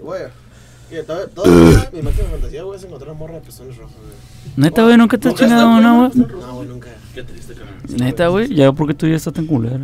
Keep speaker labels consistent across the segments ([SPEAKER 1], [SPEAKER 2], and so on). [SPEAKER 1] Güey, que todo, todo mi máxima fantasía, güey, es encontrar morra de pezones rojos, güey.
[SPEAKER 2] Neta, güey, nunca te has
[SPEAKER 3] Nunca
[SPEAKER 2] chingado
[SPEAKER 3] está,
[SPEAKER 2] una,
[SPEAKER 3] güey,
[SPEAKER 2] güey.
[SPEAKER 3] nunca está.
[SPEAKER 1] No, güey, nunca.
[SPEAKER 3] Qué triste, carnal.
[SPEAKER 2] Neta, güey, ya porque tú ya estás tan culero.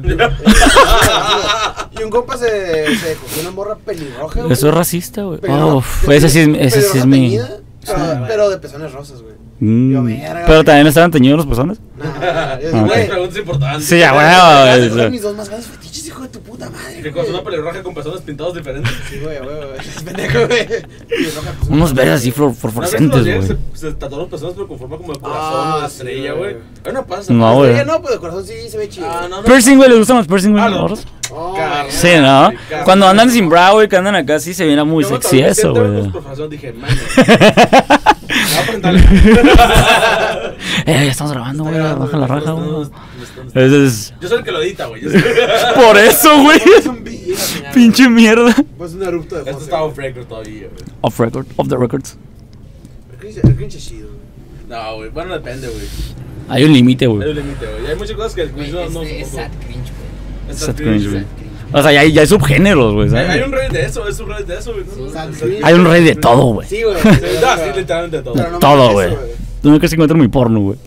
[SPEAKER 1] Y un compa se, se cogió una morra pelirroja, güey.
[SPEAKER 2] Eso es racista, güey.
[SPEAKER 1] Pelirroja-
[SPEAKER 2] Uf, ese sí es, ese
[SPEAKER 1] pelirroja
[SPEAKER 2] sí es mi.
[SPEAKER 1] teñida, pero, pero de pezones rosas, güey.
[SPEAKER 2] Mm.
[SPEAKER 1] Yo, verga,
[SPEAKER 2] Pero
[SPEAKER 1] güey.
[SPEAKER 2] también estaban teñidos los personas.
[SPEAKER 1] No, yo
[SPEAKER 2] Ah,
[SPEAKER 1] digo,
[SPEAKER 3] Güey,
[SPEAKER 1] güey.
[SPEAKER 3] preguntas importantes.
[SPEAKER 2] Sí, ya, güey.
[SPEAKER 1] esas
[SPEAKER 2] o
[SPEAKER 1] son
[SPEAKER 2] sea.
[SPEAKER 1] mis dos más grandes fetiches, hijo de tu puta madre.
[SPEAKER 3] Que
[SPEAKER 1] güey.
[SPEAKER 3] cosa una pelirroja con personas pintadas diferentes.
[SPEAKER 1] Sí, güey, güey, güey. Es pendejo, güey. Pelirroja, pues,
[SPEAKER 2] Unos vergas así flor-
[SPEAKER 3] Una vez que los
[SPEAKER 2] fluorescentes,
[SPEAKER 3] llegué,
[SPEAKER 2] güey.
[SPEAKER 3] Se, se tatuaron las personas, pero con forma como de
[SPEAKER 1] Ah,
[SPEAKER 3] corazón, o de
[SPEAKER 1] sí,
[SPEAKER 3] estrella,
[SPEAKER 1] güey.
[SPEAKER 3] güey. Pero no pasa.
[SPEAKER 2] No, güey.
[SPEAKER 1] Oye, no, pues de corazón sí se ve chido.
[SPEAKER 3] Ah, no, no.
[SPEAKER 2] Piercing, güey, ¿les gustan los piercing, güey?
[SPEAKER 3] Ah, no.
[SPEAKER 2] morros?
[SPEAKER 1] Oh,
[SPEAKER 3] Carnal.
[SPEAKER 2] Sí, ¿no?
[SPEAKER 3] Carnal.
[SPEAKER 2] Cuando andan sin bra, güey, que andan acá, sí se viene muy
[SPEAKER 3] Yo me
[SPEAKER 2] sexy
[SPEAKER 3] tatué
[SPEAKER 2] eso,
[SPEAKER 3] siete
[SPEAKER 2] güey.
[SPEAKER 3] ojos por corazón, dije, man, me va a preguntarle.
[SPEAKER 2] Eh, ya estamos grabando, güey. Baja la raja, güey. Ese es.
[SPEAKER 3] Yo soy el que lo edita, güey. yo soy-
[SPEAKER 2] Por eso, güey.
[SPEAKER 1] Es un billete.
[SPEAKER 2] Pinche mierda.
[SPEAKER 1] Pues un erupto de
[SPEAKER 3] Esto
[SPEAKER 1] José,
[SPEAKER 3] estaba
[SPEAKER 1] güey.
[SPEAKER 3] un record todavía, güey.
[SPEAKER 2] Off record, off the records.
[SPEAKER 1] El cringe- El cringe es chido, güey.
[SPEAKER 3] No, güey. Bueno, depende, güey.
[SPEAKER 2] Hay un límite,
[SPEAKER 3] Hay un
[SPEAKER 2] güey.
[SPEAKER 3] límite, güey. Hay muchas cosas que el
[SPEAKER 4] Güey,
[SPEAKER 3] cringe Pues no- no
[SPEAKER 4] este es
[SPEAKER 3] soporto.
[SPEAKER 4] sad cringe, güey.
[SPEAKER 3] Es
[SPEAKER 2] Sad
[SPEAKER 3] sad
[SPEAKER 2] cringe,
[SPEAKER 3] cringe,
[SPEAKER 2] güey.
[SPEAKER 4] Sad cringe.
[SPEAKER 2] O sea, ya hay, ya hay subgéneros, güey.
[SPEAKER 3] Hay, hay
[SPEAKER 2] ¿sabes?
[SPEAKER 3] un rey de eso, es un rey de eso, güey. ¿no?
[SPEAKER 1] Sad
[SPEAKER 3] Sad
[SPEAKER 1] cringe.
[SPEAKER 2] Hay un rey de todo, güey.
[SPEAKER 1] Sí, güey.
[SPEAKER 3] Sí, da, sí, literalmente todo.
[SPEAKER 1] Pero no
[SPEAKER 2] Todo,
[SPEAKER 1] mames
[SPEAKER 2] güey.
[SPEAKER 1] eso,
[SPEAKER 2] Tú no crees que encuentro mi porno, güey.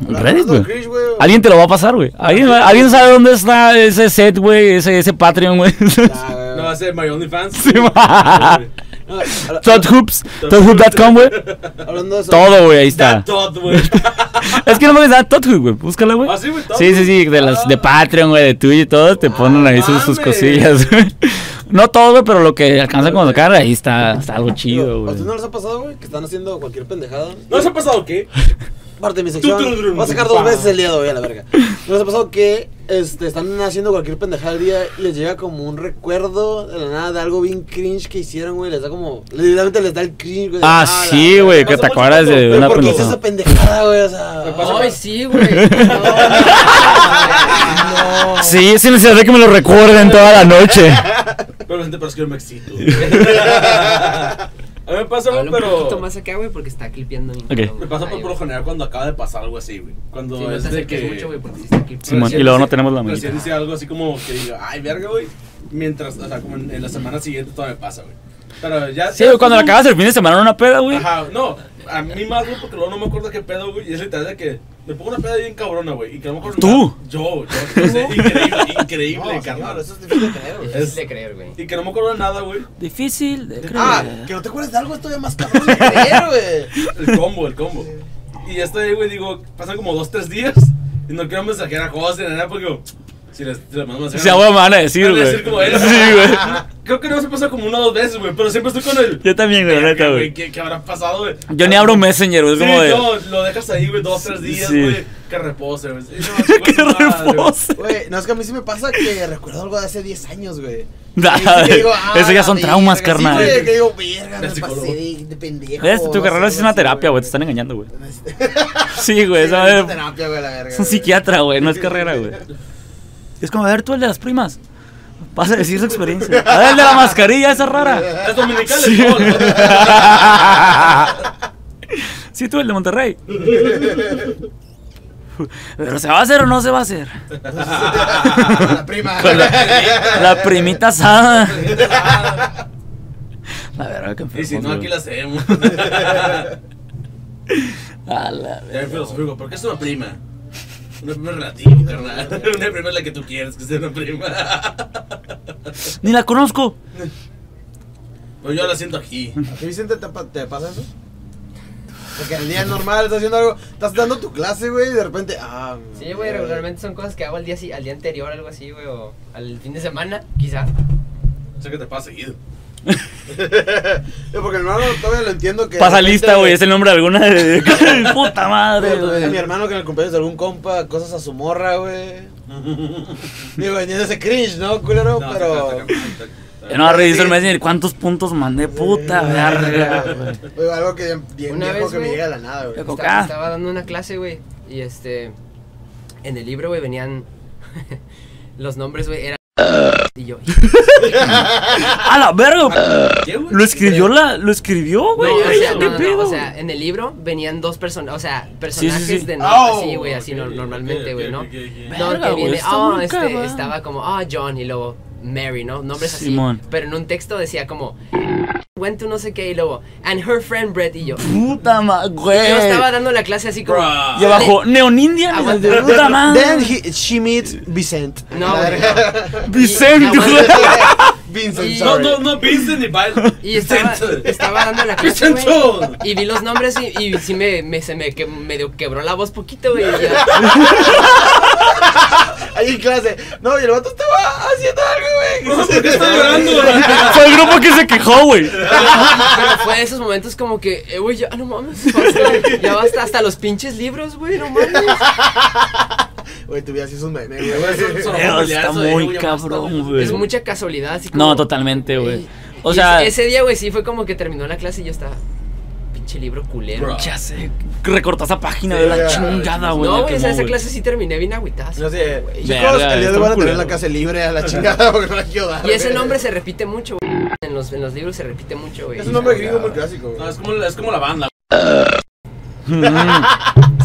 [SPEAKER 2] En
[SPEAKER 1] güey.
[SPEAKER 2] Reddit,
[SPEAKER 1] Hablando de
[SPEAKER 2] güey.
[SPEAKER 1] cringe, güey.
[SPEAKER 2] Alguien te lo va a pasar, güey. ¿Alguien, alguien sabe dónde está ese set, güey, ese, ese Patreon, güey.
[SPEAKER 1] Ah, güey.
[SPEAKER 3] No, ese My OnlyFans.
[SPEAKER 2] Sí, ma.
[SPEAKER 1] No, habla-
[SPEAKER 2] Todd Hoops, Toddhoop.com, güey.
[SPEAKER 1] Hablando de eso.
[SPEAKER 2] Todo, güey, ahí
[SPEAKER 3] Está
[SPEAKER 2] está.
[SPEAKER 3] todo, güey.
[SPEAKER 2] Es que no me da Todd Hoop, güey. Búscala, güey.
[SPEAKER 3] Ah, sí, güey, Todd
[SPEAKER 2] Sí, sí,
[SPEAKER 3] Hoop.
[SPEAKER 2] sí, de las de Patreon, güey, de Twitch y todo, te ponen ahí sus, sus
[SPEAKER 3] mames.
[SPEAKER 2] cosillas, güey. No todo, güey, pero lo que alcanza como sacar, ahí está, está algo
[SPEAKER 1] ¿A
[SPEAKER 2] chido, güey.
[SPEAKER 1] ustedes no les ha pasado, güey? Que están haciendo cualquier pendejada.
[SPEAKER 3] ¿No se ha pasado qué?
[SPEAKER 1] Parte de mi
[SPEAKER 3] Tú, tú, tú, tú,
[SPEAKER 1] sección. Va a sacar
[SPEAKER 3] pa.
[SPEAKER 1] dos veces el día de hoy a la verga. ¿No les ha pasado que este, están haciendo cualquier pendejada al día y les llega como un recuerdo de la nada de algo bien cringe que hicieron, güey? Les da como. Literalmente les da el cringe, güey.
[SPEAKER 2] Ah,
[SPEAKER 1] la
[SPEAKER 2] sí,
[SPEAKER 1] verga.
[SPEAKER 2] güey, que te
[SPEAKER 3] Pasa mucho
[SPEAKER 2] acuerdas
[SPEAKER 3] tiempo,
[SPEAKER 2] de
[SPEAKER 1] ¿Pero
[SPEAKER 2] una
[SPEAKER 1] por qué hice
[SPEAKER 2] pendejada.
[SPEAKER 1] esa pendejada, güey? O sea.
[SPEAKER 3] Me pasa-
[SPEAKER 4] Ay, sí, güey. No.
[SPEAKER 1] No.
[SPEAKER 2] Sí, sí necesidad de que me lo recuerden toda la noche.
[SPEAKER 3] Pero gente, pero es que yo me excito. güey. A mí me pasa, güey,
[SPEAKER 4] Habla un poquito
[SPEAKER 3] pero.
[SPEAKER 4] más acá, güey, porque está clipeando. bien,
[SPEAKER 2] Ok.
[SPEAKER 4] cabrón,
[SPEAKER 3] Me pasa
[SPEAKER 4] güey.
[SPEAKER 3] por por lo general cuando acaba de pasar algo así, güey. Cuando
[SPEAKER 4] Sí, no te
[SPEAKER 3] es de
[SPEAKER 4] acerques
[SPEAKER 3] que.
[SPEAKER 4] mucho, güey, porque sí está clipeando.
[SPEAKER 2] Simón,
[SPEAKER 3] Recién
[SPEAKER 2] y luego no
[SPEAKER 3] dice-
[SPEAKER 2] tenemos la
[SPEAKER 3] recién
[SPEAKER 2] amiguita.
[SPEAKER 3] dice algo así como que diga, ay, verga, güey. Mientras, o sea, como en, en la semana siguiente todavía me pasa, güey. Pero ya.
[SPEAKER 2] Sí,
[SPEAKER 3] ya-
[SPEAKER 2] güey, cuando la acabas el fin de semana en una peda, güey.
[SPEAKER 3] Ajá, no, a mí más, güey, porque luego no me acuerdo qué pedo, güey. Y es literal de que me pongo una peda bien cabrona, güey. Y que no me acuerdo.
[SPEAKER 2] ¿Tú?
[SPEAKER 3] nada. Yo, yo, yo sé, increíble, increíble,
[SPEAKER 1] No,
[SPEAKER 3] carnal.
[SPEAKER 1] señor, eso es difícil de creer, güey.
[SPEAKER 4] Es de creer, güey.
[SPEAKER 3] Y que no me acuerdo de nada, güey.
[SPEAKER 2] Difícil de creer.
[SPEAKER 1] Ah, que no te acuerdes de algo es todavía más cabrón de creer, güey.
[SPEAKER 3] El combo, el combo. Y ya estoy, güey, digo, pasan como dos, tres días. Y no quiero mensajear a José ni nada, porque digo, si les, si les mando mensaje.
[SPEAKER 2] Sí, a huevo me van a decir,
[SPEAKER 3] van a
[SPEAKER 2] güey.
[SPEAKER 3] decir como él.
[SPEAKER 2] Sí, güey.
[SPEAKER 3] Creo que no se pasa como una o dos veces, güey. Pero siempre estoy con el.
[SPEAKER 2] Yo también, güey, la neta,
[SPEAKER 3] Verga,
[SPEAKER 2] güey.
[SPEAKER 3] ¿Qué, qué habrá pasado, güey?
[SPEAKER 2] Yo ni abro Messenger, güey. Es
[SPEAKER 3] Sí,
[SPEAKER 2] como de.
[SPEAKER 3] no, lo dejas ahí, güey, dos, tres días,
[SPEAKER 2] Sí.
[SPEAKER 3] güey. Que repose, güey. Sí, no, chico,
[SPEAKER 2] ¡Qué
[SPEAKER 3] su madre, güey.
[SPEAKER 2] repose!
[SPEAKER 1] Güey, no es que a mí sí me pasa que recuerdo algo de hace 10 años, güey.
[SPEAKER 2] Nah,
[SPEAKER 1] Y que digo, ah,
[SPEAKER 2] Esos ya
[SPEAKER 1] la
[SPEAKER 2] son traumas,
[SPEAKER 1] verga, sí,
[SPEAKER 2] carnal.
[SPEAKER 1] güey, que digo, verga, me
[SPEAKER 3] El psicólogo.
[SPEAKER 1] pasé de, de pendejo.
[SPEAKER 2] Ves,
[SPEAKER 1] no
[SPEAKER 2] Tu carrera
[SPEAKER 1] sé,
[SPEAKER 2] es una
[SPEAKER 1] así,
[SPEAKER 2] terapia, güey. Te están engañando, güey. Sí, güey.
[SPEAKER 1] Sí,
[SPEAKER 2] esa
[SPEAKER 1] es
[SPEAKER 2] madre-
[SPEAKER 1] terapia, güey, la verga.
[SPEAKER 2] Es un
[SPEAKER 1] güey.
[SPEAKER 2] psiquiatra, güey. No es carrera, güey. Es como, a ver, tú el de las primas. Vas a decir su experiencia. A ver, el de la mascarilla, esa rara.
[SPEAKER 3] Es dominical,
[SPEAKER 2] Sí.
[SPEAKER 3] es todo, ¿no?
[SPEAKER 2] Sí, tú el de Monterrey. Pero se va a hacer o no se va a hacer.
[SPEAKER 1] Con la prima.
[SPEAKER 2] Con la, la primita asada. La verdad que
[SPEAKER 3] Y si no, aquí la hacemos.
[SPEAKER 2] A la ver-
[SPEAKER 3] Ya me filosófico, ¿por qué es una prima? Una prima es relativo, carnal. Una prima es la que tú quieres que sea una prima.
[SPEAKER 2] Ni la conozco.
[SPEAKER 3] Pero Pues yo la siento aquí.
[SPEAKER 1] ¿A ti, Vicente, te, pa- te pasa eso? Porque el día normal estás haciendo algo, estás dando tu clase, güey, y de repente, ah.
[SPEAKER 4] Sí, güey, regularmente son cosas que hago al día, si- al día anterior, algo así, güey, o al fin de semana, quizá.
[SPEAKER 3] Sé que te pasa seguido.
[SPEAKER 1] Yo porque el hermano todavía lo entiendo que.
[SPEAKER 2] Pasa
[SPEAKER 1] de repente-
[SPEAKER 2] lista, güey. Es el nombre de alguna de. Puta madre,
[SPEAKER 1] A mi
[SPEAKER 2] güey.
[SPEAKER 1] hermano que en el cumpleaños de algún compa, cosas a su morra, güey. Digo, entiendo ese cringe, ¿no, culero?
[SPEAKER 3] No,
[SPEAKER 1] pero.
[SPEAKER 3] está- está- está-
[SPEAKER 2] Yo no reviso el Messenger. ¿Cuántos puntos mandé? Puta verga, güey.
[SPEAKER 1] Eh, Oye, algo que bien
[SPEAKER 4] Una
[SPEAKER 1] viejo
[SPEAKER 4] vez,
[SPEAKER 1] que me
[SPEAKER 4] güey.
[SPEAKER 1] llega de la nada, güey.
[SPEAKER 2] Yo
[SPEAKER 4] Esta-
[SPEAKER 2] Coca.
[SPEAKER 4] Estaba, dando una clase, güey, y este, en el libro, güey, venían los nombres, güey, eran... Y yo...
[SPEAKER 2] A la verga.
[SPEAKER 3] ¿Qué, güey?
[SPEAKER 2] Lo escribió la. Lo escribió, güey.
[SPEAKER 4] No, o
[SPEAKER 2] Ay,
[SPEAKER 4] sea,
[SPEAKER 2] ¿Qué
[SPEAKER 4] no, no, no,
[SPEAKER 2] pedo?
[SPEAKER 4] o sea, en el libro venían dos personas, o sea, personajes
[SPEAKER 2] Sí, sí, sí.
[SPEAKER 4] de no,
[SPEAKER 1] Oh,
[SPEAKER 4] así, güey, así
[SPEAKER 3] Ah, ok,
[SPEAKER 4] no-
[SPEAKER 3] ok,
[SPEAKER 4] normalmente,
[SPEAKER 3] ok,
[SPEAKER 4] güey,
[SPEAKER 3] ok,
[SPEAKER 4] ¿no?
[SPEAKER 3] ok, ok.
[SPEAKER 4] No,
[SPEAKER 2] Verga,
[SPEAKER 4] que
[SPEAKER 2] güey,
[SPEAKER 4] viene,
[SPEAKER 2] está
[SPEAKER 4] ah,
[SPEAKER 2] muy
[SPEAKER 4] este,
[SPEAKER 2] cabrón.
[SPEAKER 4] estaba como, ah, John, y luego, Mary, ¿no? Nombres así.
[SPEAKER 2] Simón.
[SPEAKER 4] Pero en un texto decía como. Went to no sé qué y luego. And her friend Brett y yo.
[SPEAKER 2] Puta madre, güey.
[SPEAKER 4] Yo estaba dando la clase así como.
[SPEAKER 3] Bruh.
[SPEAKER 2] Y abajo, Neonindia.
[SPEAKER 4] Aguanta.
[SPEAKER 2] Puta
[SPEAKER 1] Then
[SPEAKER 2] madre.
[SPEAKER 1] he, she meets Vicent.
[SPEAKER 4] No,
[SPEAKER 1] La
[SPEAKER 4] güey,
[SPEAKER 1] verga.
[SPEAKER 2] Vicente, güey.
[SPEAKER 1] Vincent,
[SPEAKER 4] Y-
[SPEAKER 3] No,
[SPEAKER 1] sorry.
[SPEAKER 3] no, no, Vincent ni Biden.
[SPEAKER 4] Y estaba,
[SPEAKER 3] Vincent.
[SPEAKER 4] estaba dando la clase,
[SPEAKER 3] Vincent.
[SPEAKER 4] güey, Y vi los nombres y, y sí me, me, se me que, medio quebró la voz poquito, güey. y ya.
[SPEAKER 1] Ahí en clase. No, y el vato estaba haciendo algo,
[SPEAKER 3] No,
[SPEAKER 1] güey.
[SPEAKER 3] ¿por qué está llorando?
[SPEAKER 2] Fue el grupo que se quejó, güey.
[SPEAKER 4] Pero fue de esos momentos como que, eh, güey, ya no mames. basta, ya basta hasta los pinches libros, güey, no mames.
[SPEAKER 1] Güey, tu vida así es un meme,
[SPEAKER 3] Güey, son-
[SPEAKER 1] güey.
[SPEAKER 3] son-
[SPEAKER 2] Pero Está
[SPEAKER 3] Familiazo, eh,
[SPEAKER 2] muy
[SPEAKER 3] güey,
[SPEAKER 2] cabrón,
[SPEAKER 3] bastante.
[SPEAKER 2] güey.
[SPEAKER 4] Es mucha casualidad, así como.
[SPEAKER 2] No, totalmente, güey.
[SPEAKER 4] Ey,
[SPEAKER 2] O
[SPEAKER 4] y
[SPEAKER 2] sea,
[SPEAKER 4] ese, ese día, güey, sí fue como que terminó la clase y yo estaba. Pinche libro culero.
[SPEAKER 3] Bro.
[SPEAKER 2] ya sé. Recortó esa página
[SPEAKER 1] Sí,
[SPEAKER 2] de la
[SPEAKER 1] güey.
[SPEAKER 2] chingada, güey.
[SPEAKER 4] No,
[SPEAKER 2] me
[SPEAKER 4] güey, o
[SPEAKER 2] quemó,
[SPEAKER 4] sea, esa
[SPEAKER 2] güey.
[SPEAKER 4] clase sí terminé bien agüitada.
[SPEAKER 1] No sé, chicos,
[SPEAKER 2] Verga,
[SPEAKER 1] el día de
[SPEAKER 2] está
[SPEAKER 1] hoy van a
[SPEAKER 2] culero.
[SPEAKER 1] tener la casa libre a la chingada porque no la quiero dar.
[SPEAKER 4] Y ese
[SPEAKER 1] güey.
[SPEAKER 4] nombre se repite mucho, güey. En los, en los libros se repite mucho, güey.
[SPEAKER 1] Es un nombre gringo muy clásico,
[SPEAKER 3] No,
[SPEAKER 1] güey.
[SPEAKER 3] es como, es como la banda.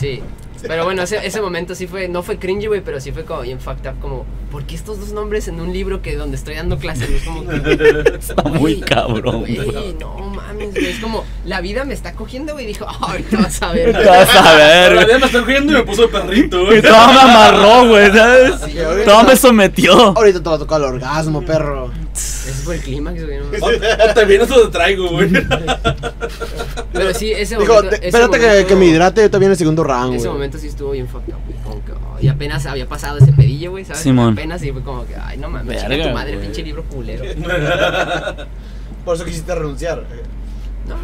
[SPEAKER 4] Sí. Pero bueno, ese, ese momento sí fue, no fue cringe, güey, pero sí fue como bien fucked up, como, ¿por qué estos dos nombres en un libro que donde estoy dando clases? Es como que,
[SPEAKER 2] Está muy cabrón, güey.
[SPEAKER 4] güey, no mames, güey, es como, la vida me está cogiendo, güey, y dijo, "Ah, ahorita vas a ver.
[SPEAKER 2] Te vas a ver,
[SPEAKER 3] La
[SPEAKER 2] güey.
[SPEAKER 3] vida me está cogiendo y me puso el perrito, güey.
[SPEAKER 2] Y todo me amarró, güey, ¿sabes?
[SPEAKER 1] Sí, ahorita-
[SPEAKER 2] Todo me sometió.
[SPEAKER 1] Ahorita te va a tocar el orgasmo, perro.
[SPEAKER 4] Este Ese fue el clímax, güey. no.
[SPEAKER 3] O, o te vienes o te traigo, güey.
[SPEAKER 4] Pero sí, ese
[SPEAKER 1] Dijo,
[SPEAKER 4] momento.
[SPEAKER 1] te-
[SPEAKER 4] ese
[SPEAKER 1] espérate que,
[SPEAKER 4] momento-
[SPEAKER 1] que me hidrate, yo también en el segundo round,
[SPEAKER 4] Ese
[SPEAKER 1] güey.
[SPEAKER 4] momento sí estuvo bien fucked up, güey, como que, oh, y apenas había pasado ese pedillo, güey, ¿sabes?
[SPEAKER 2] Simón.
[SPEAKER 4] Apenas y fue como que, ay, no mames,
[SPEAKER 2] Verga,
[SPEAKER 4] chica tu madre,
[SPEAKER 2] güey.
[SPEAKER 4] pinche libro culero.
[SPEAKER 1] Por eso quisiste renunciar.
[SPEAKER 4] No,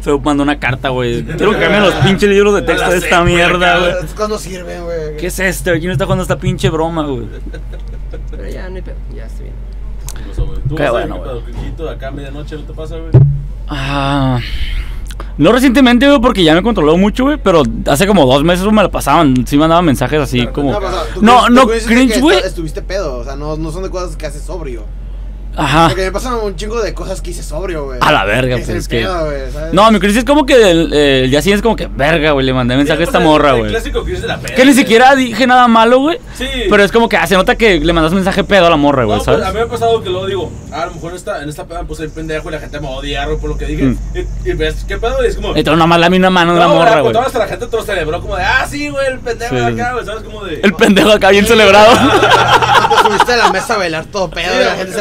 [SPEAKER 2] Se mandó una carta, güey. Quiero que cambien los pinches libros de texto de esta mierda, Ah, güey.
[SPEAKER 1] Es cuando sirven, güey.
[SPEAKER 2] ¿Qué es esto? ¿Quién está jugando esta pinche broma, güey?
[SPEAKER 4] pero ya, no hay pedo, ya estoy bien.
[SPEAKER 3] Tú
[SPEAKER 2] Qué
[SPEAKER 3] vas a
[SPEAKER 2] bueno,
[SPEAKER 3] ver,
[SPEAKER 2] güey.
[SPEAKER 3] Padoquito, acá a medianoche, ¿no te pasa, güey?
[SPEAKER 2] Ah, no recientemente, güey, porque ya me controló mucho, güey, pero hace como dos meses güey, me la pasaban, sí mandaban mensajes así como...
[SPEAKER 1] No, pero, o sea, tú
[SPEAKER 2] No,
[SPEAKER 1] crees-
[SPEAKER 2] no,
[SPEAKER 1] tú crees que
[SPEAKER 2] cringe, güey.
[SPEAKER 1] estu- Estuviste pedo, o sea, no, no son de cosas que haces sobrio.
[SPEAKER 2] Ajá.
[SPEAKER 1] Porque me pasan un chingo de cosas que hice sobrio, güey.
[SPEAKER 2] Ah. A la verga,
[SPEAKER 1] Es
[SPEAKER 2] pues,
[SPEAKER 1] el
[SPEAKER 2] es que-
[SPEAKER 1] pedo, güey, ¿sabes?
[SPEAKER 2] No, mi crisis es como que el, el día siguiente es como que, verga, güey, le mandé mensaje a esta
[SPEAKER 3] Sí,
[SPEAKER 2] morra,
[SPEAKER 3] pues, el
[SPEAKER 2] güey.
[SPEAKER 3] clásico que es de la peda,
[SPEAKER 2] Que ni
[SPEAKER 3] güey.
[SPEAKER 2] siquiera dije nada malo, güey.
[SPEAKER 3] Sí.
[SPEAKER 2] Pero es como que ah, se nota que le mandas mensaje pedo a la morra,
[SPEAKER 3] No,
[SPEAKER 2] güey,
[SPEAKER 3] pues,
[SPEAKER 2] ¿sabes?
[SPEAKER 3] a mí me ha pasado que luego digo, ah, a lo mejor esta, en esta peda pues soy pendejo y la gente me odia güey, por lo que dije.
[SPEAKER 2] Mm.
[SPEAKER 3] Y, y ves, ¿qué pedo? Y es como.
[SPEAKER 2] Entonces nada más la misma mano de la
[SPEAKER 3] no,
[SPEAKER 2] morra,
[SPEAKER 3] güey,
[SPEAKER 2] güey.
[SPEAKER 3] pues, hasta la gente te lo celebró como de, ah, sí, güey, el pendejo
[SPEAKER 2] Sí,
[SPEAKER 3] de
[SPEAKER 2] sí, sí.
[SPEAKER 3] acá, güey, ¿sabes? Como de.
[SPEAKER 2] El pendejo acá bien celebrado.
[SPEAKER 1] Te subiste a la mesa a bailar todo pedo y la gente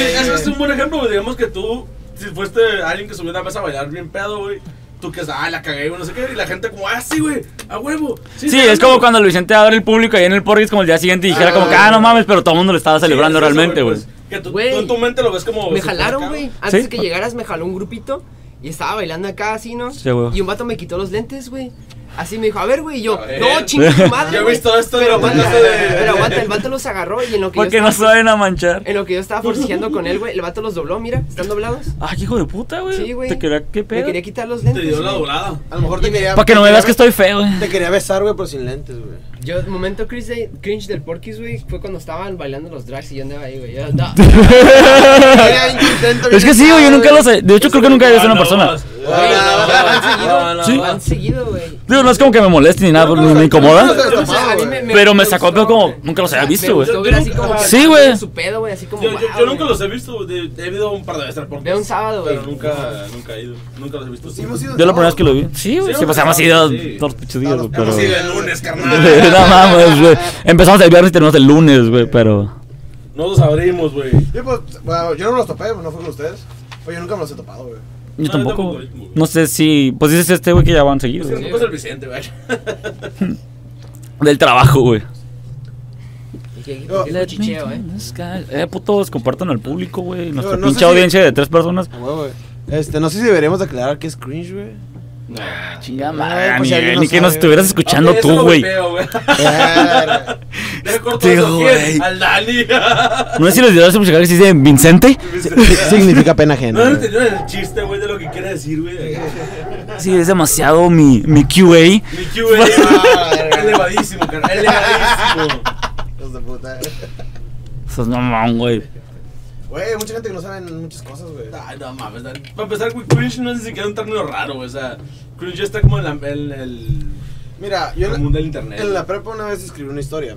[SPEAKER 3] Sí, Eso es
[SPEAKER 1] celebrándote.
[SPEAKER 3] un buen ejemplo, güey. Digamos que tú, si fuiste alguien que subió una mesa a bailar bien pedo, güey. Tú que ah, la cagué, güey, no sé qué. Y la gente como, ah, sí, güey, a huevo.
[SPEAKER 2] Sí, es como cuando el Vicente abre el público ahí en el porris como el día siguiente y dijera como que, ah, no mames, pero todo el mundo lo estaba celebrando realmente, güey.
[SPEAKER 3] pues, que tú,
[SPEAKER 4] Güey.
[SPEAKER 3] tú en tu mente lo ves como.
[SPEAKER 4] Me
[SPEAKER 3] súper
[SPEAKER 4] jalaron,
[SPEAKER 3] acá,
[SPEAKER 4] güey. Antes
[SPEAKER 2] ¿Sí?
[SPEAKER 4] de que llegaras, me jaló un grupito y estaba bailando acá así, ¿no?
[SPEAKER 2] Sí, güey.
[SPEAKER 4] Y un vato me quitó los lentes, güey. Así me dijo, a ver, güey, y yo,
[SPEAKER 3] A ver.
[SPEAKER 4] no, chinga tu madre.
[SPEAKER 3] Ya he
[SPEAKER 4] güey".
[SPEAKER 3] visto esto,
[SPEAKER 4] pero,
[SPEAKER 3] güey.
[SPEAKER 4] aguanta,
[SPEAKER 3] Esto de-
[SPEAKER 4] pero aguanta, el vato los agarró y en lo que
[SPEAKER 2] Porque
[SPEAKER 4] yo
[SPEAKER 2] no
[SPEAKER 4] estaba,
[SPEAKER 2] saben a manchar.
[SPEAKER 4] en lo que yo estaba forcejeando con él, güey, el vato los dobló, mira, están doblados.
[SPEAKER 2] Ah, hijo de puta, güey.
[SPEAKER 4] Sí, güey.
[SPEAKER 2] Te quería, qué
[SPEAKER 4] Me
[SPEAKER 2] pedo.
[SPEAKER 4] quería quitar los
[SPEAKER 3] Te
[SPEAKER 4] lentes.
[SPEAKER 3] dio la
[SPEAKER 4] güey.
[SPEAKER 3] doblada.
[SPEAKER 1] A lo mejor te quería.
[SPEAKER 2] Para que
[SPEAKER 1] te
[SPEAKER 2] no me
[SPEAKER 1] quería
[SPEAKER 2] veas que
[SPEAKER 1] be-
[SPEAKER 2] estoy feo, güey.
[SPEAKER 1] Te quería besar, güey, pero sin lentes, güey.
[SPEAKER 4] Yo, el momento cringe, de- cringe del Porky's, güey, fue cuando estaban bailando los drags y yo andaba ahí, güey. Yo andaba-
[SPEAKER 1] Era intento,
[SPEAKER 2] Es que sí, güey, Pues yo nunca lo sé. De hecho, creo que nunca he visto a una persona. Sí.
[SPEAKER 4] Van seguido, güey.
[SPEAKER 2] Digo, no es como que me moleste ni nada,
[SPEAKER 3] Yo
[SPEAKER 2] me,
[SPEAKER 3] nunca lo
[SPEAKER 2] me
[SPEAKER 3] sé,
[SPEAKER 1] yo nunca
[SPEAKER 2] incomoda.
[SPEAKER 1] lo
[SPEAKER 4] O sea, a mí
[SPEAKER 2] Pero me sacó,
[SPEAKER 4] gustó,
[SPEAKER 2] pero como
[SPEAKER 4] güey.
[SPEAKER 2] nunca los había
[SPEAKER 4] O sea,
[SPEAKER 2] visto,
[SPEAKER 4] me
[SPEAKER 2] güey.
[SPEAKER 4] gustó ver así
[SPEAKER 3] Yo
[SPEAKER 4] como
[SPEAKER 3] nunca-
[SPEAKER 4] que
[SPEAKER 2] Sí, güey.
[SPEAKER 4] Su pedo, güey, así como.
[SPEAKER 3] Yo, yo,
[SPEAKER 4] wow,
[SPEAKER 3] yo nunca
[SPEAKER 4] güey.
[SPEAKER 3] los he visto, de- he ido un par de veces al Portis,
[SPEAKER 4] Veo un sábado,
[SPEAKER 3] Pero
[SPEAKER 4] güey.
[SPEAKER 3] nunca, nunca he ido, nunca los he visto.
[SPEAKER 1] Sí, Pues hemos ido
[SPEAKER 2] Yo
[SPEAKER 1] todos,
[SPEAKER 2] la primera vez que lo vi.
[SPEAKER 1] güey.
[SPEAKER 2] Sí, güey.
[SPEAKER 3] Sí,
[SPEAKER 2] Sí,
[SPEAKER 3] güey,
[SPEAKER 2] pues además
[SPEAKER 3] sí.
[SPEAKER 2] he ido todos los pinches días, güey.
[SPEAKER 1] Hemos
[SPEAKER 2] Pero.
[SPEAKER 3] Hemos ido el lunes, carnal.
[SPEAKER 2] No mames, güey. Empezamos el viernes y terminamos el lunes, güey, pero.
[SPEAKER 3] No los abrimos, güey.
[SPEAKER 1] Yo, pues, bueno, yo no los topé, no fue con ustedes. Pues yo nunca me los he topado, güey.
[SPEAKER 2] Yo
[SPEAKER 3] No,
[SPEAKER 2] tampoco.
[SPEAKER 3] tampoco,
[SPEAKER 2] güey.
[SPEAKER 3] yo tampoco.
[SPEAKER 2] No sé si. Pues dices este, güey, que ya van seguidos.
[SPEAKER 3] Es que
[SPEAKER 2] güey.
[SPEAKER 3] tampoco es el Vicente, güey.
[SPEAKER 2] Del trabajo, güey.
[SPEAKER 4] Y que-
[SPEAKER 1] Yo-
[SPEAKER 4] que lo chicheo, eh.
[SPEAKER 2] Eh, putos, compartan al público, güey. Nuestra
[SPEAKER 1] no sé
[SPEAKER 2] pinche
[SPEAKER 1] si-
[SPEAKER 2] audiencia de tres personas.
[SPEAKER 1] Ah, güey, güey. Este, no sé si deberíamos aclarar qué es cringe, güey.
[SPEAKER 2] Chinga
[SPEAKER 1] Ay,
[SPEAKER 3] Ah,
[SPEAKER 2] madre,
[SPEAKER 1] pues si alguien no
[SPEAKER 2] Miguel, Ah, ni que nos
[SPEAKER 1] sabe.
[SPEAKER 2] estuvieras escuchando
[SPEAKER 3] Ok, eso
[SPEAKER 2] tú,
[SPEAKER 3] lo
[SPEAKER 2] güey.
[SPEAKER 3] vipeo, güey.
[SPEAKER 1] Verga.
[SPEAKER 3] Le corto
[SPEAKER 2] Este
[SPEAKER 3] eso,
[SPEAKER 2] güey.
[SPEAKER 3] ¿quién? Al Dani.
[SPEAKER 2] No sé si los dirás musical que se dice Vincente.
[SPEAKER 1] Eh, Significa pena ajena.
[SPEAKER 3] No
[SPEAKER 1] güey.
[SPEAKER 3] entendieron el chiste, güey, de lo que quiere decir, güey.
[SPEAKER 2] Sí, es demasiado mi, mi QA.
[SPEAKER 3] Mi Q, güey.
[SPEAKER 1] Ah, verga.
[SPEAKER 3] Elevadísimo, carnal. Elevadísimo.
[SPEAKER 1] Hijos de puta.
[SPEAKER 2] Eso es mamón, güey.
[SPEAKER 1] Güey, mucha gente que no sabe muchas cosas, güey.
[SPEAKER 3] Ay, no mames, Dani. Para empezar, güey, cringe no es ni siquiera un término raro, güey. O sea, cringe ya está como en la- en el,
[SPEAKER 1] Mira, yo
[SPEAKER 3] el
[SPEAKER 1] en
[SPEAKER 3] mundo
[SPEAKER 1] la,
[SPEAKER 3] del internet.
[SPEAKER 1] en la prepa una vez escribí una historia.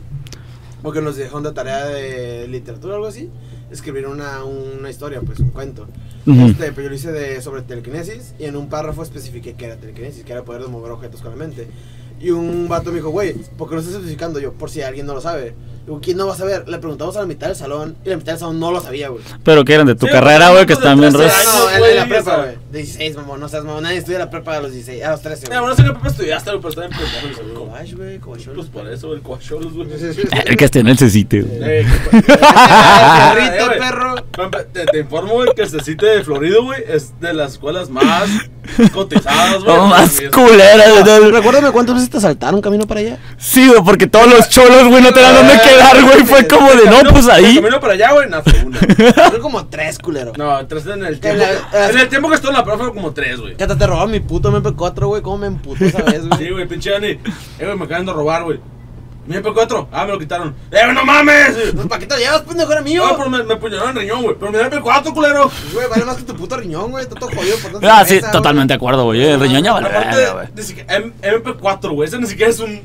[SPEAKER 1] Porque nos dejaron de tarea de literatura o algo así, escribir una, una historia, pues un cuento.
[SPEAKER 2] Ujú.
[SPEAKER 1] Este, pero yo lo hice de, sobre telequinesis y en un párrafo especifiqué que era telequinesis, que era poder de mover objetos con la mente. Y un vato me dijo, güey, ¿por qué no estás especificando yo? Por si alguien no lo sabe. Digo, ¿quién no va a saber? Le preguntamos a la mitad del salón y la mitad del salón no lo sabía, güey.
[SPEAKER 2] Pero que eran de tu
[SPEAKER 3] Sí,
[SPEAKER 2] carrera,
[SPEAKER 3] porque
[SPEAKER 2] güey, que
[SPEAKER 3] son de
[SPEAKER 2] están bien
[SPEAKER 1] O sea,
[SPEAKER 3] 13
[SPEAKER 2] res-
[SPEAKER 3] años.
[SPEAKER 1] no, en,
[SPEAKER 3] güey,
[SPEAKER 1] en la prepa,
[SPEAKER 3] o sea.
[SPEAKER 1] güey. De 16, mamón, no seas mamón. Nadie estudia la prepa a los 16, a los 13,
[SPEAKER 3] Mira,
[SPEAKER 1] güey.
[SPEAKER 3] bueno, sé qué prepa estudiaste, güey, pero está bien pendejo el seguro.
[SPEAKER 1] Cobach, güey, cobacholos.
[SPEAKER 3] Pues por eso, el coacholos, güey.
[SPEAKER 2] El que esté en el cecite, güey.
[SPEAKER 3] Eh,
[SPEAKER 1] Perrito,
[SPEAKER 3] Eh, güey.
[SPEAKER 1] perro.
[SPEAKER 3] pa- pa- Te, te informo, güey, que el Cecite de Florido, güey, es de las escuelas más cotizadas, güey.
[SPEAKER 2] No más
[SPEAKER 3] Y es-
[SPEAKER 2] culeras, güey.
[SPEAKER 1] Recuérdame cuántas veces te saltaron camino para allá.
[SPEAKER 2] Sí, güey, porque todos los cholos, güey, no tenían dónde quedar, güey. Fue como de, no, pues
[SPEAKER 3] De
[SPEAKER 2] ahí.
[SPEAKER 3] Eh, camino para allá, güey, nada, fue una.
[SPEAKER 1] Fueron como tres, culero.
[SPEAKER 3] No, tres en el
[SPEAKER 1] En
[SPEAKER 3] tiempo.
[SPEAKER 1] la-
[SPEAKER 3] que- En el tiempo que estuvo en la profe, como tres, güey.
[SPEAKER 1] Que hasta te robaron mi puto MP4, güey. ¿Cómo me emputó esa vez,
[SPEAKER 3] Sí,
[SPEAKER 1] güey?
[SPEAKER 3] güey, pinche Dani. Eh, güey, me acaban de robar, güey. Mi MP4, ah, me lo quitaron. ¡Eh, güey, no mames!
[SPEAKER 1] Pues, ¿Para qué te lo llevas, pendejo? Era mío.
[SPEAKER 3] No, pero me, me apuñalaron el riñón, güey. Pero mi MP4, culero.
[SPEAKER 1] Güey, vale más que tu puto riñón, güey. Está todo jodido por tanto.
[SPEAKER 2] Ah, sí, totalmente de acuerdo, güey. Eh, El riñón ya vale,
[SPEAKER 3] pues, Aparte,
[SPEAKER 2] güey.
[SPEAKER 3] ni siquiera- M- MP4, güey. Ese ni siquiera es un.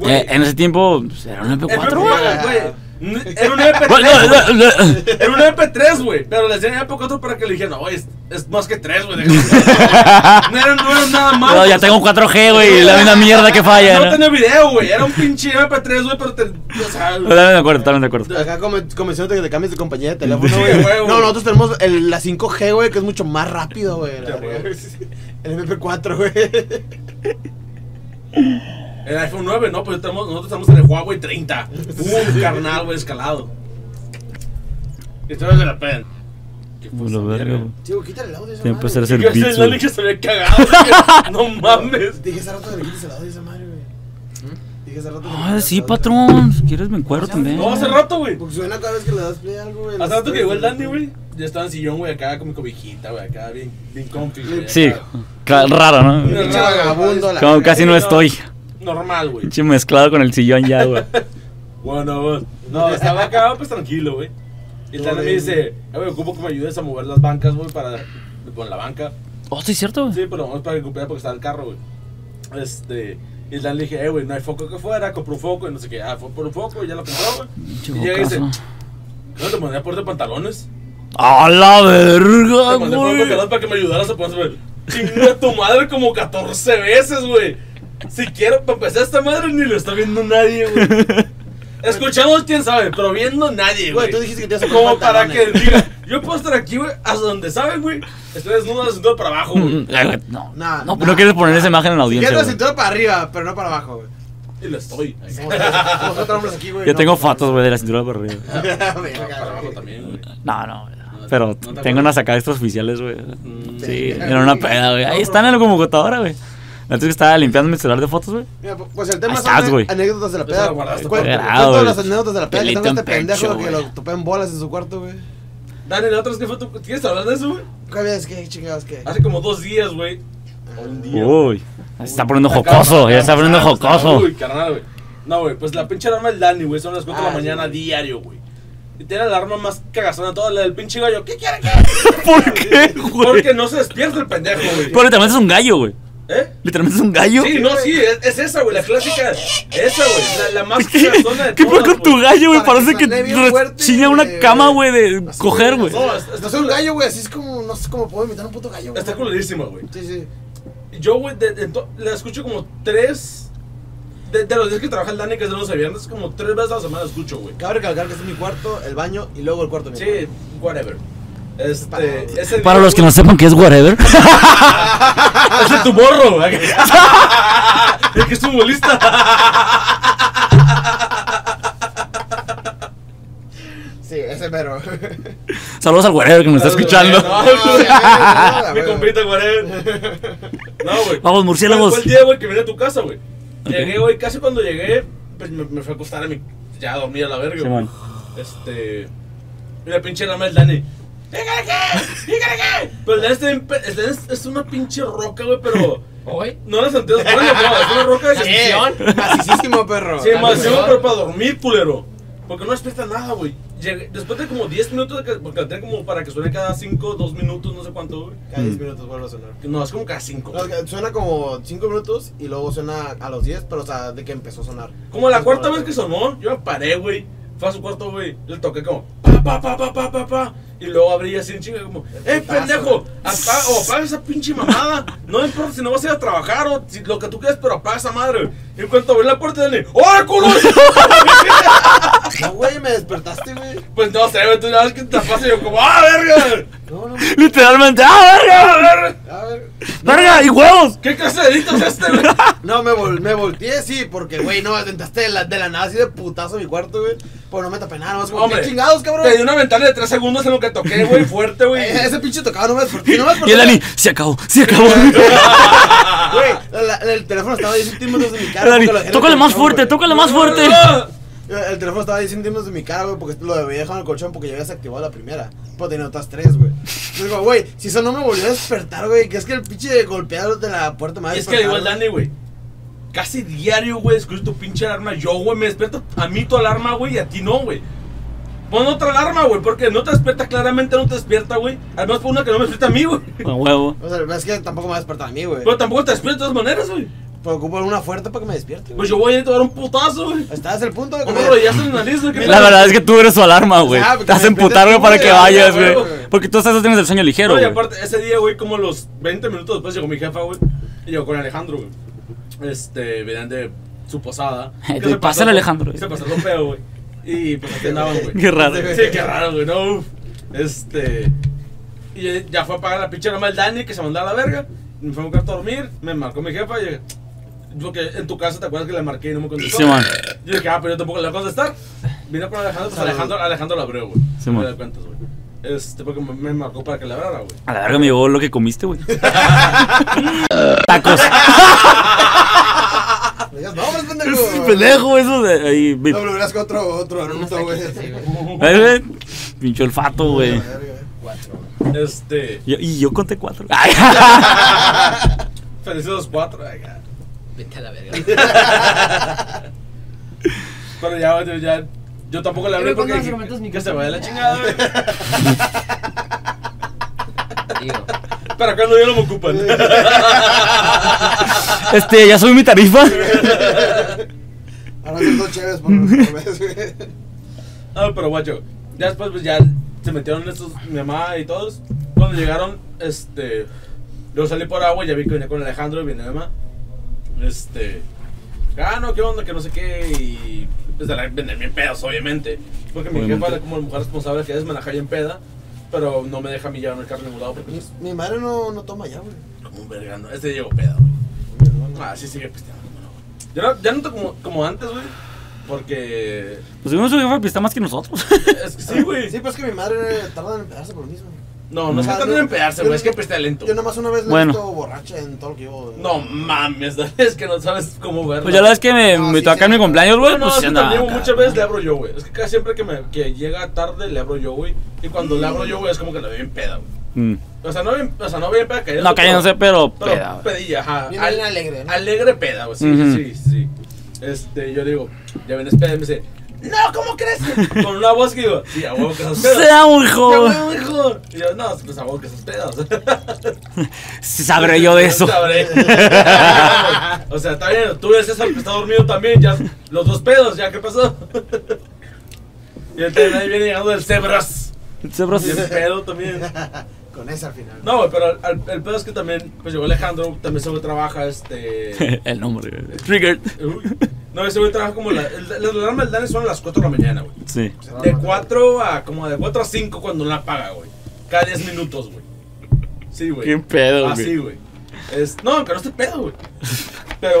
[SPEAKER 3] güey.
[SPEAKER 2] Eh, En ese tiempo, pues, era un MP4, güey.
[SPEAKER 1] güey.
[SPEAKER 3] güey. Era un MP3.
[SPEAKER 2] Bueno,
[SPEAKER 3] güey.
[SPEAKER 2] no, no, no.
[SPEAKER 3] Era un MP3, güey. Pero le hacían MP4 para que le dijeran, no, güey, es, es más que 3, güey. déjame". no, era, no era nada más.
[SPEAKER 2] No, ya tengo 4G, güey. La misma mierda que falla,
[SPEAKER 3] pues, No,
[SPEAKER 2] ¿no?
[SPEAKER 3] tenía video, güey. Era un pinche MP3, güey, pero te. O sea,
[SPEAKER 2] Totalmente de acuerdo, totalmente de acuerdo.
[SPEAKER 1] Acá come- convenciéndote que te cambies de compañía de teléfono,
[SPEAKER 3] Sí,
[SPEAKER 1] güey.
[SPEAKER 3] güey, güey.
[SPEAKER 1] no, nosotros tenemos el- la 5G, güey, que es mucho más rápido, güey. la
[SPEAKER 3] Ya,
[SPEAKER 1] verga.
[SPEAKER 3] güey.
[SPEAKER 1] El MP4, güey.
[SPEAKER 3] El iPhone 9, no, pues estamos- nosotros estamos en el Huawei 30. Un carnal, güey, escalado. Historias de la pen. ¿Qué fue esa
[SPEAKER 2] Lo Pues, verga,
[SPEAKER 3] mierda?
[SPEAKER 2] güey.
[SPEAKER 1] Chico, quítale el audio. a esa
[SPEAKER 2] Siempre
[SPEAKER 1] madre,
[SPEAKER 2] serás
[SPEAKER 1] güey.
[SPEAKER 2] pues, el
[SPEAKER 3] Yo
[SPEAKER 2] beat,
[SPEAKER 3] sé, Lali
[SPEAKER 2] güey.
[SPEAKER 3] que se había cagado. güey. No mames.
[SPEAKER 1] Dije hace rato que le quites el audio a esa madre, güey. Dije hace rato que le
[SPEAKER 2] Ah,
[SPEAKER 1] quites
[SPEAKER 2] sí,
[SPEAKER 1] el audio.
[SPEAKER 2] patrón. Si quieres, me encuentro también.
[SPEAKER 3] No, hace rato, güey.
[SPEAKER 1] Porque suena cada vez que le das play a algo, güey.
[SPEAKER 3] Hace rato que llegó el Dandy, güey. Ya estaba en sillón, güey, acá con mi cobijita, güey, acá bien, bien comfy, güey.
[SPEAKER 2] Sí,
[SPEAKER 3] acá.
[SPEAKER 2] claro, raro, ¿no?
[SPEAKER 1] Pinche vagabundo, la
[SPEAKER 2] Como
[SPEAKER 1] verga.
[SPEAKER 2] casi no estoy.
[SPEAKER 3] Normal, güey.
[SPEAKER 2] Pinche mezclado con el sillón ya, güey.
[SPEAKER 3] Bueno, vos. No, estaba acá, pues tranquilo, güey. Y el Dandy me dice, eh, güey, ocupo que me ayudes a mover las bancas, güey, para. Con la banca.
[SPEAKER 2] Oh, sí, cierto, güey.
[SPEAKER 3] Sí, pero vamos para recuperar porque estaba el carro, güey. Este. Y el Dan le dije, eh, güey, no hay foco que fuera, compró un foco y no sé qué. Ah, fue por un foco y ya lo compró,
[SPEAKER 2] Pinche
[SPEAKER 3] güey. Y llega y dice,
[SPEAKER 2] bocazo.
[SPEAKER 3] ¿no te mandé a ponerte pantalones?
[SPEAKER 2] A la verga,
[SPEAKER 3] Te mandé a ponerte
[SPEAKER 2] güey.
[SPEAKER 3] pantalones para que me ayudaras a ponerse, güey. Chinga tu madre como 14 veces, güey. Si quiero, para empezar esta madre ni lo está viendo nadie, güey. Escuchamos, quién sabe, pero viendo nadie,
[SPEAKER 1] Güey,
[SPEAKER 3] güey.
[SPEAKER 1] tú dijiste que te ibas a poner
[SPEAKER 3] Como para que
[SPEAKER 1] pantalones.
[SPEAKER 3] diga, yo puedo estar aquí, güey, hasta donde saben, güey. Estoy desnudo, desnudo para abajo, güey.
[SPEAKER 2] Mm, ay, güey, No,
[SPEAKER 1] Nah,
[SPEAKER 2] no,
[SPEAKER 1] nah.
[SPEAKER 2] no quieres poner esa imagen en la
[SPEAKER 1] Ya
[SPEAKER 2] audiencia.
[SPEAKER 1] la
[SPEAKER 2] güey.
[SPEAKER 1] cintura para arriba, pero no para abajo, güey.
[SPEAKER 3] Y lo estoy.
[SPEAKER 1] Somos tres- somos cuatro hombres aquí, güey.
[SPEAKER 2] Yo
[SPEAKER 1] no,
[SPEAKER 2] tengo
[SPEAKER 1] por favor.
[SPEAKER 2] fotos, güey, de la cintura para arriba.
[SPEAKER 1] Verga,
[SPEAKER 3] Para abajo
[SPEAKER 1] güey.
[SPEAKER 3] también, güey.
[SPEAKER 2] No, no, güey.
[SPEAKER 3] No, no
[SPEAKER 2] Pero
[SPEAKER 3] te acuerdas.
[SPEAKER 2] tengo unas acá de estos oficiales, güey.
[SPEAKER 3] Mm.
[SPEAKER 2] Sí, era una peda, güey. Ahí están en la computadora, güey. Antes que estaba limpiando mi celular de fotos, güey.
[SPEAKER 1] Mira, pues el tema
[SPEAKER 2] Ahí
[SPEAKER 1] son
[SPEAKER 2] estás, güey.
[SPEAKER 1] anécdotas de la
[SPEAKER 3] Eso
[SPEAKER 1] peda.
[SPEAKER 3] lo guardaste
[SPEAKER 1] ¿Cuál-
[SPEAKER 3] todo
[SPEAKER 1] cuál
[SPEAKER 2] grabado,
[SPEAKER 1] todas
[SPEAKER 2] güey.
[SPEAKER 1] las anécdotas de la peda que
[SPEAKER 2] Pelito
[SPEAKER 1] tengo este
[SPEAKER 2] en pecho,
[SPEAKER 1] pendejo que
[SPEAKER 2] güey.
[SPEAKER 1] lo topé en bolas en su cuarto, güey.
[SPEAKER 3] Dani, la otra vez que fue tu... ¿Quieres hablar de eso, güey?
[SPEAKER 1] ¿Cuál es que chingados que?
[SPEAKER 3] Hace como dos días, güey. O un día.
[SPEAKER 2] Uy. Se está poniendo
[SPEAKER 3] Acá-
[SPEAKER 2] jocoso,
[SPEAKER 3] acá-
[SPEAKER 2] ya se está poniendo
[SPEAKER 3] acá- acá-
[SPEAKER 2] jocoso.
[SPEAKER 3] Uy, carnal, güey. No, güey, pues la pinche alarma del Dani, güey, son las 4 de
[SPEAKER 1] Ah,
[SPEAKER 3] la
[SPEAKER 1] sí,
[SPEAKER 3] mañana
[SPEAKER 1] güey.
[SPEAKER 3] diario, güey. Y tiene la alarma más cagazona toda la del pinche gallo. ¿Qué quiere que?
[SPEAKER 2] ¿Por qué, güey?
[SPEAKER 3] Porque no se despierta el pendejo,
[SPEAKER 2] Pero
[SPEAKER 3] güey.
[SPEAKER 2] literalmente es un gallo, güey.
[SPEAKER 3] ¿Eh?
[SPEAKER 2] Literalmente es un gallo.
[SPEAKER 3] Sí, no, sí, es, es esa, güey, la clásica. Esa, güey, la, la más
[SPEAKER 2] ¿Qué,
[SPEAKER 3] cagazona de
[SPEAKER 2] ¿Qué fue
[SPEAKER 3] todas,
[SPEAKER 2] con tu
[SPEAKER 3] güey.
[SPEAKER 2] gallo, güey?
[SPEAKER 1] Para que
[SPEAKER 2] Parece que
[SPEAKER 1] suene bien
[SPEAKER 2] re-
[SPEAKER 1] fuerte,
[SPEAKER 2] chilla una
[SPEAKER 1] güey.
[SPEAKER 2] cama, güey, de coger, güey.
[SPEAKER 1] No,
[SPEAKER 3] No, es-
[SPEAKER 1] no soy un gallo, güey. Así es como, no sé cómo puedo imitar un puto gallo, güey.
[SPEAKER 3] Está culerísima, güey.
[SPEAKER 1] Sí, sí.
[SPEAKER 3] Yo, güey, de- de to- la escucho como tres. De, de los días que trabaja el Dani, que es de lunes a viernes, como tres veces a la semana la escucho, güey.
[SPEAKER 1] Cabe recalcar que es mi cuarto, el baño y luego el cuarto. de mi
[SPEAKER 3] Sí, whatever. Este, ese
[SPEAKER 2] Para
[SPEAKER 3] día,
[SPEAKER 2] los que no
[SPEAKER 3] güey,
[SPEAKER 2] sepan qué es whatever.
[SPEAKER 3] ¡Ese es tu morro! güey. Es que es futbolista.
[SPEAKER 1] cuarto. Sí, ese pero.
[SPEAKER 2] Saludos al whatever que nos está escuchando.
[SPEAKER 3] No, Mi compita, whatever. No, güey.
[SPEAKER 2] Vamos, murciélagos.
[SPEAKER 3] Fue el día, güey, que vine a tu casa, güey. Llegué, güey, casi cuando llegué, pues me, me fui a acostar a mi. Ya a dormir a la verga, güey.
[SPEAKER 2] Simón.
[SPEAKER 3] Este. Y la pinche lama del Dani. ¡Dígale qué! ¡Dígale qué! Pues, Pero el Dani está bien pe- el Dani es, es una pinche roca, güey, pero.
[SPEAKER 4] ¿Hoy?
[SPEAKER 3] No las antenas, no, no, es una roca de
[SPEAKER 4] ¿Transición?
[SPEAKER 1] Macicísimo, perro.
[SPEAKER 3] Sí, más yo,
[SPEAKER 4] mejor.
[SPEAKER 3] pero para dormir, culero. Porque no despierta nada, güey. llegué- después de como 10 minutos, de que- porque la tenía como para que suene cada 5, 2 minutos, no sé cuánto, güey.
[SPEAKER 1] Cada 10
[SPEAKER 2] Mm.
[SPEAKER 1] minutos vuelve a sonar.
[SPEAKER 3] No, es como cada 5.
[SPEAKER 1] No, que suena como 5 minutos y luego suena a los 10, pero o sea, de que empezó a sonar.
[SPEAKER 3] Como la
[SPEAKER 1] Es
[SPEAKER 3] cuarta
[SPEAKER 1] como-
[SPEAKER 3] vez que sonó, yo me paré, güey. Fue a su cuarto, güey. Le toqué como pa, pa, pa, pa, pa, pa, pa. Y luego abrí así en chinga, como, ¡eh,
[SPEAKER 1] putazo,
[SPEAKER 3] pendejo!
[SPEAKER 1] güey.
[SPEAKER 3] apa- o apaga esa pinche mamada. No importa si no vas a ir a trabajar o si- lo que tú quieras, pero apaga esa madre. Y en cuanto abrí la puerta, dale, ¡Hola, culo!
[SPEAKER 1] No, güey, me despertaste, güey.
[SPEAKER 3] pues no sé, güey. Tú la vez que te pasa, yo como, ¡ah, verga!
[SPEAKER 1] No, no.
[SPEAKER 2] Literalmente, ¡ah,
[SPEAKER 3] ¡Ah,
[SPEAKER 2] verga!
[SPEAKER 3] verga!
[SPEAKER 1] A ver.
[SPEAKER 2] ¡Verga! ¡Y huevos!
[SPEAKER 3] ¿Qué clase de delito es este, güey?
[SPEAKER 1] No, me, vol- me volteé, sí, porque, güey, no me atentaste de la, de la nada así de putazo a mi cuarto, güey. Pues no me tapé nada, más como, ¿qué
[SPEAKER 3] Hombre,
[SPEAKER 1] chingados, cabrón?
[SPEAKER 3] Te di una ventana de 3 segundos en lo que toqué, güey, fuerte, güey.
[SPEAKER 1] Eh, Ese pinche tocado no me desperté, no me desperté.
[SPEAKER 2] Y el Dani, se acabó, se acabó.
[SPEAKER 1] Güey, la- la- el teléfono estaba a 10 centímetros de mi cara.
[SPEAKER 2] El Dani,
[SPEAKER 1] porque lo dejé en el
[SPEAKER 2] tócale más
[SPEAKER 1] colchón,
[SPEAKER 2] fuerte,
[SPEAKER 1] güey.
[SPEAKER 2] tócale más fuerte.
[SPEAKER 1] Eh, El teléfono estaba a 10 centímetros de mi cara, güey, porque lo había dejado en el colchón porque ya había desactivado la primera. Pero tenía otras tres, güey. Yo digo, güey, si eso no me volvió a despertar, güey, que es que el pinche golpeado de la puerta me va a
[SPEAKER 3] Y es que le digo al
[SPEAKER 1] despertar,
[SPEAKER 3] Dani, güey. Casi diario, güey, escucho tu pinche alarma. Yo, güey, me despierto a mí tu alarma, güey, y a ti no, güey. Pon otra alarma, güey, porque no te despierta, claramente no te despierta, güey. Además, pon una que no me despierta a mí, güey.
[SPEAKER 2] A huevo.
[SPEAKER 1] güey. O sea, es que tampoco me va a despertar a mí, güey.
[SPEAKER 3] Pero tampoco te despierta de todas maneras, güey.
[SPEAKER 1] Pero ocupo una fuerte para que me despierte, güey.
[SPEAKER 3] Pues yo voy a ir a dar un putazo, güey.
[SPEAKER 1] Estás el punto de
[SPEAKER 3] ¿Cómo lo llevaste en la nariz, güey?
[SPEAKER 2] La verdad es que tú eres su alarma, güey.
[SPEAKER 1] Ah, porque
[SPEAKER 2] Te hacen
[SPEAKER 1] me metes
[SPEAKER 2] putar, güey,
[SPEAKER 1] tú,
[SPEAKER 2] para que
[SPEAKER 1] güey,
[SPEAKER 2] vayas,
[SPEAKER 3] güey.
[SPEAKER 2] güey. Porque tú estás tienes el sueño ligero,
[SPEAKER 3] No, y
[SPEAKER 2] güey.
[SPEAKER 3] aparte, ese día, güey, como los 20 minutos después llegó mi jefa, güey. Y llegó con Alejandro, güey. Este, venían de su posada.
[SPEAKER 2] Ay,
[SPEAKER 3] Que
[SPEAKER 2] te
[SPEAKER 3] se
[SPEAKER 2] pasa el
[SPEAKER 3] pasó-
[SPEAKER 2] Alejandro, güey.
[SPEAKER 3] Se pasó el pedo, güey. Y pues aquí andaban, güey.
[SPEAKER 2] Qué raro.
[SPEAKER 3] Sí, qué raro, güey, no, uf. Este. Y ya- ya fue a pagar la pinche normal Dani que se mandó a la verga. Me fue a buscar a dormir, me marcó mi jefa y dije, yo que en tu casa te acuerdas que le marqué y no me contestó.
[SPEAKER 2] Simón.
[SPEAKER 3] Yo dije, ah, pero yo tampoco le voy a contestar. Vino con Alejandro, pues Alejandro, Alejandro la abrió, güey.
[SPEAKER 2] Simón.
[SPEAKER 3] Me doy cuenta, güey. Este, porque me, me marcó para que la abrara, güey.
[SPEAKER 2] A la verga me llevó lo que comiste, güey. Tacos.
[SPEAKER 1] Le digas, no, pues pendejo.
[SPEAKER 2] Es pendejo eso de ahí. bip.
[SPEAKER 1] No, pero hubieras que otro, otro
[SPEAKER 4] Unos
[SPEAKER 1] Naruto, güey.
[SPEAKER 4] taquitos, sí, güey.
[SPEAKER 2] Ahí, güey. Pinche olfato, güey.
[SPEAKER 3] Este,
[SPEAKER 2] Yo- Y yo conté cuatro. Ay,
[SPEAKER 3] felices los cuatro. ay, ya.
[SPEAKER 4] Vete a la verga.
[SPEAKER 3] Pero ya, güey, ya. Yo tampoco le hablé
[SPEAKER 4] Pero con
[SPEAKER 3] porque
[SPEAKER 4] los
[SPEAKER 3] dije
[SPEAKER 4] argumentos ni
[SPEAKER 3] que
[SPEAKER 4] que-
[SPEAKER 3] se vaya la chingada, güey.
[SPEAKER 4] Digo,
[SPEAKER 3] Para cuando ya no me ocupan.
[SPEAKER 2] Este, ya subí mi tarifa. Pues
[SPEAKER 1] Ahora son dos chéves por por mes, güey.
[SPEAKER 3] Ah, pero guacho, ya después pues ya se metieron estos, mi mamá y todos. Cuando llegaron, este, yo salí por agua y ya vi que venía con Alejandro y venía mi mamá. Este, ah, no, qué onda, que no sé qué, y pues de la- venden bien pedos, obviamente. Porque mi
[SPEAKER 2] Obviamente.
[SPEAKER 3] jefa, como la mujer responsable que es, me la jala en peda, pero no me deja a mí llevarme el carro a ningún lado porque
[SPEAKER 1] Mi,
[SPEAKER 3] es
[SPEAKER 1] mi madre no, no toma ya, güey.
[SPEAKER 3] como un vergano. Este llegó pedo, güey. Ah, sí sigue pisteando, cómo no, güey. Yo no- ya no to- como, como antes, güey, porque...
[SPEAKER 2] Pues según su jefa pista más que nosotros.
[SPEAKER 3] Es que sí, güey.
[SPEAKER 1] Sí, pues es que mi madre tarda en empedarse por lo mismo.
[SPEAKER 3] No, no es que
[SPEAKER 1] Ah,
[SPEAKER 3] tarden
[SPEAKER 1] no.
[SPEAKER 3] en pegarse, güey, es que peste lento.
[SPEAKER 1] Yo nomás una vez la he
[SPEAKER 2] Bueno.
[SPEAKER 1] visto borracha en todo lo que eh, yo.
[SPEAKER 3] No mames, Dani, es que no sabes cómo verlo.
[SPEAKER 2] Pues ya la vez que me,
[SPEAKER 1] No,
[SPEAKER 2] me
[SPEAKER 1] sí,
[SPEAKER 2] toca en
[SPEAKER 1] sí.
[SPEAKER 2] mi cumpleaños, güey,
[SPEAKER 3] No, no,
[SPEAKER 2] pues ya
[SPEAKER 3] es que
[SPEAKER 2] andaba
[SPEAKER 3] también
[SPEAKER 2] acá.
[SPEAKER 3] muchas veces le abro yo, güey. Es que casi siempre que, me, que llega tarde le abro yo, güey. Y cuando le abro yo, güey, es como que la veo bien peda, güey.
[SPEAKER 2] Mm.
[SPEAKER 3] O sea, no bien, o sea, no bien peda cayendo.
[SPEAKER 2] No, que no sé, pero
[SPEAKER 3] Pero
[SPEAKER 2] peda, güey.
[SPEAKER 3] pedilla, ajá.
[SPEAKER 1] Bien alegre, ¿no?
[SPEAKER 3] Alegre peda, güey, sí,
[SPEAKER 2] Ujú.
[SPEAKER 3] sí, sí. Este, yo digo, ya vienes peda y me dice, no, ¿cómo crees? Con una voz que digo, sí, a huevo que estás peda.
[SPEAKER 2] Sea un
[SPEAKER 3] ¡Ya,
[SPEAKER 2] hijo.
[SPEAKER 3] huevo, hijo! Y yo, no, pues a huevo que estás peda. o sea.
[SPEAKER 2] Sí Sabré yo de eso.
[SPEAKER 3] Sabré. o sea, está bien. Tú eres César que está dormido también. Ya, los dos pedos, ya, ¿qué pasó? y el tren ahí viene llegando del Cebras.
[SPEAKER 2] Sabrás.
[SPEAKER 3] Y el pedo también.
[SPEAKER 1] Con esa al final.
[SPEAKER 3] No, güey, pero al- el pedo es que también, pues llegó Alejandro, también se trabaja este.
[SPEAKER 2] El nombre, güey. Triggered.
[SPEAKER 3] Uy. No, ese güey trabaja como la. el- La alarma del Dani son a las 4 de la mañana, güey.
[SPEAKER 2] Sí.
[SPEAKER 1] Se va a
[SPEAKER 3] De
[SPEAKER 1] matar.
[SPEAKER 3] 4 a. como de 4 a 5 cuando la apaga, güey. Cada 10 minutos, güey. Sí, güey.
[SPEAKER 2] Qué pedo, güey.
[SPEAKER 3] Así, Ah, güey. Es, no, aunque no esté pedo, güey. Pero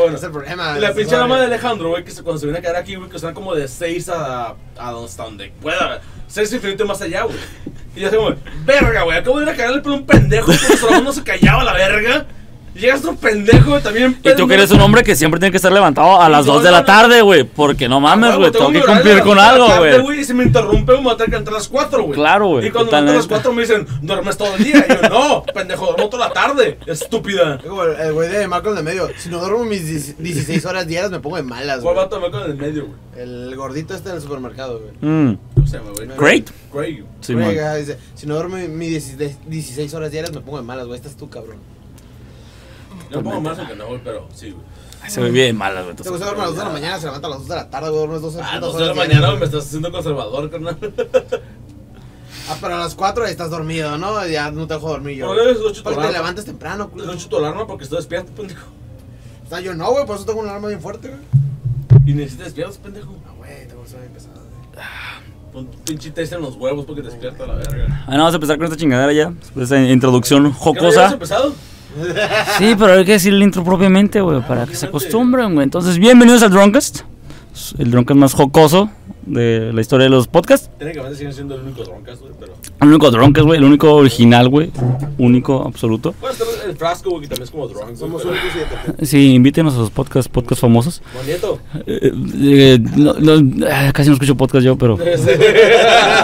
[SPEAKER 3] bueno.
[SPEAKER 1] Es el problema.
[SPEAKER 3] Y la
[SPEAKER 1] es
[SPEAKER 3] pinche dama
[SPEAKER 1] madre.
[SPEAKER 3] de Alejandro, güey, que se- cuando se viene a quedar aquí, güey, que suena como de 6 a, a donde, hasta donde pueda. 6 infinito y más allá, güey. Y yo así como, verga, güey, acabo de ir a cagarle por un pendejo porque nuestro alumno se callaba la verga. Y llega otro pendejo, güey, también
[SPEAKER 2] Y tú que eres un hombre que siempre tiene que estar levantado a las
[SPEAKER 3] Sí,
[SPEAKER 2] 2 de
[SPEAKER 3] no,
[SPEAKER 2] la
[SPEAKER 3] no.
[SPEAKER 2] tarde, güey. Porque no mames,
[SPEAKER 3] Ah,
[SPEAKER 2] güey. Tengo que cumplir con algo, güey.
[SPEAKER 3] Y si me interrumpe, me voy a tener que entrar a las 4, güey.
[SPEAKER 2] Claro, güey,
[SPEAKER 3] Y cuando me entro a las
[SPEAKER 2] totalmente.
[SPEAKER 3] 4 me dicen, duermes todo el día. Y yo, no, pendejo, duermo toda la tarde. Estúpida.
[SPEAKER 1] Es como el- el güey de Marco en el medio. Si no duermo mis 10 16 horas diarias, me pongo de malas, güey.
[SPEAKER 3] Fue el vato me con el medio, güey.
[SPEAKER 1] El gordito este del supermercado, güey.
[SPEAKER 2] Mm.
[SPEAKER 3] ¿Cómo se llama, güey?
[SPEAKER 2] Great.
[SPEAKER 3] Great.
[SPEAKER 2] Simón.
[SPEAKER 1] Oiga, dice, si no duerme mis 16 horas diarias me pongo de malas, güey. Estás tú, cabrón.
[SPEAKER 3] No pongo más aunque no, güey, pero sí, güey.
[SPEAKER 1] Pues,
[SPEAKER 2] Se ve bien mala, güey.
[SPEAKER 1] Te gusta duerme a las 2 de la mañana, se levanta a las 2 de la tarde, güey. Duermes 12
[SPEAKER 3] A
[SPEAKER 1] putas
[SPEAKER 3] las 2 Ah, de la
[SPEAKER 1] horas
[SPEAKER 3] mañana
[SPEAKER 1] diarias,
[SPEAKER 3] me estás haciendo conservador, carnal.
[SPEAKER 1] Ah, pero a las 4 estás dormido, ¿no? Ya no te dejo dormir yo.
[SPEAKER 3] Por eso es ocho
[SPEAKER 1] Porque te
[SPEAKER 3] horas.
[SPEAKER 1] levantas temprano,
[SPEAKER 3] No
[SPEAKER 1] culo.
[SPEAKER 3] echo tu alarma porque estoy despierto, pendejo.
[SPEAKER 1] O sea, yo no, güey. Por eso tengo un alarma bien fuerte, güey.
[SPEAKER 3] Y necesitas despiertas, pendejo.
[SPEAKER 1] Ah, güey, tengo que ser bien pesado, güey.
[SPEAKER 3] Pon tu pinche testa en los huevos porque te despierta a la verga.
[SPEAKER 2] Ah, no, vamos a empezar con esta chingadera ya. Después de esa introducción
[SPEAKER 3] ¿Qué no habías
[SPEAKER 2] jocosa.
[SPEAKER 3] empezado?
[SPEAKER 2] Sí, pero hay que decir el intro propiamente, güey, para que se acostumbren, güey. Entonces, bienvenidos al Drunkest. El Drunkest más jocoso de la historia de los podcasts.
[SPEAKER 3] Técnicamente siguen siendo el único roncas, güey, pero.
[SPEAKER 2] El único Drunkest, güey, el único original, güey. Único, absoluto.
[SPEAKER 3] Bueno, está el frasco, güey, que también es como drunk.
[SPEAKER 1] Somos
[SPEAKER 3] un.
[SPEAKER 1] únicos y detergentes.
[SPEAKER 2] Sí, invítenos a sus podcasts, podcasts famosos.
[SPEAKER 3] Bonito.
[SPEAKER 2] Eh, eh, no- no- ah, casi no escucho podcast yo, pero...
[SPEAKER 3] Este-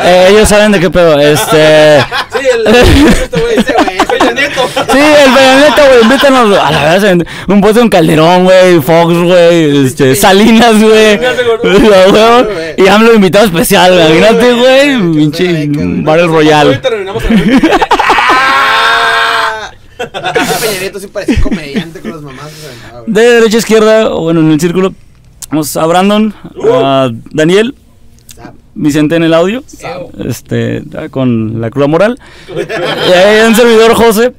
[SPEAKER 2] Eh, ellos saben de qué pedo. Este...
[SPEAKER 3] Sí, el. Este güey, este güey, es Peña Nieto.
[SPEAKER 2] Sí, el Peñaneta, güey, invítanos a la verdad, un post de un Calderón, güey, Fox, güey, este, Salinas, güey,
[SPEAKER 3] Salinas,
[SPEAKER 2] la huevo, y AMLO invitado especial, güey, imagínate, güey, pinche Battle
[SPEAKER 3] Hoy
[SPEAKER 2] Royale.
[SPEAKER 3] terminamos en el-
[SPEAKER 1] Ah, pinche Peña Nieto sí parecía comediante con las mamás que se aventaba, güey.
[SPEAKER 2] De derecha a izquierda, o bueno, en el círculo, vamos a Brandon, a Daniel,
[SPEAKER 1] Ah,
[SPEAKER 2] Vicente en el audio, este, ah, con la cruda moral, y ahí un servidor, José.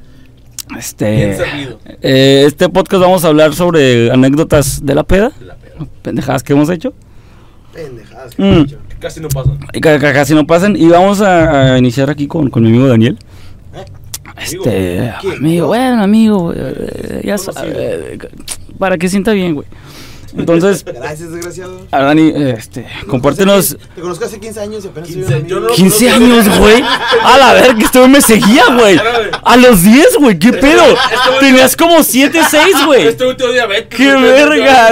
[SPEAKER 3] Bien
[SPEAKER 2] Este,
[SPEAKER 3] servido.
[SPEAKER 2] eh, este podcast vamos a hablar sobre anécdotas de la peda,
[SPEAKER 3] La pera.
[SPEAKER 2] pendejadas que hemos hecho.
[SPEAKER 1] Pendejadas,
[SPEAKER 2] Mm.
[SPEAKER 1] cacho.
[SPEAKER 3] Casi no pasan.
[SPEAKER 2] Y ca- ca- Casi no pasan. Y vamos a, a iniciar aquí con, con mi amigo Daniel.
[SPEAKER 1] ¿Eh?
[SPEAKER 2] Este,
[SPEAKER 1] ¿Quién?
[SPEAKER 2] amigo, bueno, amigo, eh, ya sa-
[SPEAKER 3] Conocido.
[SPEAKER 2] eh, para que sienta bien, güey. Entonces,
[SPEAKER 1] Gracias, desgraciado.
[SPEAKER 2] a Dani, este, compártenos
[SPEAKER 1] Te conozco hace 15 años y apenas soy un
[SPEAKER 3] 15, yo
[SPEAKER 1] amigo.
[SPEAKER 3] no-
[SPEAKER 2] 15 años, güey. A la verga, este güey me seguía, güey. A los 10, güey, qué pedo. Tenías como 7, 6, güey.
[SPEAKER 3] Este último diabetes.
[SPEAKER 2] Qué verga,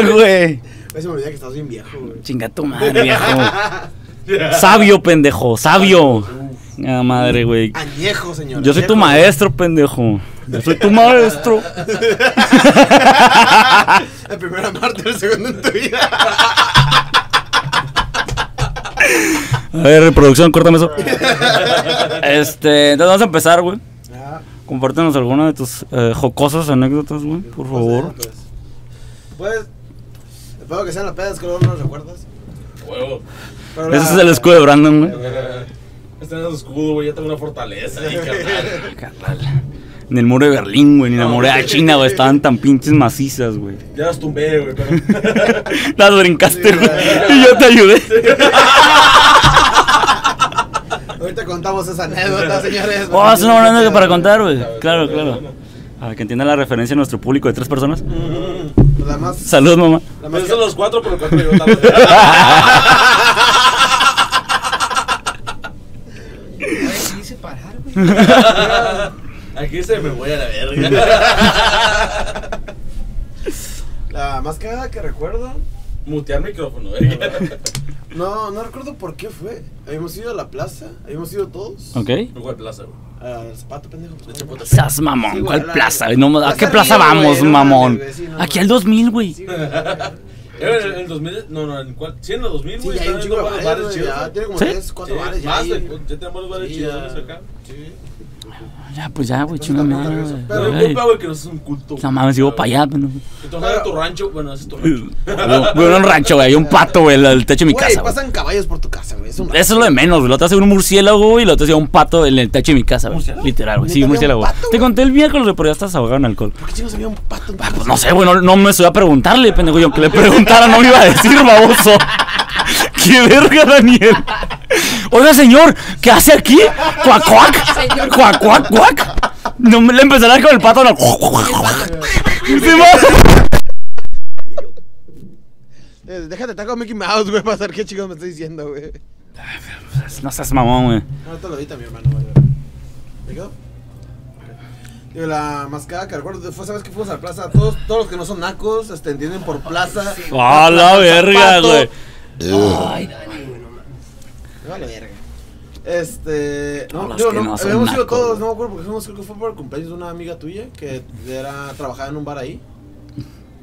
[SPEAKER 1] Ay,
[SPEAKER 2] güey.
[SPEAKER 1] Se me olvida que estás bien viejo, güey.
[SPEAKER 2] Chinga tu madre, viejo. Sabio, pendejo, sabio. Ah, madre, güey.
[SPEAKER 1] Añejo, señor.
[SPEAKER 2] Yo soy tu maestro, pendejo. Yo soy tu maestro.
[SPEAKER 1] El primero en Marte, el segundo en tu vida.
[SPEAKER 2] A ver, reproducción, córtame eso. Este, entonces vamos a empezar, güey.
[SPEAKER 1] Ah,
[SPEAKER 2] Compártenos alguna de tus eh, jocosas anécdotas, güey, por favor.
[SPEAKER 1] Pues, Pues, espero que sean las pedas que luego no las recuerdas.
[SPEAKER 3] Huevo.
[SPEAKER 1] Pero
[SPEAKER 2] Ese es el escudo de Brandon, güey.
[SPEAKER 3] Este no es escudo, güey. Ya tengo una fortaleza ahí, carnal.
[SPEAKER 2] Carnal. Ni el muro de Berlín, güey, ni la muralla china, güey, estaban tan pinches macizas, güey.
[SPEAKER 3] Ya las tumbé, güey, pero.
[SPEAKER 2] Las brincaste, güey. Y yo te ayudé.
[SPEAKER 1] Ahorita contamos esa anécdota, señores.
[SPEAKER 2] Oh, es una buena anécdota para contar, güey. Claro, claro. Para que entienda la referencia de nuestro público de tres personas.
[SPEAKER 1] Pues La más.
[SPEAKER 2] Saludos, mamá.
[SPEAKER 1] La más
[SPEAKER 3] Pero son los cuatro, pero cuatro llegó tarde.
[SPEAKER 4] Güey, sí hice parar, güey.
[SPEAKER 3] Aquí se me voy a la verga.
[SPEAKER 1] La más cagada que recuerdo.
[SPEAKER 3] Mutear micrófono, eh, güey.
[SPEAKER 1] No, no recuerdo por qué fue. Habíamos ido a la plaza, habíamos ido todos.
[SPEAKER 2] ¿Ok?
[SPEAKER 3] Luego de plaza, güey.
[SPEAKER 1] Al zapato, pendejo.
[SPEAKER 3] De chapote.
[SPEAKER 2] Seas
[SPEAKER 1] Sí,
[SPEAKER 2] mamón,
[SPEAKER 1] güey,
[SPEAKER 2] ¿cuál
[SPEAKER 1] la-
[SPEAKER 2] plaza? güey? No, ma- ¿A
[SPEAKER 1] Plaza
[SPEAKER 2] qué plaza
[SPEAKER 1] Río, güey,
[SPEAKER 2] vamos,
[SPEAKER 1] no mames,
[SPEAKER 2] mamón?
[SPEAKER 1] güey, sí, no
[SPEAKER 2] Aquí
[SPEAKER 1] mames.
[SPEAKER 2] al 2000, güey.
[SPEAKER 1] Sí, güey, la-
[SPEAKER 3] Eh, en el 2000, no, no, en cuál? Sí, en el 2000,
[SPEAKER 1] Sí,
[SPEAKER 3] güey.
[SPEAKER 1] ya hay un
[SPEAKER 3] están
[SPEAKER 1] chico de
[SPEAKER 3] viendo
[SPEAKER 1] bares,
[SPEAKER 3] bares
[SPEAKER 1] güey,
[SPEAKER 3] chidos,
[SPEAKER 1] ya
[SPEAKER 3] güey.
[SPEAKER 1] tiene como
[SPEAKER 2] ¿Sí?
[SPEAKER 1] 3, 4
[SPEAKER 3] Sí,
[SPEAKER 1] bares ya.
[SPEAKER 3] más,
[SPEAKER 1] ahí.
[SPEAKER 3] güey, ya tenemos varios
[SPEAKER 1] Sí,
[SPEAKER 3] chidos
[SPEAKER 1] ya.
[SPEAKER 3] acá.
[SPEAKER 1] Sí.
[SPEAKER 2] Ya, pues ya, güey,
[SPEAKER 1] Entonces,
[SPEAKER 2] chinga
[SPEAKER 1] estamos
[SPEAKER 2] madre,
[SPEAKER 1] de regreso.
[SPEAKER 2] güey.
[SPEAKER 1] Pero
[SPEAKER 3] Pero no
[SPEAKER 2] Güey.
[SPEAKER 3] culpa, güey, que no es un culto.
[SPEAKER 2] No mames,
[SPEAKER 3] iba
[SPEAKER 2] iba para allá, pero.
[SPEAKER 3] Entonces, a tu rancho, bueno, ese es tu rancho.
[SPEAKER 2] Bueno, era un rancho, güey, había un pato, güey, al- al techo de mi
[SPEAKER 1] Güey,
[SPEAKER 2] casa. güey.
[SPEAKER 1] pasan caballos por tu casa, güey. Es un
[SPEAKER 2] Eso es lo de menos, güey. Lo te hace un murciélago, güey, y lo te hace un pato en el techo de mi casa, güey.
[SPEAKER 3] ¿Murciélago?
[SPEAKER 2] Literal, güey.
[SPEAKER 1] ¿Neta
[SPEAKER 2] Sí,
[SPEAKER 1] había
[SPEAKER 2] un
[SPEAKER 1] un
[SPEAKER 2] murciélago. güey.
[SPEAKER 1] pato,
[SPEAKER 2] Te
[SPEAKER 1] güey?
[SPEAKER 2] conté el miércoles, güey, pero ya estás ahogado en alcohol.
[SPEAKER 1] ¿Por qué chicos había un pato en tu
[SPEAKER 2] Pues no sé, güey, no, no me se iba a preguntar, le pendejo. Yo que le preguntara no le iba a decir, baboso. ¡Qué verga, Daniel! Oiga, señor, ¿qué hace aquí? ¡Cuac, cuac! ¡Cuac, cuac, cuac! No, me- le empezará con el pato, no. Sí, ma-
[SPEAKER 1] Eh, Déjate taco a Mickey Mouse, güey, para saber qué chicos me está diciendo, güey.
[SPEAKER 2] No seas mamón, güey.
[SPEAKER 1] No, te lo edita mi hermano, güey. ¿Me quedo? Digo, la mascada que recuerdo fue, ¿sabes que Fuimos a la plaza. Todos, todos los que no son nacos, este, entienden por plaza.
[SPEAKER 2] ¡A la verga,
[SPEAKER 1] Zapato.
[SPEAKER 2] güey!
[SPEAKER 4] Ay, Dani, güey, no mames.
[SPEAKER 1] Me vale verga. Este.
[SPEAKER 2] Todos
[SPEAKER 1] No,
[SPEAKER 2] los
[SPEAKER 1] digo,
[SPEAKER 2] que
[SPEAKER 1] no,
[SPEAKER 2] no son
[SPEAKER 1] habíamos ido
[SPEAKER 2] nacos,
[SPEAKER 1] todos,
[SPEAKER 2] güey.
[SPEAKER 1] no me acuerdo porque fuimos, creo que fue por el cumpleaños de una amiga tuya que era, trabajaba en un bar ahí.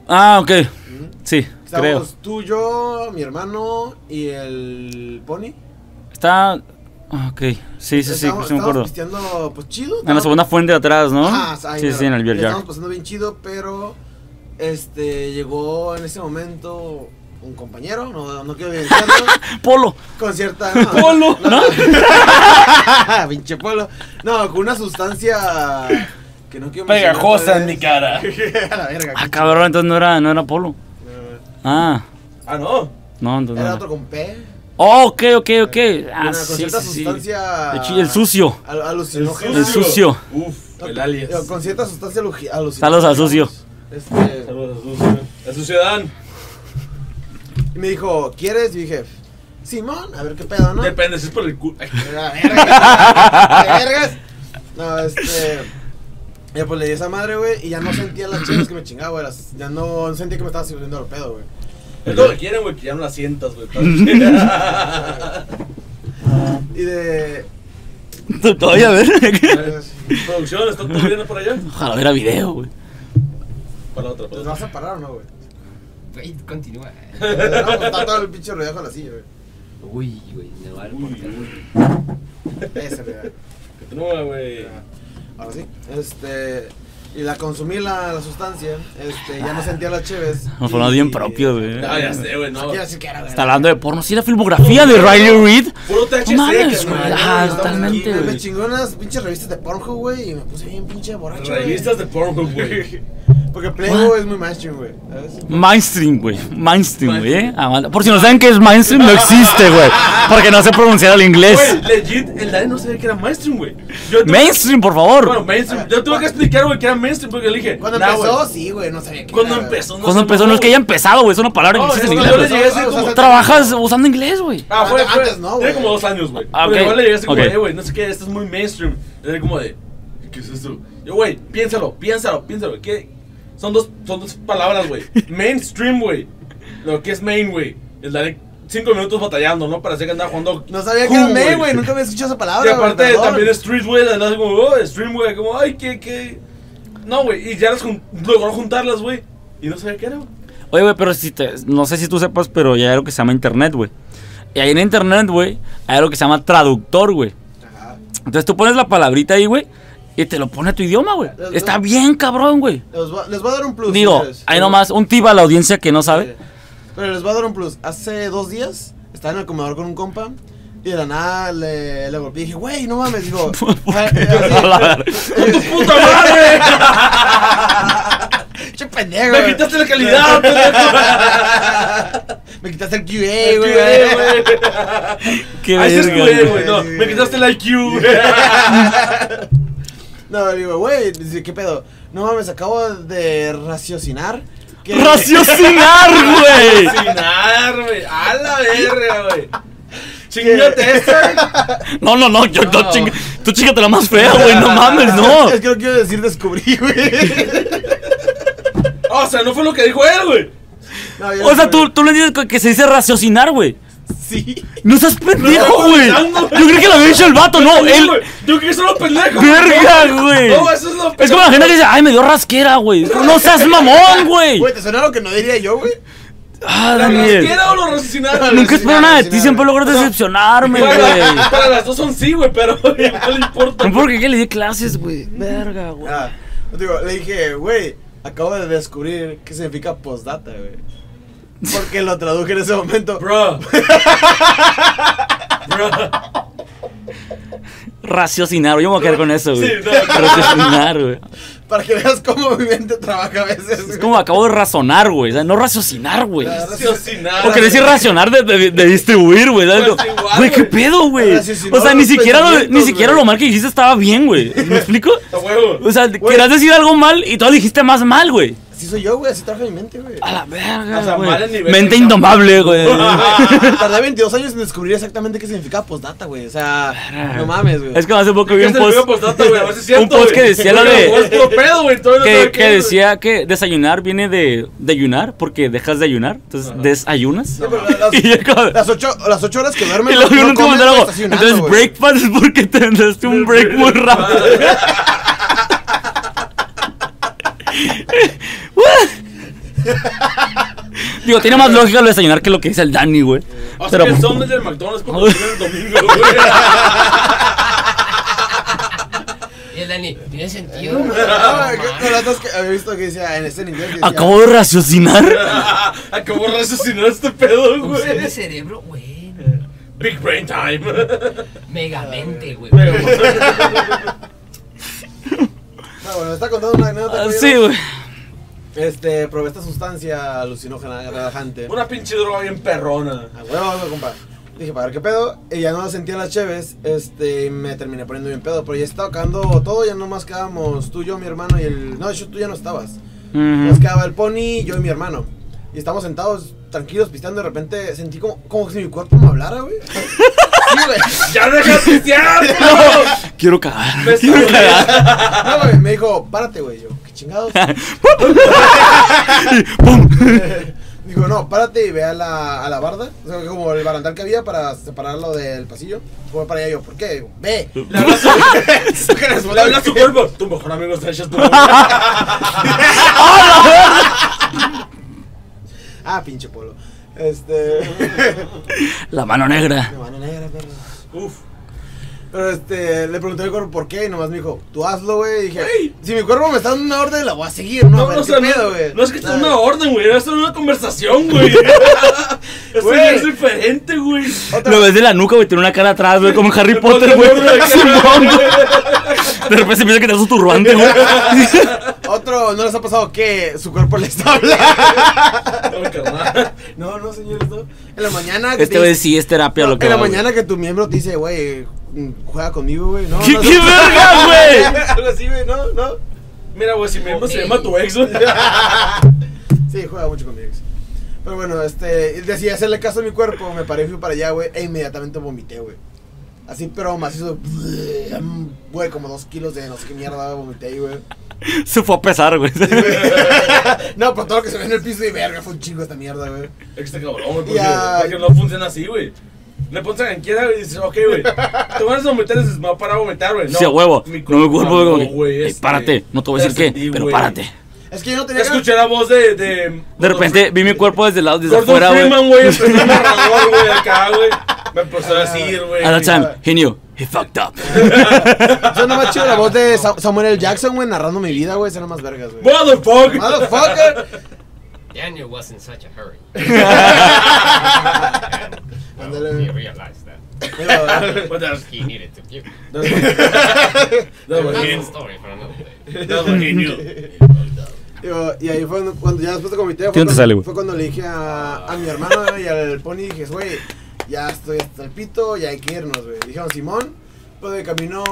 [SPEAKER 2] Ah, ok.
[SPEAKER 1] Ujú.
[SPEAKER 2] Sí, creo.
[SPEAKER 1] Estábamos tú, yo, mi hermano y el Pony.
[SPEAKER 2] Está. ah, Ok, sí, sí, sí,
[SPEAKER 1] Estábamos-
[SPEAKER 2] sí me acuerdo.
[SPEAKER 1] estábamos pisteando, pues chido.
[SPEAKER 2] En la segunda fuente de atrás, ¿no?
[SPEAKER 1] Ajá, Ah, ahí
[SPEAKER 2] sí,
[SPEAKER 1] mero.
[SPEAKER 2] sí, en el beer
[SPEAKER 1] Le
[SPEAKER 2] jar.
[SPEAKER 1] Estábamos pasando bien chido, pero este llegó en ese momento un compañero, no, no quiero evidenciarlo,
[SPEAKER 2] Polo.
[SPEAKER 1] con cierta no,
[SPEAKER 2] Polo, ¿no?
[SPEAKER 1] pinche polo. No, con una sustancia que no quiero
[SPEAKER 3] Pegajosa en
[SPEAKER 1] mencionar
[SPEAKER 3] mi
[SPEAKER 1] otra
[SPEAKER 3] cara.
[SPEAKER 1] vez. A la verga.
[SPEAKER 2] Ah, cabrón, entonces no era, no era Polo. Ah,
[SPEAKER 3] Ah, no.
[SPEAKER 2] no, entonces.
[SPEAKER 1] Era
[SPEAKER 2] No
[SPEAKER 1] otro
[SPEAKER 2] era.
[SPEAKER 1] con P.
[SPEAKER 2] Oh, ok, ok, ok. Ah,
[SPEAKER 1] una- con
[SPEAKER 2] sí,
[SPEAKER 1] cierta
[SPEAKER 2] sí, sí.
[SPEAKER 1] sustancia
[SPEAKER 2] El chi- el sucio.
[SPEAKER 1] al- alucinógena.
[SPEAKER 2] El sucio.
[SPEAKER 3] Uf, el alias.
[SPEAKER 1] No, Con cierta sustancia alu- alucinógena.
[SPEAKER 2] Saludos al sucio.
[SPEAKER 1] Este,
[SPEAKER 3] Saludos a sucio. A sucio Dan.
[SPEAKER 1] y me dijo, ¿quieres? Y dije, Simón, a ver qué pedo, ¿no?
[SPEAKER 3] Depende, si es por el culo.
[SPEAKER 1] Verga, verga, vergas. No, este. Ya pues le di esa madre, güey, y ya no sentía las chingas que me chingaba, güey. las- Ya no sentía que me estaba sirviendo al pedo, güey.
[SPEAKER 3] Es lo que quieren, güey, que ya no la sientas, güey.
[SPEAKER 1] Y de. pues,
[SPEAKER 2] Todavía, a ver.
[SPEAKER 3] Producción, ¿están todos viendo por allá?
[SPEAKER 2] Ojalá hubiera video, güey.
[SPEAKER 3] Para la otra, para
[SPEAKER 1] ¿Nos pues
[SPEAKER 3] la
[SPEAKER 1] vas
[SPEAKER 3] otra.
[SPEAKER 1] a parar o no, güey?
[SPEAKER 4] Güey, continúa. eh.
[SPEAKER 1] No, pues, está todo el pinche rodejo en la silla, güey.
[SPEAKER 4] Uy, güey, me va a dar por acá.
[SPEAKER 1] Ese, güey.
[SPEAKER 3] Continúa, güey.
[SPEAKER 1] Ahora sí. Este. Y la consumí la, la sustancia, este, ya no sentía las cheves.
[SPEAKER 2] Nos
[SPEAKER 1] y-
[SPEAKER 2] ponemos bien propios, güey.
[SPEAKER 3] Ah, ya sé, güey, no.
[SPEAKER 1] Quiero decir que era, güey.
[SPEAKER 2] Está hablando de porno. Sí, la filmografía de Riley Reid.
[SPEAKER 3] Puro THC,
[SPEAKER 2] No mames,
[SPEAKER 3] carnal.
[SPEAKER 2] güey. Ah,
[SPEAKER 1] Estamos aquí,
[SPEAKER 2] totalmente,
[SPEAKER 1] güey.
[SPEAKER 2] güey.
[SPEAKER 1] Me chingó unas pinches revistas de Pornhub, güey, y me puse bien pinche borracho, güey.
[SPEAKER 3] Revistas de Pornhub, güey.
[SPEAKER 1] Porque Playboy es muy mainstream, güey. ¿sabes?
[SPEAKER 2] Mainstream, güey. Mainstream, güey. eh. Amanda- Por si no saben qué es mainstream, no existe, güey. Porque no sé pronunciar el inglés.
[SPEAKER 3] Güey, legit, el Dani no sabía que era mainstream, güey. Yo tuve-
[SPEAKER 2] Mainstream, por
[SPEAKER 3] Bueno,
[SPEAKER 2] favor.
[SPEAKER 3] mainstream. Yo tuve que explicar, güey, que era mainstream porque le dije.
[SPEAKER 1] Cuando
[SPEAKER 3] nah,
[SPEAKER 1] empezó,
[SPEAKER 3] güey.
[SPEAKER 1] sí, güey, no sabía qué
[SPEAKER 3] Cuando
[SPEAKER 1] era, güey.
[SPEAKER 3] empezó, no
[SPEAKER 2] Cuando
[SPEAKER 3] sé,
[SPEAKER 2] empezó, no es que haya empezado, güey. Es una palabra que
[SPEAKER 3] No,
[SPEAKER 2] existe en
[SPEAKER 3] es que
[SPEAKER 2] inglés.
[SPEAKER 3] yo le
[SPEAKER 2] güey.
[SPEAKER 3] llegué a decir como-
[SPEAKER 1] O sea,
[SPEAKER 2] Trabajas usando inglés, güey.
[SPEAKER 3] Ah, fue,
[SPEAKER 1] Antes-
[SPEAKER 3] fue.
[SPEAKER 1] antes no, güey.
[SPEAKER 3] Tiene como dos años, güey.
[SPEAKER 2] Ah,
[SPEAKER 3] Ah,
[SPEAKER 2] ok.
[SPEAKER 3] Pero igual le llegué así como,
[SPEAKER 2] Ok.
[SPEAKER 3] eh, güey, no sé qué, esto es muy mainstream. Era como de, ¿qué es esto? Yo, güey, piénsalo, piénsalo, piénsalo. ¿Qué? Son dos, son dos palabras, güey. Mainstream, güey. Lo que es main, güey. El daré cinco minutos batallando, ¿no? Para hacer que andaba jugando.
[SPEAKER 1] No sabía que
[SPEAKER 3] Who,
[SPEAKER 1] era May, güey, nunca había escuchado esa
[SPEAKER 3] Y
[SPEAKER 1] palabra,
[SPEAKER 3] aparte
[SPEAKER 1] güey, perdón.
[SPEAKER 3] también street, güey. Además, como, oh, stream, güey. Como, ay, qué, qué. No, güey. Y ya las jun- logró juntarlas, güey. Y no sabía qué era, güey.
[SPEAKER 2] Oye, güey, pero si te, no sé si tú sepas, pero ya hay algo que se llama internet, güey. Y ahí en internet, güey, hay algo que se llama traductor, güey.
[SPEAKER 1] Ajá.
[SPEAKER 2] Entonces tú pones la palabrita ahí, güey, y te lo pone a tu idioma, güey. Está bien, cabrón, güey.
[SPEAKER 1] Les va, les va a dar un plus.
[SPEAKER 2] Digo,
[SPEAKER 1] señores.
[SPEAKER 2] ahí nomás, un tip a la audiencia que no sabe.
[SPEAKER 1] Pero les va a dar un plus. Hace dos días estaba en el comedor con un compa. Y de la nada le, le golpeé y dije, güey, no mames, digo. "Ah, eh, así".
[SPEAKER 2] A la verga.
[SPEAKER 3] ¡Puta madre!
[SPEAKER 1] Che pendejo,
[SPEAKER 3] ¡Me
[SPEAKER 1] güey.
[SPEAKER 3] quitaste la calidad, pendejo!
[SPEAKER 1] Me quitaste el QA,
[SPEAKER 3] güey,
[SPEAKER 1] güey.
[SPEAKER 2] Qué
[SPEAKER 3] Ahí se
[SPEAKER 2] verga,
[SPEAKER 3] escudé,
[SPEAKER 2] güey.
[SPEAKER 3] güey. No, me quitaste el IQ, güey.
[SPEAKER 1] No, le digo, güey, dice, ¿qué pedo? No mames, acabo de raciocinar. que-
[SPEAKER 2] ¡Raciocinar, güey!
[SPEAKER 3] Fascinar, güey. A la verga, güey. Chingate este, esta.
[SPEAKER 2] No, no, no, yo no,
[SPEAKER 3] No.
[SPEAKER 2] chinga. Tú chingate la más fea, güey, no mames, no.
[SPEAKER 1] Es que no quiero decir descubrí, güey.
[SPEAKER 3] O sea, no fue lo que dijo él, güey.
[SPEAKER 1] No, yo
[SPEAKER 2] O sea,
[SPEAKER 1] no-
[SPEAKER 2] tú, tú le dices que- que se dice raciocinar, güey.
[SPEAKER 1] Sí.
[SPEAKER 2] No seas pendejo,
[SPEAKER 3] estoy
[SPEAKER 2] güey. Yo
[SPEAKER 3] pensando.
[SPEAKER 2] creí que lo había dicho el vato, no,
[SPEAKER 3] Pendejo,
[SPEAKER 2] él.
[SPEAKER 3] güey. Yo que son los pendejos.
[SPEAKER 2] Verga, güey.
[SPEAKER 3] No, eso es lo
[SPEAKER 2] Es como la gente que dice, ay, me dio rasquera, güey. No seas mamón, güey.
[SPEAKER 1] Güey, ¿te suena lo que no diría yo, güey?
[SPEAKER 2] Ah,
[SPEAKER 3] ¿La
[SPEAKER 2] Daniel.
[SPEAKER 3] rasquera o los racinados?
[SPEAKER 2] Nunca espero nada de ti,
[SPEAKER 1] Raciocinar,
[SPEAKER 2] siempre
[SPEAKER 1] güey.
[SPEAKER 2] logro decepcionarme, güey.
[SPEAKER 3] para, para las dos son sí, güey, pero güey, no le importa.
[SPEAKER 2] No porque que le di clases, güey. Verga, güey.
[SPEAKER 1] Ah, digo, le dije, güey, acabo de descubrir qué significa postdata, güey. Porque lo traduje en ese momento.
[SPEAKER 3] Bro. Bro.
[SPEAKER 2] Raciocinar, yo me voy a quedar con eso, güey.
[SPEAKER 3] Sí, no, no.
[SPEAKER 2] Raciocinar, güey.
[SPEAKER 1] Para que veas cómo mi mente trabaja a veces.
[SPEAKER 2] Es
[SPEAKER 1] güey.
[SPEAKER 2] como acabo de razonar, güey. O sea, no raciocinar, güey.
[SPEAKER 1] Claro.
[SPEAKER 3] Raciocinar.
[SPEAKER 2] Porque decir racionar de, de- de distribuir, güey. ¿sabes?
[SPEAKER 3] Pues igual,
[SPEAKER 2] Güey, qué
[SPEAKER 3] güey.
[SPEAKER 2] pedo, güey.
[SPEAKER 1] Raciocinar
[SPEAKER 2] O sea, ni
[SPEAKER 1] los
[SPEAKER 2] siquiera, lo, ni
[SPEAKER 1] pensamientos,
[SPEAKER 2] siquiera
[SPEAKER 1] güey.
[SPEAKER 2] lo mal que dijiste estaba bien, güey. ¿Me explico?
[SPEAKER 3] A huevo.
[SPEAKER 2] O sea, querías decir algo mal y tú dijiste más mal, güey.
[SPEAKER 1] Así soy yo, güey, así trabaja mi mente, güey.
[SPEAKER 2] A la verga,
[SPEAKER 3] O sea,
[SPEAKER 2] güey.
[SPEAKER 3] mal el nivel
[SPEAKER 2] Mente
[SPEAKER 3] de-
[SPEAKER 2] indomable, güey.
[SPEAKER 1] Tardé 22 años en descubrir exactamente qué significaba postdata, güey. O sea, no mames, güey.
[SPEAKER 2] es que hace poco vi
[SPEAKER 3] ¿Qué
[SPEAKER 2] un
[SPEAKER 3] se le
[SPEAKER 2] post,
[SPEAKER 3] pegó postdata, güey? A ver si es cierto,
[SPEAKER 2] un post que
[SPEAKER 3] güey.
[SPEAKER 2] decía lo
[SPEAKER 3] Güey,
[SPEAKER 2] de...
[SPEAKER 3] es puro pedo, güey, todavía no
[SPEAKER 2] que, que
[SPEAKER 3] sabe qué es, güey.
[SPEAKER 2] decía que desayunar viene de de ayunar porque dejas de ayunar, entonces
[SPEAKER 3] Ajá.
[SPEAKER 2] desayunas.
[SPEAKER 1] Sí, pero las,
[SPEAKER 2] Y yo como-
[SPEAKER 1] las ocho, las ocho horas que duermes.
[SPEAKER 2] y luego vi
[SPEAKER 1] no
[SPEAKER 2] un
[SPEAKER 1] comes,
[SPEAKER 2] comentario
[SPEAKER 1] güey,
[SPEAKER 2] como,
[SPEAKER 1] estás ayunando,
[SPEAKER 2] entonces
[SPEAKER 1] güey.
[SPEAKER 2] breakfast es porque te andaste un break muy rápido. Digo, tiene más lógica lo de desayunar que lo que dice el Dani, güey.
[SPEAKER 3] O sea
[SPEAKER 2] Pero-
[SPEAKER 3] que el son del McDonald's cuando viene el domingo, güey.
[SPEAKER 4] Y el Dani, ¿tiene sentido?
[SPEAKER 1] Ah, ¿qué- con las dos que había visto que decía en este en inglés. que decía,
[SPEAKER 2] Acabo de raciocinar.
[SPEAKER 3] Acabó de asesinar este pedo,
[SPEAKER 4] Usé mi
[SPEAKER 3] güey.
[SPEAKER 4] cerebro, güey.
[SPEAKER 3] Big brain time.
[SPEAKER 4] Megamente, güey.
[SPEAKER 3] Pero,
[SPEAKER 1] Ah, bueno, está contando una anécdota.
[SPEAKER 2] Ah,
[SPEAKER 1] que
[SPEAKER 2] Sí,
[SPEAKER 1] yo-
[SPEAKER 2] güey.
[SPEAKER 1] Este, probé esta sustancia alucinógena, relajante.
[SPEAKER 3] una pinche droga bien perrona.
[SPEAKER 1] A huevo, güey, compa. Dije, para ver qué pedo. Y ya no sentía las cheves. Este, y me terminé poniendo bien pedo. Pero ya estaba acabando todo. Ya nomás quedábamos tú, yo, mi hermano y el. No, de hecho, tú ya no estabas.
[SPEAKER 2] Ujú.
[SPEAKER 1] Nos quedaba el pony, yo y mi hermano. Y estábamos sentados, tranquilos, pisteando. De repente sentí como, como si mi cuerpo me hablara, güey. Sí, güey.
[SPEAKER 3] ¡Ya deja de pistear, güey!
[SPEAKER 2] Quiero cagar.
[SPEAKER 3] Me
[SPEAKER 2] Quiero
[SPEAKER 3] está
[SPEAKER 2] cagar.
[SPEAKER 1] No, güey. Me dijo, párate, güey. Yo, qué chingados.
[SPEAKER 2] ¡Pum!
[SPEAKER 1] Dijo, no, párate y ve a la, a la barda. O sea, como el barandal que había para separarlo del pasillo. Fue para allá yo, ¿por qué? Digo, ve.
[SPEAKER 3] Le habla a su- Le habla a su cuerpo. Tu mejor amigo está hecho tu
[SPEAKER 1] Ah, pinche polo. Este.
[SPEAKER 2] La mano negra.
[SPEAKER 1] Me van a negra, perro.
[SPEAKER 3] Uf.
[SPEAKER 1] Pero este, le pregunté al cuerpo por qué y nomás me dijo, tú hazlo, güey. Y dije, si mi cuerpo me está dando una orden, la voy a seguir, ¿no?
[SPEAKER 3] No,
[SPEAKER 1] A ver,
[SPEAKER 3] no, o
[SPEAKER 1] ¿qué
[SPEAKER 3] sea,
[SPEAKER 1] pedo,
[SPEAKER 3] no,
[SPEAKER 1] güey?
[SPEAKER 3] no es que sea
[SPEAKER 1] ¿Sabes?
[SPEAKER 3] una orden, güey. Es una conversación, güey. Eso
[SPEAKER 1] Güey.
[SPEAKER 3] ya es diferente, güey.
[SPEAKER 1] Otra-
[SPEAKER 2] Lo ves de la nuca, güey. Tiene una cara atrás, güey. Como en Harry Potter, güey. Simón, güey. De repente se piensa que traes un turbante, güey.
[SPEAKER 1] Otro, ¿no les ha pasado que su cuerpo les habla?
[SPEAKER 3] No, carnal.
[SPEAKER 1] no, no, señor, no. En la mañana. que
[SPEAKER 2] Este
[SPEAKER 1] te-
[SPEAKER 2] güey sí es terapia lo que
[SPEAKER 1] En la
[SPEAKER 2] va, güey.
[SPEAKER 1] mañana que tu miembro te dice, güey, mm, juega conmigo, güey. No,
[SPEAKER 2] ¿Qué,
[SPEAKER 1] no,
[SPEAKER 2] qué
[SPEAKER 1] no.
[SPEAKER 2] verga, güey?
[SPEAKER 1] Algo así, güey, no, no.
[SPEAKER 3] Mira, güey, si mi hermano se
[SPEAKER 4] Ok.
[SPEAKER 3] llama tu ex, güey.
[SPEAKER 1] Sí, juega mucho con mi ex. Pero bueno, este, decidí hacerle caso a mi cuerpo, me paré y fui para allá, güey, e inmediatamente vomité, güey. Así, pero macizo, güey, como dos kilos de no sé qué mierda vomité ahí, güey.
[SPEAKER 2] Se fue a pesar, güey.
[SPEAKER 1] Sí, güey. No, por todo lo que se ve en el piso y verga, fue un chingo esta mierda, güey.
[SPEAKER 3] Este cabrón, güey, porque,
[SPEAKER 1] Ya.
[SPEAKER 3] porque no funciona así, güey. Le pones a quien quiera y dices, ok, güey, te vas a vomitar, dices, me voy a parar a vomitar, güey.
[SPEAKER 2] Sí, a huevo.
[SPEAKER 3] mi
[SPEAKER 2] No me cuerpo,
[SPEAKER 3] mamó,
[SPEAKER 2] güey. como que, "Ey,
[SPEAKER 3] este,
[SPEAKER 2] Párate. No te voy a decir qué,
[SPEAKER 3] sentí,
[SPEAKER 2] pero
[SPEAKER 3] güey.
[SPEAKER 2] párate.
[SPEAKER 1] Es que yo no tenía
[SPEAKER 3] Escuché la voz de. De,
[SPEAKER 2] De repente vi mi cuerpo desde el lado, desde
[SPEAKER 3] Gordon
[SPEAKER 2] afuera,
[SPEAKER 3] Freeman,
[SPEAKER 2] güey.
[SPEAKER 3] güey. Empezó el narrador, güey, acá, güey. Me empezó a decir, güey.
[SPEAKER 2] At that time, he knew. He fucked up.
[SPEAKER 1] ganas. Suena más chido la voz de Sa- Samuel L. Jackson, güey, narrando mi vida, güey, suena más vergas, güey.
[SPEAKER 3] Motherfucker.
[SPEAKER 1] Motherfucker.
[SPEAKER 4] Daniel was in such a hurry.
[SPEAKER 1] Ándale,
[SPEAKER 4] He
[SPEAKER 1] güey.
[SPEAKER 4] realized that.
[SPEAKER 1] Mira, güey.
[SPEAKER 3] But that's-
[SPEAKER 4] He needed to give.
[SPEAKER 3] that's what
[SPEAKER 4] That's
[SPEAKER 3] he
[SPEAKER 4] a
[SPEAKER 3] knew.
[SPEAKER 4] story for another day.
[SPEAKER 3] That's what he knew.
[SPEAKER 1] Digo, y ahí fue cuando, cuando ya después de comité fue,
[SPEAKER 2] ¿Qué onda
[SPEAKER 1] cuando,
[SPEAKER 2] sale, güey?
[SPEAKER 1] fue cuando le dije a, a mi hermano y al Pony dije, güey, ya estoy hasta el pito, ya hay que irnos, güey. Dijeron, Simón, pues de camino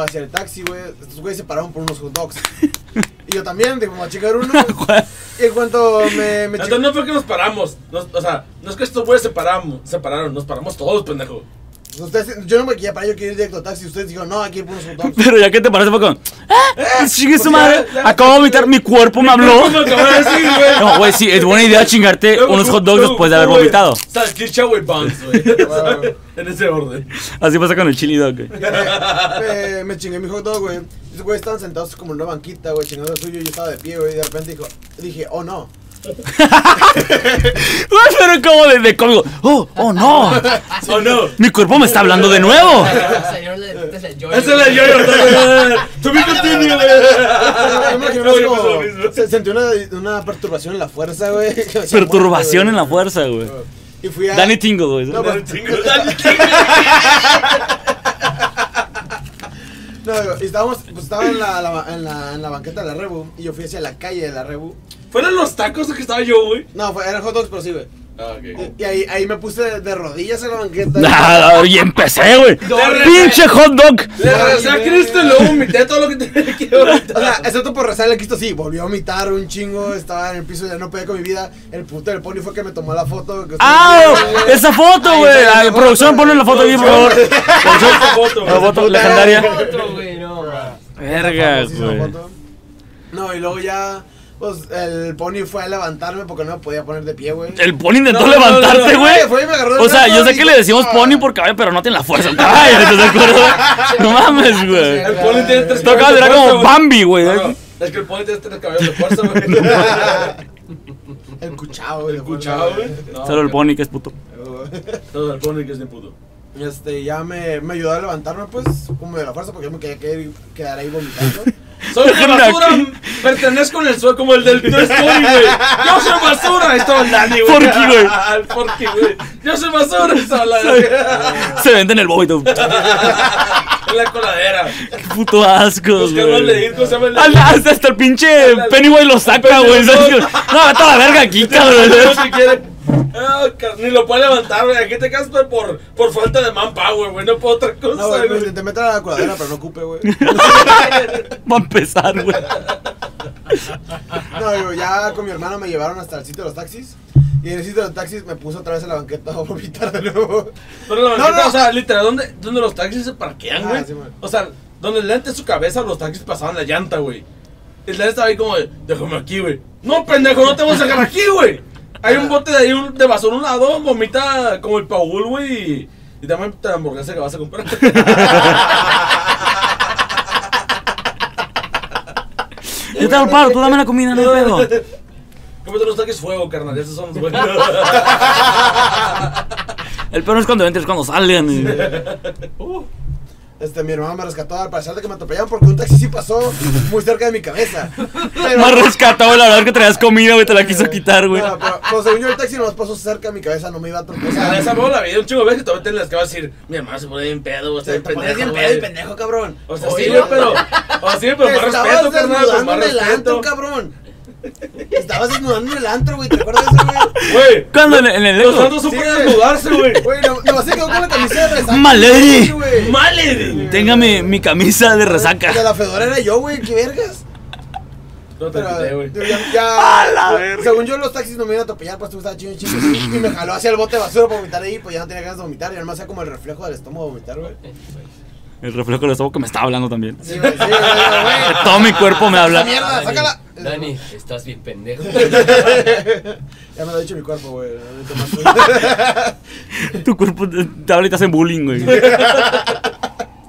[SPEAKER 1] hacia el taxi, güey, estos güeyes se pararon por unos hot dogs. y yo también, dije, vamos a checar uno. y en cuanto me, me
[SPEAKER 3] Entonces
[SPEAKER 1] chequé-
[SPEAKER 3] no fue que nos paramos. Nos- o sea, no es que estos güeyes se paramos, se pararon, nos paramos todos, pendejo.
[SPEAKER 1] pues, ustedes, yo no me quería parar, yo quería ir directo al taxi. Ustedes dijeron, no, hay que ir por unos hot dogs.
[SPEAKER 2] Pero ya que te parece, fue como. ¡Ah! ¡Chingue su madre! Acabo de vomitar, mi cuerpo me habló.
[SPEAKER 3] ¿Cómo acabas de decir, güey?
[SPEAKER 2] No, güey, sí, es buena idea chingarte
[SPEAKER 3] Luego,
[SPEAKER 2] unos
[SPEAKER 3] tú-
[SPEAKER 2] hot dogs
[SPEAKER 3] tú-
[SPEAKER 2] después de
[SPEAKER 3] tú,
[SPEAKER 2] haber
[SPEAKER 3] güey,
[SPEAKER 2] vomitado.
[SPEAKER 3] Salchicha, güey, buns, güey.
[SPEAKER 1] Wow.
[SPEAKER 3] En ese orden.
[SPEAKER 2] Así pasa con el chili dog, güey.
[SPEAKER 1] me, me chingué mi hot dog, güey. Esos güeyes estaban sentados como en una banquita, güey, chingando lo suyo. Yo estaba de pie, güey, y de repente dijo, dije, oh no.
[SPEAKER 2] Güey, pero como de, de cómico. ¡Oh, oh no!
[SPEAKER 3] Oh, no.
[SPEAKER 2] ¡Mi cuerpo me está hablando de nuevo!
[SPEAKER 4] Señor, le- este es el yo-yo.
[SPEAKER 3] Esa es la yo-yo. To be continued,
[SPEAKER 1] Yo me
[SPEAKER 3] güey.
[SPEAKER 1] imagino así
[SPEAKER 3] Oye,
[SPEAKER 1] como-
[SPEAKER 3] pues, lo mismo.
[SPEAKER 1] se- Sentí una, una perturbación en la fuerza, güey.
[SPEAKER 2] Perturbación en la fuerza, güey.
[SPEAKER 1] Y fui a.
[SPEAKER 2] Danny Tingle, güey.
[SPEAKER 1] No, pues,
[SPEAKER 3] Dale, chingo, dale, chingo.
[SPEAKER 1] No, digo, y estábamos, pues estaba en la, la- en, la, en la banqueta de la Rebu. Y yo fui hacia la calle de la Rebu.
[SPEAKER 3] Fueron los tacos que estaba yo, güey.
[SPEAKER 1] No, fue, eran hot dogs, pero sí, güey.
[SPEAKER 3] Ah, ok.
[SPEAKER 1] Y, y ahí, ahí me puse de, de rodillas en la banqueta.
[SPEAKER 2] Ah, y empecé, güey.
[SPEAKER 3] Dale,
[SPEAKER 2] ¡Pinche hot dog!
[SPEAKER 3] Le regresé a Cristo y luego vomité todo lo que tenía que vomitar.
[SPEAKER 1] O sea, excepto por rezar el Cristo, sí, volvió a vomitar un chingo, estaba en el piso, ya no podía con mi vida. El puto del pony fue que me tomó la foto. que-
[SPEAKER 2] ¡Ah! Esa foto,
[SPEAKER 1] Ahí
[SPEAKER 2] güey.
[SPEAKER 1] está,
[SPEAKER 2] Ay,
[SPEAKER 1] la
[SPEAKER 2] Producción,
[SPEAKER 1] foto.
[SPEAKER 2] ponle la foto ahí, por favor.
[SPEAKER 3] Esa foto,
[SPEAKER 2] La
[SPEAKER 3] güey.
[SPEAKER 2] foto legendaria.
[SPEAKER 4] Otro, güey, no, bro.
[SPEAKER 2] Verga,
[SPEAKER 1] famosísima
[SPEAKER 2] güey.
[SPEAKER 1] foto. No, y luego ya, pues el pony fue a levantarme porque no me podía poner de pie, güey.
[SPEAKER 2] El pony intentó
[SPEAKER 3] No, no, no,
[SPEAKER 2] levantarse,
[SPEAKER 3] no,
[SPEAKER 2] güey.
[SPEAKER 1] fue y me agarró del
[SPEAKER 2] O sea,
[SPEAKER 1] brazo
[SPEAKER 2] yo sé
[SPEAKER 1] y
[SPEAKER 2] que
[SPEAKER 1] dijo,
[SPEAKER 2] le decimos
[SPEAKER 1] "Ah".
[SPEAKER 2] pony por caballo, pero no tiene la fuerza. el Caballo, ¿estás de acuerdo? No mames, güey.
[SPEAKER 3] El poli tiene tres
[SPEAKER 2] Tú acabas de ver
[SPEAKER 3] cabezas de
[SPEAKER 2] como
[SPEAKER 3] fuerza, güey.
[SPEAKER 2] Bambi, güey.
[SPEAKER 3] No, no, Es que el poli tiene tres cabellos de fuerza, güey.
[SPEAKER 1] El cuchao,
[SPEAKER 3] El cuchado, güey. No,
[SPEAKER 2] Solo el
[SPEAKER 3] güey.
[SPEAKER 2] pony que es puto.
[SPEAKER 3] Solo el pony que es de puto.
[SPEAKER 1] Este, ya me, me ayudó a levantarme, pues, como de la fuerza, porque yo me quería quedar, quedar ahí vomitando.
[SPEAKER 3] Soy
[SPEAKER 2] Déjenme
[SPEAKER 3] basura,
[SPEAKER 2] aquí.
[SPEAKER 3] pertenezco en el suelo como el del Toy Story, güey. Yo soy basura, ahí estaba el Dani, güey.
[SPEAKER 2] Forky, güey.
[SPEAKER 3] Ah, el Forky, güey. Yo soy basura, ahí estaba la en
[SPEAKER 2] Se vende en el bobito. Qué
[SPEAKER 3] la coladera.
[SPEAKER 2] puto asco,
[SPEAKER 3] Buscando el
[SPEAKER 2] güey.
[SPEAKER 3] leír, ¿cómo se llama el
[SPEAKER 2] Al- Hasta, hasta el pinche Pennywise lo saca, güey. ¿sabes qué? No, vete a la verga aquí, cabrón.
[SPEAKER 3] Pero si quiere. Ah, car- ni lo puede levantar, güey. Aquí te quedas por- por, por falta de manpower, güey. No puedo otra cosa,
[SPEAKER 1] No, güey, me
[SPEAKER 3] güey.
[SPEAKER 1] intenté meter a la coladera, pero no ocupé, güey.
[SPEAKER 2] Va a empezar, güey.
[SPEAKER 1] No, digo, ya con mi hermano me llevaron hasta el sitio de los taxis. Y en el sitio de los taxis me puso otra vez en la banqueta a vomitar de nuevo.
[SPEAKER 3] Pero la
[SPEAKER 1] No,
[SPEAKER 3] banqueta,
[SPEAKER 1] no.
[SPEAKER 3] o sea, literal, ¿dónde, dónde los taxis se parquean,
[SPEAKER 1] Ah,
[SPEAKER 3] güey?
[SPEAKER 1] sí, güey.
[SPEAKER 3] o sea, donde el lente su cabeza, los taxis pasaban la llanta, güey. El lente estaba ahí como, de, déjame aquí, güey. No, pendejo, no te voy a sacar aquí, güey. Hay un bote de ahí un- de basura a un lado, vomita como el Paul, güey. Y, y dame la hamburguesa que vas a comprar.
[SPEAKER 2] Ah, Yo te hago el paro, tú dame la comida, no hay pedo.
[SPEAKER 3] Cómete los taxis fuego, carnal. Esos son los buenos.
[SPEAKER 2] El pedo no es cuando entras, es cuando salen. y-
[SPEAKER 1] Este, mi hermano me rescató al parecer de que me atropellaron porque un taxi sí pasó muy cerca de mi cabeza. Pero-
[SPEAKER 2] Me has rescatado la verdad que traías comida, güey. Te la quiso quitar, güey.
[SPEAKER 1] No, pero, pues, según yo, el taxi nomás pasó cerca de mi cabeza, no me iba a
[SPEAKER 3] A esa
[SPEAKER 1] atropellar.
[SPEAKER 3] modo la vida un chingo de veces que todavía te las que va a decir, mi hermano se pone bien pedo, o sea,
[SPEAKER 1] Se
[SPEAKER 3] bien
[SPEAKER 1] te pones
[SPEAKER 3] pendejo.
[SPEAKER 1] bien pedo
[SPEAKER 3] güey".
[SPEAKER 1] y pendejo, cabrón.
[SPEAKER 3] O sea,
[SPEAKER 1] Oye,
[SPEAKER 3] sí, güey, pero. O sea, sí, pero más
[SPEAKER 1] Estabas
[SPEAKER 3] respeto, carnal, pues,
[SPEAKER 1] desnudando
[SPEAKER 3] más
[SPEAKER 1] en el antro,
[SPEAKER 3] respeto.
[SPEAKER 1] cabrón. Estabas desnudando en el antro, güey. ¿Te acuerdas de eso, güey?
[SPEAKER 3] Güey,
[SPEAKER 2] Cuando en, en el
[SPEAKER 3] los
[SPEAKER 2] eco.
[SPEAKER 3] santos suponen
[SPEAKER 1] güey.
[SPEAKER 3] desnudarse, güey.
[SPEAKER 1] Güey, no, nomás se quedó con la camisa de resaca.
[SPEAKER 2] My lady.
[SPEAKER 1] güey.
[SPEAKER 3] ¡Male!
[SPEAKER 2] Tenga mi, mi camisa de
[SPEAKER 1] De
[SPEAKER 2] resaca.
[SPEAKER 1] la fedora era yo, güey. ¿Qué vergas?
[SPEAKER 3] No te quité,
[SPEAKER 1] Pero
[SPEAKER 3] güey.
[SPEAKER 1] yo ya, ya- según yo los taxis no me iban a atropellar, pues tú estaba chido chido y me jaló hacia el bote de basura para vomitar ahí, pues ya no tenía ganas de vomitar y además era como el reflejo del estómago de vomitar, güey.
[SPEAKER 2] El reflejo del estómago que me estaba hablando también.
[SPEAKER 1] Sí, güey, sí, güey, güey.
[SPEAKER 2] Que todo mi cuerpo me habla.
[SPEAKER 1] Esa mierda,
[SPEAKER 4] Dani,
[SPEAKER 1] sácala.
[SPEAKER 4] Dani, estás bien pendejo.
[SPEAKER 1] Ya me lo ha dicho mi cuerpo, güey. no me tomas-
[SPEAKER 2] Tu cuerpo te, te habla y te hace bullying, güey.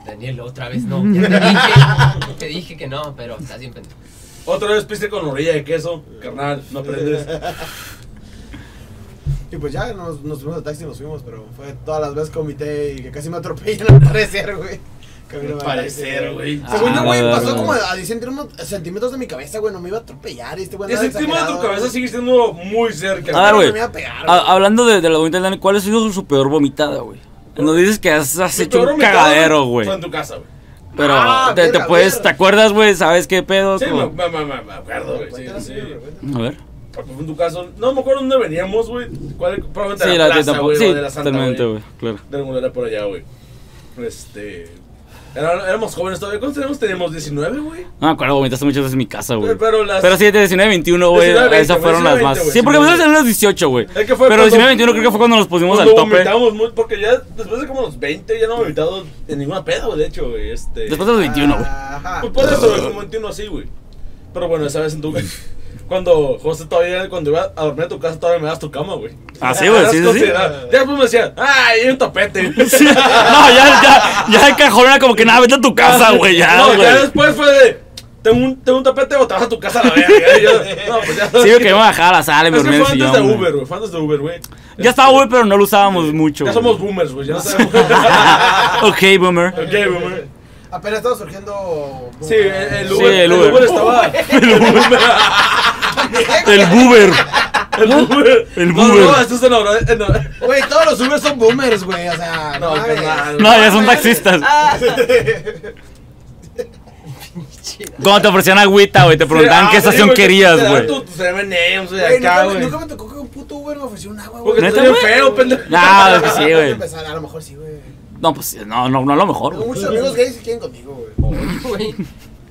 [SPEAKER 4] Daniel, otra vez no. Ya te dije, te dije que no, pero estás bien pendejo.
[SPEAKER 3] Otra vez piste con orilla de queso, carnal, no aprendes.
[SPEAKER 1] Y pues ya nos, nos fuimos al taxi y nos fuimos, pero fue todas las veces que vomité y que casi me atropellan al parecer, güey. Camino
[SPEAKER 3] Al
[SPEAKER 1] al
[SPEAKER 3] parecer, güey.
[SPEAKER 1] Según
[SPEAKER 2] Ah,
[SPEAKER 1] yo, güey,
[SPEAKER 2] la
[SPEAKER 1] pasó
[SPEAKER 2] verga.
[SPEAKER 1] como a 10 centímetros- centímetros de mi cabeza, güey, no me iba a atropellar. y Este güey
[SPEAKER 3] El
[SPEAKER 1] andaba
[SPEAKER 3] centímetro de tu
[SPEAKER 1] exagerado,
[SPEAKER 3] cabeza
[SPEAKER 1] güey.
[SPEAKER 3] sigue estando muy cerca.
[SPEAKER 2] A ver,
[SPEAKER 1] No
[SPEAKER 2] Ah, güey.
[SPEAKER 1] me iba a pegar,
[SPEAKER 2] Ha-
[SPEAKER 1] güey.
[SPEAKER 2] hablando de, de la vomita del Dani, ¿cuál ha sido su peor vomitada, güey? Nos dices que has, has
[SPEAKER 3] Mi
[SPEAKER 2] hecho
[SPEAKER 3] peor
[SPEAKER 2] un
[SPEAKER 3] vomitado
[SPEAKER 2] cagadero, güey.
[SPEAKER 3] Fue en tu casa, güey.
[SPEAKER 2] Pero
[SPEAKER 1] Ah,
[SPEAKER 2] te, te
[SPEAKER 1] verga,
[SPEAKER 2] puedes,
[SPEAKER 1] verga.
[SPEAKER 2] ¿te acuerdas, güey? ¿Sabes qué pedo?
[SPEAKER 3] Sí, me,
[SPEAKER 2] Como-
[SPEAKER 3] me, me, me acuerdo, güey. Sí,
[SPEAKER 1] Cuéntala,
[SPEAKER 3] sí.
[SPEAKER 1] güey, cuéntala.
[SPEAKER 2] A ver.
[SPEAKER 3] Porque fue en tu casa. No me acuerdo dónde veníamos, güey. ¿Cuál? Probablemente
[SPEAKER 2] Sí,
[SPEAKER 3] de la,
[SPEAKER 2] la,
[SPEAKER 3] plaza,
[SPEAKER 2] tampoco-
[SPEAKER 3] güey,
[SPEAKER 2] sí,
[SPEAKER 3] o de la Santa,
[SPEAKER 2] totalmente,
[SPEAKER 3] güey.
[SPEAKER 2] güey. Claro.
[SPEAKER 3] de alguna manera por allá, güey. Este. era- éramos jóvenes todavía. ¿Cuántos teníamos? Teníamos 19, güey.
[SPEAKER 2] No me acuerdo, vomitaste muchas veces en mi casa, güey.
[SPEAKER 3] Pero- pero las-
[SPEAKER 2] Pero sí, de 19 21, güey.
[SPEAKER 3] 19,
[SPEAKER 2] Esas
[SPEAKER 3] 20,
[SPEAKER 2] fueron las
[SPEAKER 3] 19,
[SPEAKER 2] más.
[SPEAKER 3] güey,
[SPEAKER 2] sí, porque
[SPEAKER 3] 19.
[SPEAKER 2] empezaste en los 18, güey.
[SPEAKER 3] Es que
[SPEAKER 2] Pero
[SPEAKER 3] fue cuando-
[SPEAKER 2] 19 21 creo que fue cuando nos pusimos
[SPEAKER 3] Cuando
[SPEAKER 2] al tope.
[SPEAKER 3] vomitamos muy, porque ya después de como los 20 ya no he vomitado en ninguna peda, güey. De hecho, güey. Este.
[SPEAKER 2] Después de los 21, güey.
[SPEAKER 1] Ajá.
[SPEAKER 3] Pues por eso, güey, como 21 así, güey. Pero bueno, esa vez en tu. Cuando José todavía, cuando iba a dormir a tu casa, todavía me das tu cama, güey.
[SPEAKER 2] Ah, sí, güey,
[SPEAKER 3] Eras
[SPEAKER 2] sí, sí, sí.
[SPEAKER 3] considerado. Ya después me decía, ¡ay, hay un tapete!
[SPEAKER 2] Sí. No, ya, ya, ya el cajón era como que nada, vete a tu casa, güey, ya,
[SPEAKER 3] No,
[SPEAKER 2] güey.
[SPEAKER 3] ya después fue de, tengo un, tengo un tapete o te vas a tu casa a la verga. Y yo, no, pues ya.
[SPEAKER 2] Sí, güey, que me iba a dejar a la sala y me
[SPEAKER 3] Es que
[SPEAKER 2] dormí en
[SPEAKER 3] fue
[SPEAKER 2] el sillón,
[SPEAKER 3] antes de
[SPEAKER 2] güey.
[SPEAKER 3] Uber, güey. Fue antes de Uber, güey.
[SPEAKER 2] Ya estaba, güey, pero no lo usábamos mucho.
[SPEAKER 3] Ya
[SPEAKER 2] güey.
[SPEAKER 3] somos boomers, güey. Ya no sabemos.
[SPEAKER 2] ok, boomer.
[SPEAKER 3] ok, boomer.
[SPEAKER 1] Apenas estaba surgiendo.
[SPEAKER 3] Sí, el, el
[SPEAKER 2] Sí,
[SPEAKER 3] Uber,
[SPEAKER 2] el
[SPEAKER 3] el
[SPEAKER 2] Uber.
[SPEAKER 3] Uber. estaba.
[SPEAKER 2] El boomer.
[SPEAKER 3] El Uber.
[SPEAKER 2] El
[SPEAKER 3] No,
[SPEAKER 2] Uber.
[SPEAKER 3] No, esto es en la- en la-
[SPEAKER 1] Güey, todos los Ubers son boomers, güey. O sea,
[SPEAKER 3] No,
[SPEAKER 1] mames.
[SPEAKER 3] carnal.
[SPEAKER 2] No, ya son taxistas. Cuando te ofrecían agüita, güey, te preguntaban
[SPEAKER 3] Ah,
[SPEAKER 2] qué
[SPEAKER 3] sí,
[SPEAKER 2] estación
[SPEAKER 3] güey,
[SPEAKER 2] querías,
[SPEAKER 3] te dan
[SPEAKER 2] güey.
[SPEAKER 3] tu- tus M&M's de
[SPEAKER 1] Güey,
[SPEAKER 3] acá,
[SPEAKER 1] nunca, me-
[SPEAKER 3] güey.
[SPEAKER 1] nunca me tocó que un puto Uber me ofreció un agua, güey.
[SPEAKER 3] Porque
[SPEAKER 2] ¿Neta,
[SPEAKER 3] estoy bien
[SPEAKER 2] güey?
[SPEAKER 3] feo, pendejo. Ah,
[SPEAKER 2] No, es que sí,
[SPEAKER 1] Antes de
[SPEAKER 2] güey.
[SPEAKER 1] empezar, a lo mejor sí, güey.
[SPEAKER 2] No, pues no, no, no a lo mejor,
[SPEAKER 1] Tengo
[SPEAKER 2] güey.
[SPEAKER 1] muchos amigos gays que quieren conmigo, güey.
[SPEAKER 4] Güey,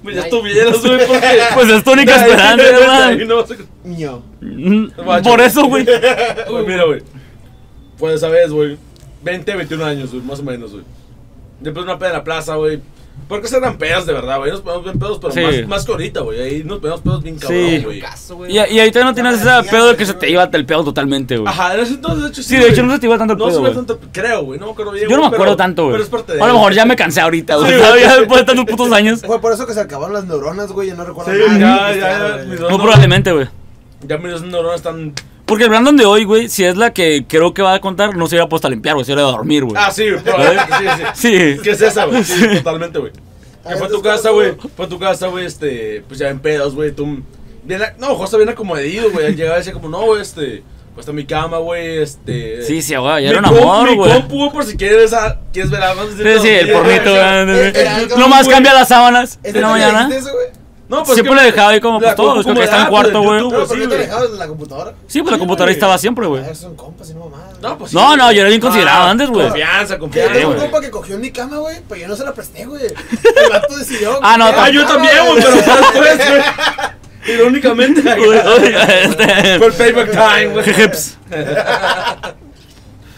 [SPEAKER 3] Pues ya estuvieras, güey, porque.
[SPEAKER 2] Pues es tu única
[SPEAKER 3] Ahí,
[SPEAKER 2] esperanza,
[SPEAKER 3] ahí,
[SPEAKER 2] ¿verdad?
[SPEAKER 3] ahí no vas a-
[SPEAKER 1] Mío.
[SPEAKER 2] Mm, Por eso, güey.
[SPEAKER 3] Güey, mira, güey. Pues esa vez, güey. 20, 21 años, güey, más o menos, güey. Después una peda en la plaza, güey. Porque esas eran pedas de verdad, güey. Nos ponemos bien pedos, pero
[SPEAKER 2] Sí.
[SPEAKER 3] más, más que ahorita, güey. Ahí nos ponemos pedos bien
[SPEAKER 2] Sí.
[SPEAKER 3] cabrón, güey.
[SPEAKER 4] caso,
[SPEAKER 2] Y, y
[SPEAKER 4] güey.
[SPEAKER 2] ahorita no tienes ese pedo de que se te iba el pedo totalmente, güey.
[SPEAKER 3] Ajá, en ese entonces, de hecho, sí.
[SPEAKER 2] Sí, de hecho
[SPEAKER 3] güey.
[SPEAKER 2] no se te iba tanto el
[SPEAKER 3] No se
[SPEAKER 2] pedo,
[SPEAKER 3] iba
[SPEAKER 2] güey.
[SPEAKER 3] tanto, creo, güey. No me acuerdo bien.
[SPEAKER 2] Yo no me
[SPEAKER 3] güey,
[SPEAKER 2] acuerdo
[SPEAKER 3] pero-
[SPEAKER 2] tanto, güey.
[SPEAKER 3] Pero es parte de.
[SPEAKER 2] A lo mejor ya me cansé ahorita, güey.
[SPEAKER 3] Sí, güey.
[SPEAKER 2] Ya después de tantos putos años.
[SPEAKER 1] Fue por eso que se acabaron las neuronas, güey. Yo no recuerdo
[SPEAKER 3] Sí,
[SPEAKER 1] nada.
[SPEAKER 3] ya, ya, ya,
[SPEAKER 1] güey.
[SPEAKER 3] mis dos-
[SPEAKER 2] Muy probablemente, güey.
[SPEAKER 3] Ya mis neuronas están.
[SPEAKER 2] Porque el Brandon de hoy, güey, si es la que creo que va a contar, no se hubiera puesto a limpiar, güey, se hubiera ido a dormir, güey.
[SPEAKER 3] Ah, sí, güey, probablemente, sí, sí.
[SPEAKER 2] Sí.
[SPEAKER 3] ¿Qué es esa, güey? Sí, totalmente, güey.
[SPEAKER 1] A
[SPEAKER 3] Que
[SPEAKER 1] ver,
[SPEAKER 3] fue a tu
[SPEAKER 1] descarga
[SPEAKER 3] casa,
[SPEAKER 1] todo.
[SPEAKER 3] güey. Fue a tu casa, güey, este. Pues ya en pedos, güey. Tú. Bien, a- no, José bien acomedido, güey. Al llegar decía como, no, güey, este. Pues está mi cama, güey, este.
[SPEAKER 2] Sí, sí, güey, ya
[SPEAKER 3] Mi
[SPEAKER 2] era un
[SPEAKER 3] compu-
[SPEAKER 2] amor,
[SPEAKER 3] mi
[SPEAKER 2] güey.
[SPEAKER 3] compu, güey, por si quieres, a- quieres ver algo. antes de
[SPEAKER 2] Sí,
[SPEAKER 3] irte a
[SPEAKER 2] sí, el
[SPEAKER 3] dormir, güey.
[SPEAKER 2] pornito,
[SPEAKER 1] Eh, eh,
[SPEAKER 2] güey.
[SPEAKER 1] algo,
[SPEAKER 2] Nomás
[SPEAKER 3] güey.
[SPEAKER 2] cambia las sábanas
[SPEAKER 3] eh,
[SPEAKER 1] ¿Es
[SPEAKER 2] de la
[SPEAKER 1] neta que
[SPEAKER 2] mañana.
[SPEAKER 3] este
[SPEAKER 1] dijiste eso, güey?
[SPEAKER 3] No, pues,
[SPEAKER 2] Siempre
[SPEAKER 3] que-
[SPEAKER 2] lo dejaba ahí como,
[SPEAKER 3] la
[SPEAKER 2] pues todos,
[SPEAKER 3] compu
[SPEAKER 2] creo que
[SPEAKER 3] como
[SPEAKER 2] está en
[SPEAKER 3] de
[SPEAKER 2] cuarto,
[SPEAKER 3] Apple,
[SPEAKER 2] güey.
[SPEAKER 3] YouTube,
[SPEAKER 1] Pero ¿por
[SPEAKER 3] sí,
[SPEAKER 1] qué te
[SPEAKER 3] güey.
[SPEAKER 1] alejabas de la computadora?
[SPEAKER 2] Sí, pues la
[SPEAKER 3] Sí,
[SPEAKER 2] computadora
[SPEAKER 3] güey.
[SPEAKER 2] ahí estaba siempre,
[SPEAKER 1] A
[SPEAKER 2] güey.
[SPEAKER 1] ver, son compas y no mamadas.
[SPEAKER 3] No, pues sí,
[SPEAKER 2] No,
[SPEAKER 3] güey.
[SPEAKER 2] no, yo era bien considerado
[SPEAKER 3] Ah,
[SPEAKER 2] antes, güey.
[SPEAKER 3] Confianza,
[SPEAKER 1] Yo
[SPEAKER 3] confianza.
[SPEAKER 1] tengo un
[SPEAKER 2] güey.
[SPEAKER 1] compa que cogió mi cama, güey, pero yo no se la presté, güey. El vato decidió.
[SPEAKER 2] Ah, no,
[SPEAKER 1] que era
[SPEAKER 3] Ah,
[SPEAKER 2] Ah,
[SPEAKER 1] mi
[SPEAKER 3] yo
[SPEAKER 1] cama,
[SPEAKER 3] también, güey, pero después, güey. Irónicamente. Fue el payback time, güey.
[SPEAKER 2] Jejeps.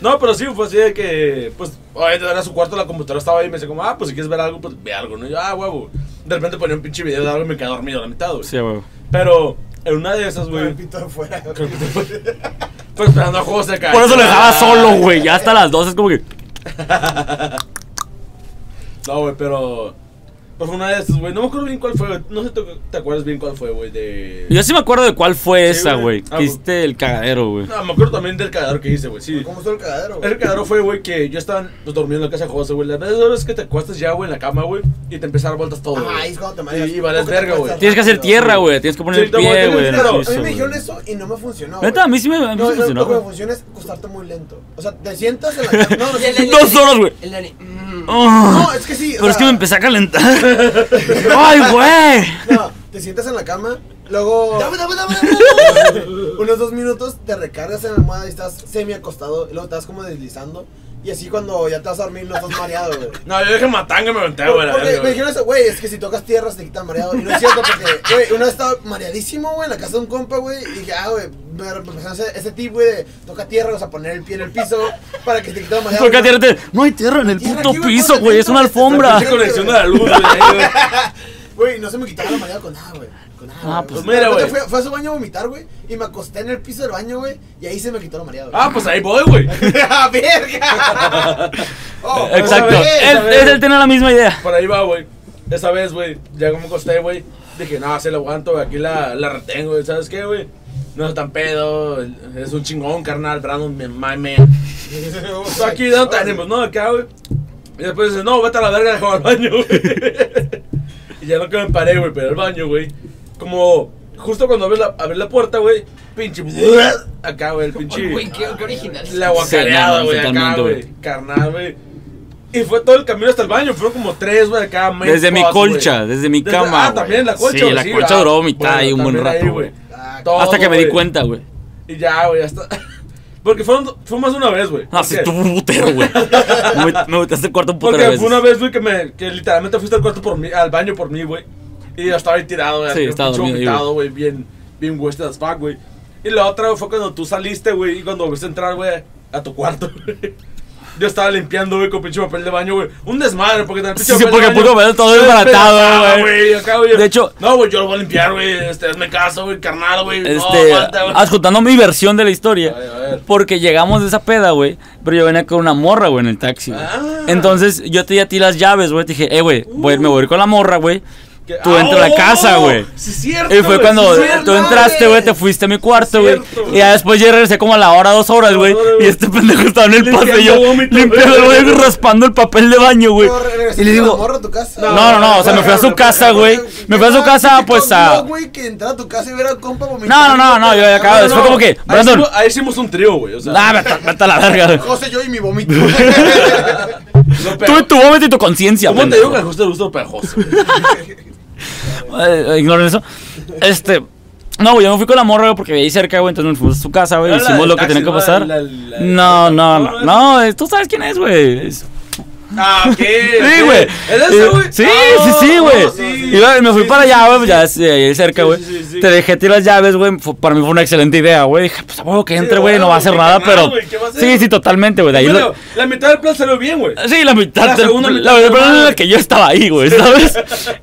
[SPEAKER 3] No, pero sí, fue así de que, pues, obviamente era su cuarto, la computadora estaba ahí y me decía como, ah, pues si quieres ver algo, pues ve algo, ¿no? Y yo, ah, huevo. De repente ponía un pinche video de algo y me quedé dormido a la mitad, güey.
[SPEAKER 2] Sí, güey.
[SPEAKER 3] Pero en una de esas,
[SPEAKER 1] Con el
[SPEAKER 3] güey,
[SPEAKER 1] pito afuera.
[SPEAKER 3] fue esperando a José acá.
[SPEAKER 2] Por eso lo dejaba solo, güey. Ya hasta las 12 es como que.
[SPEAKER 3] No, güey, pero... Pues fue una de esas, güey. No me acuerdo bien cuál fue, güey. No sé, ¿tú te acuerdas bien cuál fue, güey, de...
[SPEAKER 2] Yo sí me acuerdo de cuál fue
[SPEAKER 3] Sí,
[SPEAKER 2] esa,
[SPEAKER 3] güey.
[SPEAKER 2] güey.
[SPEAKER 3] Ah,
[SPEAKER 2] Que hiciste el cagadero, güey.
[SPEAKER 3] No, Ah, me acuerdo también del cagadero que hice, güey, sí.
[SPEAKER 1] ¿Cómo estuvo el cagadero, güey?
[SPEAKER 3] El cagadero fue, güey, que yo estaba pues, dormido en la casa de José, güey. Las veces es que te acuestas ya, güey, en la cama, güey, y te empiezas a dar vueltas todo,
[SPEAKER 1] Ah,
[SPEAKER 3] güey.
[SPEAKER 1] ahí es cuando te mareas.
[SPEAKER 3] Y vales
[SPEAKER 1] ¿Por qué te
[SPEAKER 3] verga, güey.
[SPEAKER 1] acuestas?
[SPEAKER 2] Tienes que hacer tierra, güey. Tienes que poner
[SPEAKER 3] Sí,
[SPEAKER 2] el
[SPEAKER 3] te voy a
[SPEAKER 2] pie,
[SPEAKER 3] tener
[SPEAKER 2] güey. en el
[SPEAKER 3] dinero.
[SPEAKER 1] A
[SPEAKER 2] piso,
[SPEAKER 1] mí me
[SPEAKER 2] güey.
[SPEAKER 1] dijeron eso y no me funcionó.
[SPEAKER 2] Neta, a
[SPEAKER 1] güey.
[SPEAKER 2] mí sí me, a
[SPEAKER 1] No,
[SPEAKER 2] mí sí me
[SPEAKER 1] no,
[SPEAKER 2] funcionó.
[SPEAKER 1] lo que me
[SPEAKER 2] güey.
[SPEAKER 1] funciona es acostarte muy lento. O sea, te sientas en la cama. No, no,
[SPEAKER 4] Y el Dani-
[SPEAKER 1] no,
[SPEAKER 2] Dos horas, güey.
[SPEAKER 4] El Dani, mm.
[SPEAKER 1] no,
[SPEAKER 2] Oh,
[SPEAKER 1] es que sí. o
[SPEAKER 2] pero es que
[SPEAKER 1] sea,
[SPEAKER 2] me empecé a calentar. ¡Ay, güey!
[SPEAKER 1] No, te sientas en la cama, luego
[SPEAKER 4] Dame, dame, dame, dame.
[SPEAKER 1] unos dos minutos te recargas en la almohada y estás semi acostado, y luego estás como deslizando. Y así cuando ya te vas a dormir no estás mareado, güey.
[SPEAKER 3] No, yo dejé matanga y me aventé, güey. la
[SPEAKER 1] Porque
[SPEAKER 3] verga,
[SPEAKER 1] me
[SPEAKER 3] güey.
[SPEAKER 1] dijeron eso, güey, es que si tocas tierra se te quita mareado. Y no es cierto porque, güey, una vez estaba mareadísimo, güey, en la casa de un compa, güey. Y dije, ah, güey, me representó ese, ese tip, güey, de toca tierra, o sea, poner el pie en el piso para que se te quita mareado.
[SPEAKER 2] Porque tierra te- No hay tierra en el
[SPEAKER 1] Tierra
[SPEAKER 2] puto
[SPEAKER 1] aquí, güey,
[SPEAKER 2] piso, güey. Es una
[SPEAKER 1] ponte tierra,
[SPEAKER 2] alfombra.
[SPEAKER 3] Pinche conexión de la luz, güey. ahí, güey.
[SPEAKER 1] Güey, no se me quitaba la mareada con nada, güey. Con nada.
[SPEAKER 2] Ah,
[SPEAKER 1] güey.
[SPEAKER 2] pues
[SPEAKER 1] O sea,
[SPEAKER 3] mira,
[SPEAKER 1] de repente
[SPEAKER 3] güey.
[SPEAKER 1] Fui, fui a su baño a vomitar, güey, y me acosté en el piso del baño, güey, y ahí se me quitó la mareada. güey.
[SPEAKER 3] Ah, pues ahí voy, güey.
[SPEAKER 1] ¡Ah, verga! Oh,
[SPEAKER 2] Exacto.
[SPEAKER 3] Esa vez,
[SPEAKER 2] Él,
[SPEAKER 3] esa vez.
[SPEAKER 2] él- él tiene la misma idea.
[SPEAKER 3] Por ahí va, güey. Esa vez, güey, ya como costé, güey. Dije, no, se la aguanto, güey. Aquí la, la retengo, güey. ¿Sabes qué, güey? No es tan pedo. Es un chingón, carnal. Brandon, me mame.
[SPEAKER 2] Pues
[SPEAKER 3] Tú Pues aquí, ¿dónde te ánimos? No, acá, güey. Y después dice, no, vete a la verga, déjame al baño, güey. y ya no que me paré, güey, pero al baño, güey. Como justo cuando abrí la, abrí la puerta, güey, pinche. Acá, güey, el pinche.
[SPEAKER 4] Güey, qué, qué original.
[SPEAKER 3] La
[SPEAKER 2] Sí,
[SPEAKER 3] guacareada,
[SPEAKER 2] no,
[SPEAKER 3] güey, acá,
[SPEAKER 2] totalmente,
[SPEAKER 3] güey.
[SPEAKER 2] güey.
[SPEAKER 3] Carnal, güey. Y fue todo el camino hasta el baño, fueron como tres, güey, acá. main
[SPEAKER 2] Desde mi
[SPEAKER 3] pots, güey.
[SPEAKER 2] colcha, desde mi
[SPEAKER 3] Desde-
[SPEAKER 2] cama,
[SPEAKER 3] Ah,
[SPEAKER 2] güey.
[SPEAKER 3] también la colcha.
[SPEAKER 2] Sí,
[SPEAKER 3] güey,
[SPEAKER 2] la colcha
[SPEAKER 3] ah,
[SPEAKER 2] duró mitad ahí un buen
[SPEAKER 3] también
[SPEAKER 2] rato,
[SPEAKER 3] ahí,
[SPEAKER 2] güey.
[SPEAKER 1] Ah,
[SPEAKER 3] Todo,
[SPEAKER 2] Hasta que me di
[SPEAKER 3] güey.
[SPEAKER 2] cuenta, güey.
[SPEAKER 3] Y ya, güey, hasta. Porque fueron, fue más de una vez, güey.
[SPEAKER 2] Ah,
[SPEAKER 3] ¿Por
[SPEAKER 2] sí,
[SPEAKER 3] qué?
[SPEAKER 2] tú un putero, güey. Me- Me botaste el cuarto un putero
[SPEAKER 3] Porque
[SPEAKER 2] de veces.
[SPEAKER 3] fue una vez, güey, que, me, que literalmente fuiste al cuarto por mí, al baño por mí, güey. Y yo estaba ahí tirado, güey.
[SPEAKER 2] Sí,
[SPEAKER 3] bien
[SPEAKER 2] estaba
[SPEAKER 3] pinche
[SPEAKER 2] dormido ahí,
[SPEAKER 3] vomitado, güey. Bien, bien wasted as fuck, güey. Y la otra güey, fue cuando tú saliste, güey, y cuando volviste a entrar, güey, a tu cuarto, güey. Yo estaba limpiando, güey, con pinche papel de baño, güey. Un desmadre, porque también pinche
[SPEAKER 2] Sí, sí,
[SPEAKER 3] papel de
[SPEAKER 2] porque
[SPEAKER 3] baño
[SPEAKER 2] puto papel todo
[SPEAKER 3] se
[SPEAKER 2] desbaratado,
[SPEAKER 3] despedazaba,
[SPEAKER 2] güey.
[SPEAKER 3] acá, güey.
[SPEAKER 2] De hecho-
[SPEAKER 3] No, güey, yo lo voy a limpiar, güey. Este, hazme caso, güey, carnal, güey. no,
[SPEAKER 2] Este,
[SPEAKER 3] aguanta, güey.
[SPEAKER 2] ah, contando mi versión de la historia.
[SPEAKER 3] A ver, a ver.
[SPEAKER 2] Porque llegamos de esa peda, güey. Pero yo venía con una morra, güey, en el taxi. güey.
[SPEAKER 3] Ah.
[SPEAKER 2] Entonces yo te di a ti las llaves, güey. Te dije, eh, güey, voy a ir- me voy a ir con la morra, güey.
[SPEAKER 3] Que-
[SPEAKER 2] Tú entra a la
[SPEAKER 3] ¡Oh!
[SPEAKER 2] casa, güey.
[SPEAKER 3] Sí, es cierto.
[SPEAKER 2] Y fue
[SPEAKER 3] güey,
[SPEAKER 2] cuando
[SPEAKER 3] sí es cierto.
[SPEAKER 2] tú entraste, güey, te fuiste a mi cuarto, güey.
[SPEAKER 3] Cierto, güey.
[SPEAKER 2] Y ya después yo regresé como a la hora, dos horas,
[SPEAKER 3] Dos
[SPEAKER 2] güey.
[SPEAKER 3] horas,
[SPEAKER 2] Y
[SPEAKER 3] güey.
[SPEAKER 2] este pendejo estaba en el
[SPEAKER 3] Limpiando
[SPEAKER 2] pasillo,
[SPEAKER 3] vómito,
[SPEAKER 2] limpiando el
[SPEAKER 3] güey.
[SPEAKER 2] baño, y raspando el papel de baño, güey.
[SPEAKER 1] Pero regresaste
[SPEAKER 2] Y le
[SPEAKER 1] a la
[SPEAKER 2] digo,
[SPEAKER 1] morra a tu casa.
[SPEAKER 3] No,
[SPEAKER 2] no, no, no, o sea, me fui a su casa, güey. Me fui a su casa,
[SPEAKER 1] Qué
[SPEAKER 2] pues a.
[SPEAKER 1] cabrón, güey, que entrar a tu casa y ver al compa
[SPEAKER 2] No, no, no, no, yo ya acabo.
[SPEAKER 3] No,
[SPEAKER 2] Fue
[SPEAKER 3] no,
[SPEAKER 2] como que,
[SPEAKER 3] ahí
[SPEAKER 2] Brandon.
[SPEAKER 3] hicimos- Ahí hicimos un trío, güey. O sea,
[SPEAKER 2] Nah, vete, vete a la verga, güey.
[SPEAKER 1] José, yo y mi vómito.
[SPEAKER 3] lo
[SPEAKER 2] Tú
[SPEAKER 3] peor-
[SPEAKER 2] y tu vómito y tu conciencia,
[SPEAKER 3] ¿Cómo te
[SPEAKER 2] pendejo.
[SPEAKER 3] digo que José le gusta lo pegajoso?
[SPEAKER 2] Eh, eh, ignoren eso. Este. No, güey, yo me fui con la morra, güey, porque veía ahí cerca, güey. Entonces nos fuimos a su casa, güey.
[SPEAKER 3] Era la
[SPEAKER 2] Hicimos
[SPEAKER 3] del
[SPEAKER 2] lo que
[SPEAKER 3] taxi,
[SPEAKER 2] tenía que
[SPEAKER 3] ¿no?
[SPEAKER 2] pasar.
[SPEAKER 3] La- la- la-
[SPEAKER 2] No, no,
[SPEAKER 3] no,
[SPEAKER 2] no. No, eh, tú sabes quién es, güey. Es-
[SPEAKER 3] Ah, ok.
[SPEAKER 2] Sí, güey.
[SPEAKER 3] ¿Es ese, güey?
[SPEAKER 2] Eh, Sí,
[SPEAKER 3] Ah,
[SPEAKER 2] sí, sí, güey.
[SPEAKER 3] no, sí.
[SPEAKER 2] Y güey, me fui
[SPEAKER 3] Sí,
[SPEAKER 2] para
[SPEAKER 3] sí,
[SPEAKER 2] allá,
[SPEAKER 3] sí,
[SPEAKER 2] güey,
[SPEAKER 3] sí.
[SPEAKER 2] ya sí, ahí cerca,
[SPEAKER 3] Sí,
[SPEAKER 2] güey.
[SPEAKER 3] sí, sí, sí.
[SPEAKER 2] Te dejé tirar las llaves, güey. Fue- Para mí fue una excelente idea, güey. Dije, pues a huevo que entre, güey, no va a hacer
[SPEAKER 3] güey,
[SPEAKER 2] nada,
[SPEAKER 3] carnal,
[SPEAKER 2] pero.
[SPEAKER 3] güey, ¿qué va a hacer?
[SPEAKER 2] Sí, sí, totalmente, güey. De ahí
[SPEAKER 3] Mira,
[SPEAKER 2] lo-
[SPEAKER 3] La mitad del plan salió bien, güey.
[SPEAKER 2] Sí, la mitad.
[SPEAKER 3] La
[SPEAKER 2] del-
[SPEAKER 3] segunda mitad
[SPEAKER 2] la,
[SPEAKER 3] fue
[SPEAKER 2] el problema
[SPEAKER 3] mala.
[SPEAKER 2] era que yo estaba ahí, güey, ¿sabes?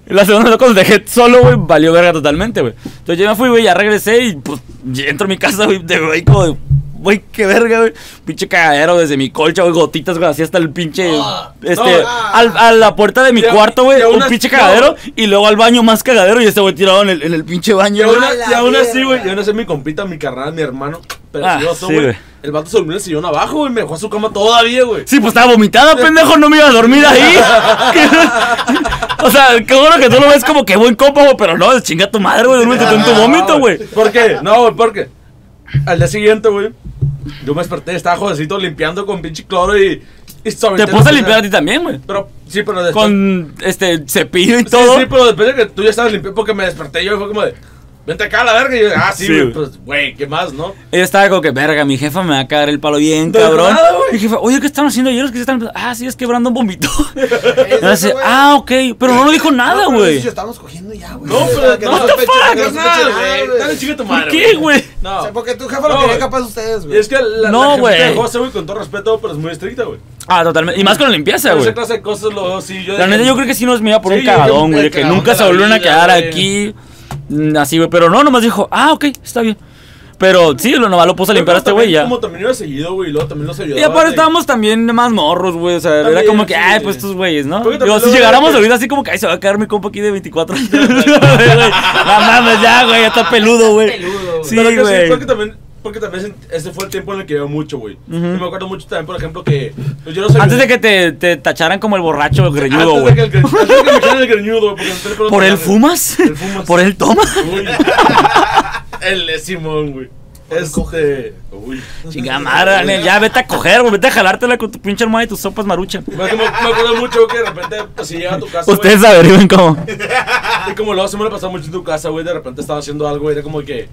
[SPEAKER 2] la segunda mitad cuando dejé solo, güey, valió verga totalmente, güey. Entonces yo me fui, güey, ya regresé y pues ya entro a mi casa, güey, de güey, como de güey, qué verga, güey. Pinche cagadero desde mi colcha, güey, gotitas, güey, así hasta el pinche.
[SPEAKER 3] Ah,
[SPEAKER 2] este,
[SPEAKER 3] no.
[SPEAKER 2] al- a la puerta de mi
[SPEAKER 3] Y a-
[SPEAKER 2] cuarto,
[SPEAKER 3] y
[SPEAKER 2] güey,
[SPEAKER 3] a
[SPEAKER 2] un
[SPEAKER 3] unas-
[SPEAKER 2] pinche
[SPEAKER 3] no.
[SPEAKER 2] cagadero. Y luego al baño más cagadero y este güey tirado en el, en el pinche
[SPEAKER 3] Y
[SPEAKER 2] baño,
[SPEAKER 3] aún,
[SPEAKER 2] güey.
[SPEAKER 1] A la
[SPEAKER 3] y aún así,
[SPEAKER 1] mierda.
[SPEAKER 3] güey, y aún así mi compita, mi carnal, mi hermano, pero
[SPEAKER 2] Ah,
[SPEAKER 3] si yo soy,
[SPEAKER 2] sí,
[SPEAKER 3] güey.
[SPEAKER 2] güey.
[SPEAKER 3] El vato se durmió en el sillón abajo, güey, me dejó a su cama todavía, güey.
[SPEAKER 2] Sí, pues estaba vomitada, pendejo, no me iba a dormir ahí. o sea, qué bueno que tú lo ves como que buen compa, güey, pero no, chinga tu madre, güey, duérmete tú en tu
[SPEAKER 3] Ah, No,
[SPEAKER 2] vómito, güey.
[SPEAKER 3] ¿Por qué? No, güey, porque al día siguiente, güey, yo me desperté, estaba jodecito limpiando con pinche cloro y... y
[SPEAKER 2] Te puse a limpiar a ti también, güey.
[SPEAKER 3] Pero, sí, pero después...
[SPEAKER 2] Con este cepillo y
[SPEAKER 3] Sí,
[SPEAKER 2] todo.
[SPEAKER 3] sí, pues. pero después de que tú ya estabas limpiando, porque me desperté yo y fue como de... Vente acá a la verga. Y yo, ah, sí,
[SPEAKER 2] Sí,
[SPEAKER 3] güey,
[SPEAKER 2] güey.
[SPEAKER 3] pues, güey, ¿qué más, no?
[SPEAKER 2] Ella estaba como que, verga, mi jefa me va a cagar el palo bien,
[SPEAKER 3] De
[SPEAKER 2] cabrón.
[SPEAKER 3] nada, güey.
[SPEAKER 2] Mi jefa, oye, ¿qué están haciendo ayer? Es que se están. Ah, sí, es que Brandon vomitó.
[SPEAKER 1] Es
[SPEAKER 2] Y hace,
[SPEAKER 1] eso, güey.
[SPEAKER 2] ah, ok, pero no lo dijo nada,
[SPEAKER 1] No, pero
[SPEAKER 2] güey.
[SPEAKER 1] dices, Estamos cogiendo ya, güey.
[SPEAKER 3] No,
[SPEAKER 1] O sea,
[SPEAKER 3] pero
[SPEAKER 1] que
[SPEAKER 3] no, what the
[SPEAKER 1] sospeche-
[SPEAKER 2] fuck,
[SPEAKER 1] que
[SPEAKER 3] No,
[SPEAKER 1] no sospeche nada,
[SPEAKER 3] nada, güey. Dale chinga tu madre.
[SPEAKER 2] ¿Por qué, güey?
[SPEAKER 1] O
[SPEAKER 3] No.
[SPEAKER 1] sea, porque tu jefa lo
[SPEAKER 3] No,
[SPEAKER 1] quería
[SPEAKER 3] güey.
[SPEAKER 1] capaz de ustedes, güey.
[SPEAKER 3] Y es que la,
[SPEAKER 2] No,
[SPEAKER 3] no,
[SPEAKER 2] güey.
[SPEAKER 3] la gente José, güey, con todo respeto, pero es muy estricta, güey.
[SPEAKER 2] Ah, totalmente. Y más con la limpieza,
[SPEAKER 3] Pero
[SPEAKER 2] güey.
[SPEAKER 3] Esa clase de cosas lo veo, sí. Yo
[SPEAKER 2] La neta, yo creo que sí nos mira por
[SPEAKER 3] Sí,
[SPEAKER 2] un
[SPEAKER 3] yo creo que
[SPEAKER 2] cagadón,
[SPEAKER 3] un
[SPEAKER 2] güey. de Que
[SPEAKER 3] cagadón
[SPEAKER 2] nunca
[SPEAKER 3] de
[SPEAKER 2] se
[SPEAKER 3] la
[SPEAKER 2] volvieron a
[SPEAKER 3] vida,
[SPEAKER 2] quedar
[SPEAKER 3] güey.
[SPEAKER 2] aquí. mm, Así, güey. Pero no, nomás dijo, ah, ok, está bien. Pero sí, lo nomás lo puso a limpiar a este güey y ya.
[SPEAKER 3] Como también iba seguido, güey, y luego también los ayudaba.
[SPEAKER 2] Y aparte
[SPEAKER 3] de-
[SPEAKER 2] estábamos también más morros, güey. O sea, era
[SPEAKER 3] También,
[SPEAKER 2] como que,
[SPEAKER 3] sí,
[SPEAKER 2] ay,
[SPEAKER 3] sí.
[SPEAKER 2] pues estos güeyes, ¿no?
[SPEAKER 3] Porque
[SPEAKER 2] Digo,
[SPEAKER 3] también
[SPEAKER 2] si
[SPEAKER 3] luego
[SPEAKER 2] llegáramos
[SPEAKER 3] era que-
[SPEAKER 2] ahorita así como que, ay, se va a quedar mi compa aquí de 24 años. No mames, ya, güey, ya está peludo, güey.
[SPEAKER 4] Peludo, güey.
[SPEAKER 2] Sí,
[SPEAKER 3] Pero que
[SPEAKER 2] güey.
[SPEAKER 3] porque también, porque también ese fue el tiempo en el que yo mucho, güey.
[SPEAKER 2] Ujú.
[SPEAKER 3] Y me acuerdo mucho también, por ejemplo, que pues, yo no sabía.
[SPEAKER 2] Antes de que te, te tacharan como el borracho greñudo,
[SPEAKER 3] Antes de que
[SPEAKER 2] güey.
[SPEAKER 3] el gre- antes de que me echaran el greñudo, güey, porque entré con
[SPEAKER 2] ¿Por
[SPEAKER 3] otro
[SPEAKER 2] él
[SPEAKER 3] madre.
[SPEAKER 2] fumas?
[SPEAKER 3] El fumas.
[SPEAKER 2] ¿Por él toma?
[SPEAKER 3] Uy. el de Simón, güey. Este. Uy.
[SPEAKER 2] Chinga madre, Daniel, ya vete a coger, güey, vete a jalártela con tu pinche hermana y tus sopas marucha.
[SPEAKER 3] Me, me- me acuerdo mucho güey, que de repente, pues si llega a tu casa. güey,
[SPEAKER 2] Ustedes averigüen cómo.
[SPEAKER 3] Y como luego se me lo pasaba mucho en tu casa, güey, de repente estaba haciendo algo, era como que.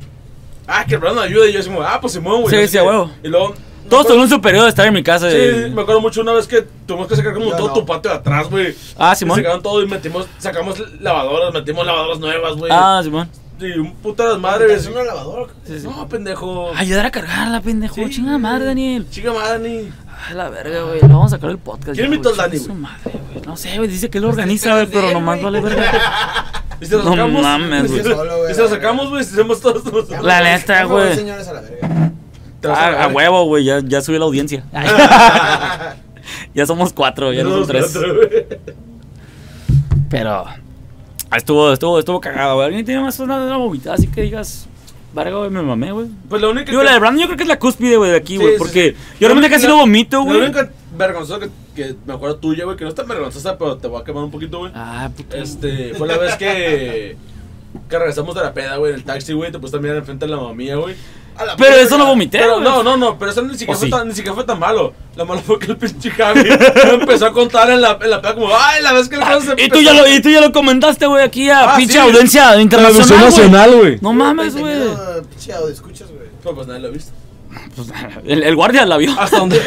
[SPEAKER 3] Ah, que Brandon ayuda. Y yo así como, ah, pues Simón, güey.
[SPEAKER 2] Sí,
[SPEAKER 3] no sé
[SPEAKER 2] sí,
[SPEAKER 3] qué.
[SPEAKER 2] a huevo.
[SPEAKER 3] Y luego.
[SPEAKER 2] Todos
[SPEAKER 3] me acuerdo-
[SPEAKER 2] tuvieron su periodo de estar en mi casa.
[SPEAKER 3] Sí,
[SPEAKER 2] eh.
[SPEAKER 3] me acuerdo mucho una vez que tuvimos que sacar como
[SPEAKER 1] Yo
[SPEAKER 3] todo
[SPEAKER 1] no.
[SPEAKER 3] tu patio de atrás, güey.
[SPEAKER 2] Ah, Simón.
[SPEAKER 3] Y sacaron todo y metimos, sacamos lavadoras, metimos lavadoras nuevas, güey.
[SPEAKER 2] Ah, Simón.
[SPEAKER 3] Y un puto desmadre, güey.
[SPEAKER 1] Es una lavadora.
[SPEAKER 3] No, pendejo.
[SPEAKER 2] Ayudar a cargarla, pendejo.
[SPEAKER 3] Sí,
[SPEAKER 2] Chinga madre,
[SPEAKER 3] güey.
[SPEAKER 2] Daniel.
[SPEAKER 3] Chica madre,
[SPEAKER 2] A la verga, güey. No vamos a sacar el podcast.
[SPEAKER 3] ¿Quién
[SPEAKER 2] ya,
[SPEAKER 3] invitó
[SPEAKER 2] güey,
[SPEAKER 3] al Dani,
[SPEAKER 2] chinga
[SPEAKER 3] güey?
[SPEAKER 2] su madre, güey. No sé, güey. Dice que él organiza, güey, pero nomás vale verga.
[SPEAKER 3] Y se lo
[SPEAKER 2] No
[SPEAKER 3] sacamos.
[SPEAKER 2] mames,
[SPEAKER 3] y se-
[SPEAKER 1] güey. Solo, güey,
[SPEAKER 3] Y se lo
[SPEAKER 1] la
[SPEAKER 3] sacamos, güey. y Hicimos todos los.
[SPEAKER 1] Ya,
[SPEAKER 2] La
[SPEAKER 1] güey,
[SPEAKER 2] neta,
[SPEAKER 1] ya, güey,
[SPEAKER 2] güey.
[SPEAKER 1] señores a la verga.
[SPEAKER 3] Te vas a
[SPEAKER 2] Ah, a
[SPEAKER 3] cagar.
[SPEAKER 2] huevo, güey. Ya, ya subió la audiencia. ya somos cuatro, ya no son
[SPEAKER 3] Unos,
[SPEAKER 2] tres.
[SPEAKER 3] otro, güey.
[SPEAKER 2] Pero ah, estuvo, estuvo, estuvo cagado, güey. Alguien tiene más una, una vomitada, así que digas, verga, güey, me mamé, güey.
[SPEAKER 3] Pues la única.
[SPEAKER 2] Digo,
[SPEAKER 3] que-
[SPEAKER 2] la de Brandon yo creo que es la cúspide, güey, de aquí, güey.
[SPEAKER 3] Sí, sí,
[SPEAKER 2] porque
[SPEAKER 3] sí.
[SPEAKER 2] yo
[SPEAKER 3] La
[SPEAKER 2] realmente
[SPEAKER 3] única-
[SPEAKER 2] casi no vomito,
[SPEAKER 3] La
[SPEAKER 2] güey.
[SPEAKER 3] única vergonzosa que, que me acuerdo tuya, güey, que no está vergonzosa, pero te voy a quemar un poquito, güey.
[SPEAKER 2] Ah, puta.
[SPEAKER 3] Este, fue la vez que. Que regresamos de la peda, güey, en el taxi, güey. Te pusiste a mirar enfrente de la mamá mía, güey.
[SPEAKER 1] A la
[SPEAKER 2] Pero
[SPEAKER 1] verga.
[SPEAKER 2] eso no vomité,
[SPEAKER 3] Pero
[SPEAKER 2] güey.
[SPEAKER 3] no, no, no, pero eso ni siquiera,
[SPEAKER 2] ¿O
[SPEAKER 3] fue
[SPEAKER 2] sí?
[SPEAKER 3] tan, ni siquiera fue tan malo. Lo malo fue que el pinche Javi me empezó a contar en la, en la peda, como, ay, la vez que el José se
[SPEAKER 2] Ah, Y tú, ya lo, y tú ya lo comentaste, güey, aquí a
[SPEAKER 3] Ah,
[SPEAKER 2] pinche
[SPEAKER 3] sí.
[SPEAKER 2] audiencia internacional.
[SPEAKER 5] Televisión
[SPEAKER 2] güey.
[SPEAKER 5] nacional, güey.
[SPEAKER 2] No mames, güey.
[SPEAKER 1] Teniendo, eh, Pinche audio, escuchas, güey.
[SPEAKER 3] No, pues nadie lo ha visto.
[SPEAKER 2] Pues, el, el guardia la vio.
[SPEAKER 3] ¿Hasta dónde?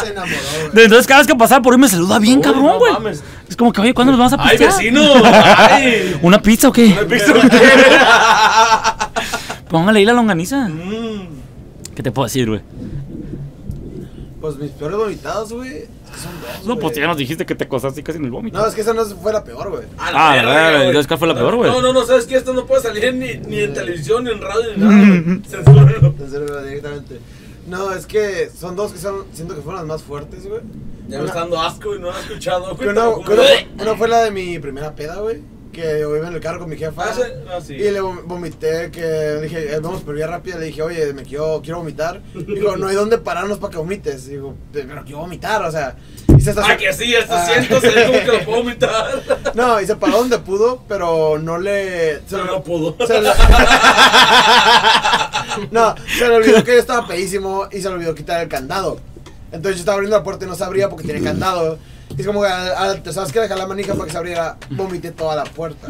[SPEAKER 1] Se enamoró, güey.
[SPEAKER 2] Entonces, cada vez que pasaba por ahí me saluda bien,
[SPEAKER 3] Uy,
[SPEAKER 2] cabrón,
[SPEAKER 3] no
[SPEAKER 2] güey.
[SPEAKER 3] mames.
[SPEAKER 2] es como que, oye, ¿cuándo nos vamos a
[SPEAKER 3] ¡Ay,
[SPEAKER 2] pistear? Ah,
[SPEAKER 3] vecino! ¡Ay!
[SPEAKER 2] ¿Una pizza o qué?
[SPEAKER 3] ¿Me piso qué?
[SPEAKER 2] Póngale ahí la longaniza.
[SPEAKER 3] Mm.
[SPEAKER 2] ¿Qué te puedo decir, güey?
[SPEAKER 1] Pues mis peores vomitados, güey. es que son dos.
[SPEAKER 2] No, pues
[SPEAKER 1] güey.
[SPEAKER 2] ya nos dijiste que te acostaste casi en el vómito.
[SPEAKER 1] No, es que esa no fue la peor, güey.
[SPEAKER 3] A
[SPEAKER 2] Ah, la verga,
[SPEAKER 3] güey.
[SPEAKER 2] entonces, ¿cuál fue la peor, güey?
[SPEAKER 3] No, no, no, ¿sabes qué? Esto no puede salir ni, ni en televisión, ni en radio, ni nada, güey. Censúralo.
[SPEAKER 1] Entonces, güey, directamente. No, es que son dos que son, siento que fueron las más fuertes, güey.
[SPEAKER 3] Ya me
[SPEAKER 1] Una-
[SPEAKER 3] está dando asco, güey, no lo he escuchado,
[SPEAKER 1] que
[SPEAKER 3] güey.
[SPEAKER 1] una,
[SPEAKER 3] Tampoco-
[SPEAKER 1] que una fue- una fue la de mi primera peda, güey. Que yo iba en el carro con mi jefa.
[SPEAKER 3] Ah, sí, ah, sí.
[SPEAKER 1] Y le vom- vomité, que le dije, eh, vamos por vía rápida. Le dije, oye, me quiero, quiero vomitar. Digo, no hay dónde pararnos para que vomites. Digo, pero quiero vomitar, o sea. Y se estacionó-
[SPEAKER 3] Ah, que sí, esto
[SPEAKER 1] Ah.
[SPEAKER 3] siento, se ve como que lo puedo vomitar.
[SPEAKER 1] No, y se paró donde pudo, pero no le.
[SPEAKER 3] Pero no pudo.
[SPEAKER 1] Se le- no, se le olvidó que yo estaba pedísimo y se le olvidó quitar el candado. Entonces yo estaba abriendo la puerta y no se abría porque tenía candado. Y es como que al, al- te sabes que dejar la manija para que se abriera, vomité toda la puerta.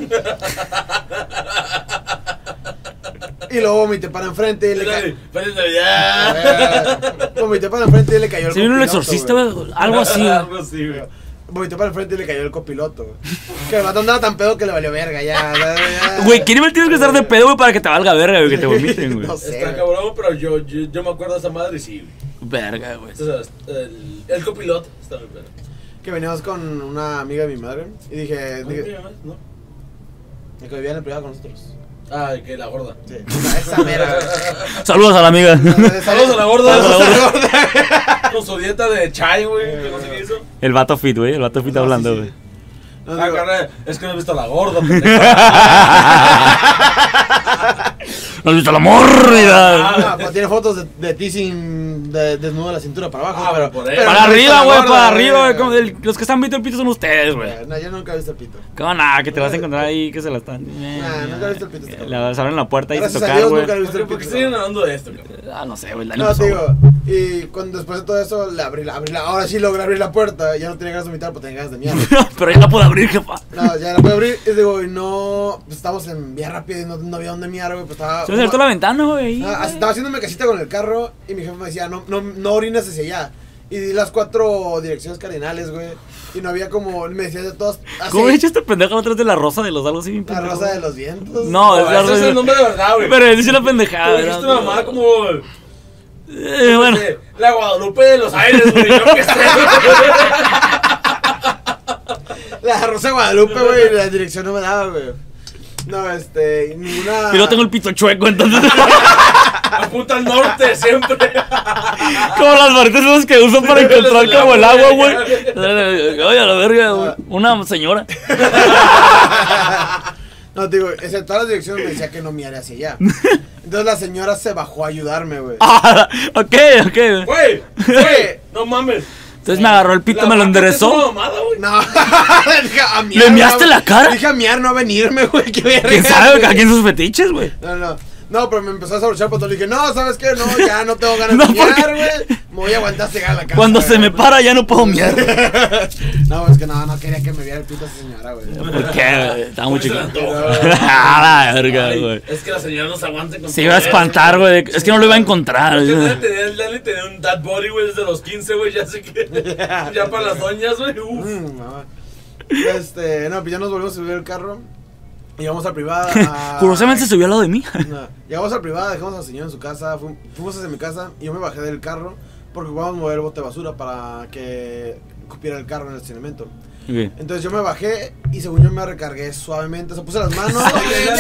[SPEAKER 1] Y luego vomité para enfrente y le
[SPEAKER 3] Era de,
[SPEAKER 1] cayó.
[SPEAKER 3] ¡Feliz Navidad!
[SPEAKER 1] Vomité para enfrente y le cayó el
[SPEAKER 2] Se vino un
[SPEAKER 1] copiloto,
[SPEAKER 2] exorcista,
[SPEAKER 1] güey.
[SPEAKER 2] güey, algo así, güey.
[SPEAKER 3] Algo así, güey.
[SPEAKER 1] Vomitó para el frente y le cayó el copiloto. güey. Que el vato andaba tan pedo que le valió verga, ya. ya, ya.
[SPEAKER 2] Güey, ¿qué nivel tienes que estar de pedo, güey, para que te valga verga, güey, que te vomiten, güey?
[SPEAKER 1] Eh, No sé.
[SPEAKER 3] Está cabrón, pero yo, yo, yo me acuerdo de esa madre y sí, güey.
[SPEAKER 2] Verga, güey.
[SPEAKER 3] Entonces, el, el copiloto está muy bueno.
[SPEAKER 1] Que veníamos con una amiga de mi madre y dije,
[SPEAKER 3] ¿Cómo te
[SPEAKER 1] dije
[SPEAKER 3] llamas? ¿No?
[SPEAKER 1] que vivía en el privado con nosotros.
[SPEAKER 3] Ah, de que la gorda.
[SPEAKER 1] Sí. Esa mera,
[SPEAKER 2] Saludos a la amiga.
[SPEAKER 1] güey.
[SPEAKER 3] Saludos a la gorda.
[SPEAKER 2] Saludos a la
[SPEAKER 3] Con su dieta de chai, güey. Que no sé qué hizo.
[SPEAKER 2] El vato fit, güey. El vato fit
[SPEAKER 1] No, sí,
[SPEAKER 2] hablando,
[SPEAKER 1] sí.
[SPEAKER 2] güey.
[SPEAKER 1] No,
[SPEAKER 3] Ah,
[SPEAKER 1] digo,
[SPEAKER 3] carnal, es que no he visto a la gorda. pendejo.
[SPEAKER 2] ¡Nos viste la mordida!
[SPEAKER 1] Ah, pues tiene fotos de, de ti sin de- desnudo de la cintura para abajo.
[SPEAKER 3] Ah,
[SPEAKER 1] pero,
[SPEAKER 3] por ahí.
[SPEAKER 1] pero
[SPEAKER 2] Para
[SPEAKER 1] no está
[SPEAKER 2] arriba,
[SPEAKER 1] la
[SPEAKER 2] güey,
[SPEAKER 1] gorda,
[SPEAKER 2] para arriba, güey. como el- Los que están viendo el pito son ustedes, güey.
[SPEAKER 1] No, yo nunca he visto el pito.
[SPEAKER 2] ¿Cómo nada? Que te vas a encontrar ahí que se la están.
[SPEAKER 1] Nah, nunca he visto el pito este cabrón.
[SPEAKER 2] La, se abren la puerta y se
[SPEAKER 1] Gracias a
[SPEAKER 2] tocar,
[SPEAKER 1] Dios nunca he
[SPEAKER 2] güey.
[SPEAKER 1] visto el
[SPEAKER 3] ¿Por qué
[SPEAKER 1] pito.
[SPEAKER 3] siguen hablando de esto, cabrón?
[SPEAKER 2] Ah, no sé, güey. Dani
[SPEAKER 1] No,
[SPEAKER 2] empezó,
[SPEAKER 1] te
[SPEAKER 2] güey.
[SPEAKER 1] digo, y cuando después de todo eso, le abrí la, abrí la, ahora sí logré abrir la puerta, ya no tenía ganas de vomitar, pues tenía ganas de mierda.
[SPEAKER 2] Pero ya la puedo abrir, jefa.
[SPEAKER 1] No, ya la pude abrir, y digo, y no, pues estábamos en vía rápida y no, no había dónde mirar, güey, pues estaba...
[SPEAKER 2] Se me saltó la ventana, güey.
[SPEAKER 1] Ah, estaba haciéndome casita con el carro y mi jefe me decía, no, no, no orines hacia allá. Y di las cuatro direcciones cardinales, güey, y no había como, me decía de todas...
[SPEAKER 3] Ah,
[SPEAKER 1] así,
[SPEAKER 2] ¿Cómo he hecho este pendejo atrás de la rosa de los algo así? bien
[SPEAKER 1] La
[SPEAKER 2] pendejo,
[SPEAKER 1] rosa de
[SPEAKER 2] güey?
[SPEAKER 1] los vientos.
[SPEAKER 2] No, es
[SPEAKER 3] No,
[SPEAKER 2] la
[SPEAKER 3] ese es
[SPEAKER 2] rosa.
[SPEAKER 3] el nombre de verdad, güey.
[SPEAKER 2] Pero es una
[SPEAKER 3] Tú
[SPEAKER 2] pendejada.
[SPEAKER 3] dijiste
[SPEAKER 2] ¿no?
[SPEAKER 3] una mamá como.
[SPEAKER 2] Eh, bueno,
[SPEAKER 3] eh, La Guadalupe de los Aires, güey. Yo qué sé.
[SPEAKER 1] La rosa de Guadalupe, güey, la dirección no me daba, güey. No, este, ninguna...
[SPEAKER 2] y
[SPEAKER 3] ah.
[SPEAKER 2] luego tengo el pito chueco, entonces.
[SPEAKER 3] Apunta al norte siempre.
[SPEAKER 2] como las barritas esas que usan para encontrar como el agua, güey. Oye, a la verga, güey.
[SPEAKER 1] Ah.
[SPEAKER 2] Una señora.
[SPEAKER 1] No, te digo, excepto todas las direcciones me decía que no mirara hacia allá. Entonces la señora se bajó a ayudarme, güey.
[SPEAKER 2] Ah, ok, ok. güey.
[SPEAKER 3] Güey, güey, no mames.
[SPEAKER 2] Entonces me agarró el pito, me lo
[SPEAKER 3] vaca Es una
[SPEAKER 2] enderezó.
[SPEAKER 3] mamada, güey.
[SPEAKER 1] No, dije a miar.
[SPEAKER 2] ¿Le miaste
[SPEAKER 1] no-
[SPEAKER 2] la cara?
[SPEAKER 1] Dije a miar, no a venirme, güey. qué verga,
[SPEAKER 2] ¿Quién sabe?
[SPEAKER 1] güey.
[SPEAKER 2] Cada quien sus fetiches, güey.
[SPEAKER 1] No, no. No, pero me empezó a saborear por todo. Le dije, no, ¿sabes qué? No, ya no tengo ganas
[SPEAKER 2] No,
[SPEAKER 1] de miar,
[SPEAKER 2] porque-
[SPEAKER 1] güey. Me voy a aguantar hasta llegar a la casa.
[SPEAKER 2] Cuando se
[SPEAKER 1] güey.
[SPEAKER 2] me para ya no puedo miar.
[SPEAKER 1] No, es que no, no quería que me viera el pito esa señora, güey.
[SPEAKER 2] ¿Por qué? güey? Estaba muy chico.
[SPEAKER 3] Ay,
[SPEAKER 2] Ah, la verga, güey.
[SPEAKER 3] Es que la señora no se aguanta con
[SPEAKER 2] Se iba a espantar, güey. Es que no lo iba a encontrar.
[SPEAKER 3] Dale tenía un dad body, güey, desde los 15, güey, ya sé que. Ya para las doñas, güey. Uf.
[SPEAKER 1] Mm, mamá. Este, no, pues ya nos volvimos a subir al carro. Y vamos a privada. a-
[SPEAKER 2] Curiosamente se subió al lado de mí.
[SPEAKER 1] No, llegamos al privado, dejamos a la señora en su casa, fu- fuimos hacia mi casa y yo me bajé del carro porque vamos a mover el bote de basura para que cupiera el carro en el estacionamiento.
[SPEAKER 2] Ok.
[SPEAKER 1] Entonces yo me bajé y según yo me recargué suavemente, o sea, puse las manos.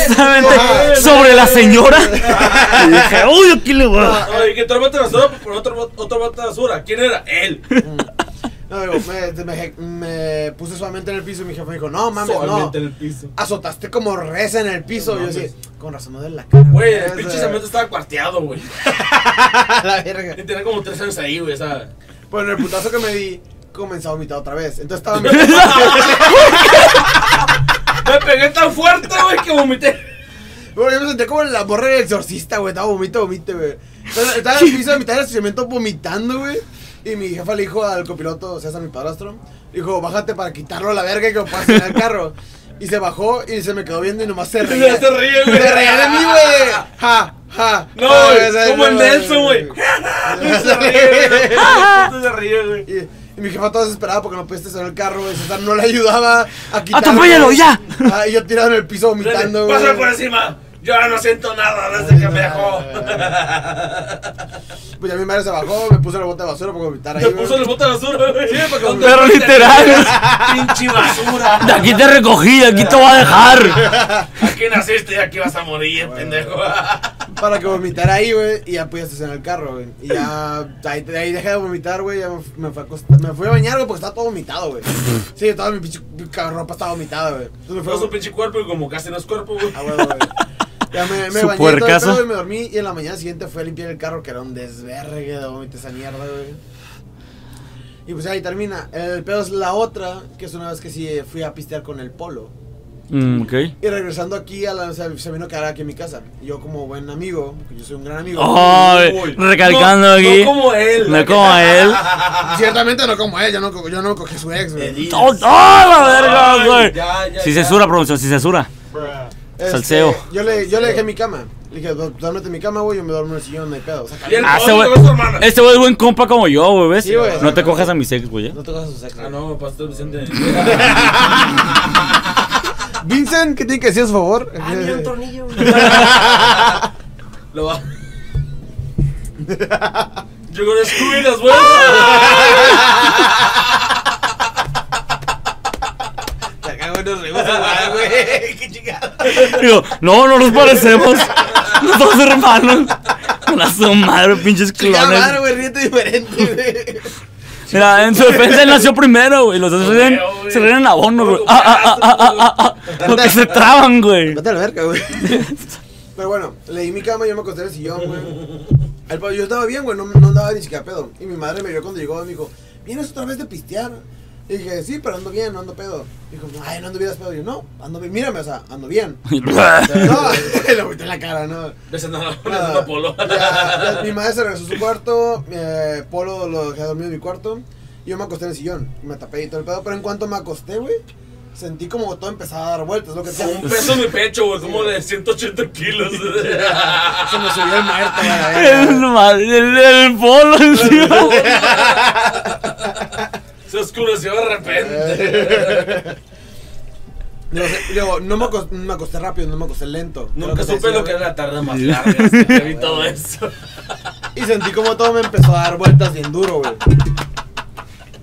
[SPEAKER 2] Justamente sobre la señora. Y dije, uy, aquí le voy. a-".
[SPEAKER 3] Oye, que otro bote de basura pues, por otro, bot- otro bote de basura. ¿Quién era? Él.
[SPEAKER 1] No, digo, me, me- me puse suavemente en el piso y mi jefe me dijo, no mames,
[SPEAKER 3] Solamente en
[SPEAKER 1] no.
[SPEAKER 3] el piso.
[SPEAKER 1] Azotaste como reza en el piso.
[SPEAKER 3] No
[SPEAKER 1] y yo así,
[SPEAKER 3] mames.
[SPEAKER 1] con razón me duele la cara.
[SPEAKER 3] Güey, el
[SPEAKER 1] ¿sabes?
[SPEAKER 3] pinche cemento estaba cuarteado, güey.
[SPEAKER 1] la verga.
[SPEAKER 3] Y tenía como tres años ahí, güey, o sea.
[SPEAKER 1] Bueno, el putazo que me di comenzó a vomitar otra vez. Entonces estaba mi
[SPEAKER 3] Me pegué tan fuerte, güey, que vomité.
[SPEAKER 1] Bueno, yo me senté como la morra del exorcista, güey. Estaba vomito, vomite, güey. Estaba- Estaba en el piso de mitad del estacionamiento vomitando, güey. Y mi jefa le dijo al copiloto, o sea, a mi padrastro, dijo, bájate para quitarlo a la verga y que lo pase en el carro. Y se bajó y se me quedó viendo y nomás se reía.
[SPEAKER 3] se ríe, güey.
[SPEAKER 1] Se reía de mí, güey. Ja, ja.
[SPEAKER 3] No,
[SPEAKER 1] Ja,
[SPEAKER 3] güey,
[SPEAKER 1] o sea,
[SPEAKER 3] como el
[SPEAKER 1] no,
[SPEAKER 3] Nelson, güey. Se ríe, güey. Puto se ríe, güey.
[SPEAKER 1] Y, y mi jefa toda desesperada porque no pudiste salir el carro, güey. César no le ayudaba a quitarlo.
[SPEAKER 2] ¡Atropéllalo, ya!
[SPEAKER 1] Ah, y yo tirado en el piso vomitando, güey.
[SPEAKER 3] Pásame por encima. Yo ahora no siento nada desde que me dejó.
[SPEAKER 1] Pues ya mi madre se bajó, me puso la bota de basura para vomitar ahí.
[SPEAKER 3] Me
[SPEAKER 1] güey.
[SPEAKER 3] puso el bote de basura, güey.
[SPEAKER 2] Pero literal.
[SPEAKER 3] Pinche basura.
[SPEAKER 2] De aquí te recogí, de aquí te voy a dejar.
[SPEAKER 3] Aquí naciste y aquí vas a morir, pendejo.
[SPEAKER 1] Para que vomitara ahí, güey. Y ya podía estacionar el carro, güey. Y ya ahí, de ahí dejé de vomitar, güey. Ya me, fu- me fui a acostar- me fui a bañar, güey, porque estaba todo vomitado, güey. Sí, toda mi pinche ca- ropa estaba vomitada, güey. Entonces me fui
[SPEAKER 3] Fue
[SPEAKER 1] a
[SPEAKER 3] su pinche cuerpo y como casi no es cuerpo, güey.
[SPEAKER 1] Ah, güey, güey. Ya me, me
[SPEAKER 2] Su
[SPEAKER 1] bañé todo el
[SPEAKER 2] puercazo.
[SPEAKER 1] pedo y me dormí. Y en la mañana siguiente fui a limpiar el carro, que era un desvergue de vómito esa mierda, güey. Y pues ahí termina. El pedo es la otra, que es una vez que sí eh, fui a pistear con el polo.
[SPEAKER 2] Mm, ok.
[SPEAKER 1] Y regresando aquí, a la, o sea, se vino a quedar aquí en mi casa. Y Yo como buen amigo, porque yo soy un gran amigo.
[SPEAKER 2] Ay,
[SPEAKER 3] Uy.
[SPEAKER 2] recalcando
[SPEAKER 3] No,
[SPEAKER 2] aquí.
[SPEAKER 3] No como él. Ah,
[SPEAKER 2] No como él.
[SPEAKER 1] Ah, Ciertamente no como él, yo no, co- yo no cogí a su ex, güey.
[SPEAKER 2] ¡Oh, no, la
[SPEAKER 3] Ay,
[SPEAKER 2] verga, güey!
[SPEAKER 3] ya, ya,
[SPEAKER 2] Sin
[SPEAKER 3] ya.
[SPEAKER 2] censura, producción, sin censura.
[SPEAKER 1] Este,
[SPEAKER 2] Salseo.
[SPEAKER 1] Yo le, yo le dejé mi cama. Le dije, "Dó- duérmete en mi cama, güey, yo me duermo en el sillón, no hay pedo. O sea,
[SPEAKER 3] Y él-
[SPEAKER 1] caliente.
[SPEAKER 2] Ah, este
[SPEAKER 3] Oh,
[SPEAKER 2] güey
[SPEAKER 3] llegó su hermana.
[SPEAKER 2] este güey es buen compa como yo, güey, ¿ves?
[SPEAKER 1] Sí, güey.
[SPEAKER 2] No te cojas a mis ex, güey. ¿eh?
[SPEAKER 1] No tocas a su ex.
[SPEAKER 3] Ah,
[SPEAKER 1] güey.
[SPEAKER 3] no, pastor Vicente.
[SPEAKER 1] Vincent, ¿qué tiene que decir a su favor? Eh,
[SPEAKER 4] Ah, mira un tornillo.
[SPEAKER 3] Lo va. Llegó de Scooby las vueltas.
[SPEAKER 1] Te cago
[SPEAKER 3] güey, nos reímos igual, güey. Qué chingada.
[SPEAKER 2] Digo, no, no nos parecemos. Los dos hermanos. Con su madre, pinches
[SPEAKER 1] Chingada
[SPEAKER 2] clones.
[SPEAKER 1] madre, güey, ríete diferente, güey.
[SPEAKER 2] Mira, en su defensa él nació primero, güey. Los dos se ríen,
[SPEAKER 3] Pero, güey.
[SPEAKER 2] se ríen en abono, güey. Ah, ah, ah, ah, ah, ah, ah. Porque se traban, güey.
[SPEAKER 1] Vete a la verga, güey. Pero bueno, le di mi cama, yo me acosté en el sillón, güey. Al pa- Yo estaba bien, güey, no, no andaba ni siquiera pedo. Y mi madre me vio cuando llegó y me dijo, ¿vienes otra vez de pistear? Y dije, sí, pero ando bien, no ando pedo. Dijo, ay, no anduvieras pedo. Y yo, no, ando bien, mírame, o sea, ando bien. No, le volteé la cara, no.
[SPEAKER 3] Ese no, no, no,
[SPEAKER 1] Nada.
[SPEAKER 3] no, Polo.
[SPEAKER 1] Ya, ya, mi madre se regresó a su cuarto, eh, Polo lo dejé dormido en mi cuarto, y yo me acosté en el sillón, me tapé y todo el pedo, pero en cuanto me acosté, güey, sentí como todo empezaba a dar vueltas, lo que sea,
[SPEAKER 3] Un peso en mi pecho, güey, como de 180 kilos.
[SPEAKER 1] se me subió el muerto, güey. a la verga.
[SPEAKER 2] El, madre- el, el polo encima.
[SPEAKER 3] Se oscureció de repente.
[SPEAKER 1] Luego, luego, no me acosté, me acosté rápido, no me acosté lento.
[SPEAKER 3] Nunca
[SPEAKER 1] Creo te
[SPEAKER 3] supe
[SPEAKER 1] decía,
[SPEAKER 3] lo que
[SPEAKER 1] güey.
[SPEAKER 3] era la tarde más larga. hasta que vi todo eso.
[SPEAKER 1] Y sentí como todo me empezó a dar vueltas bien duro, güey.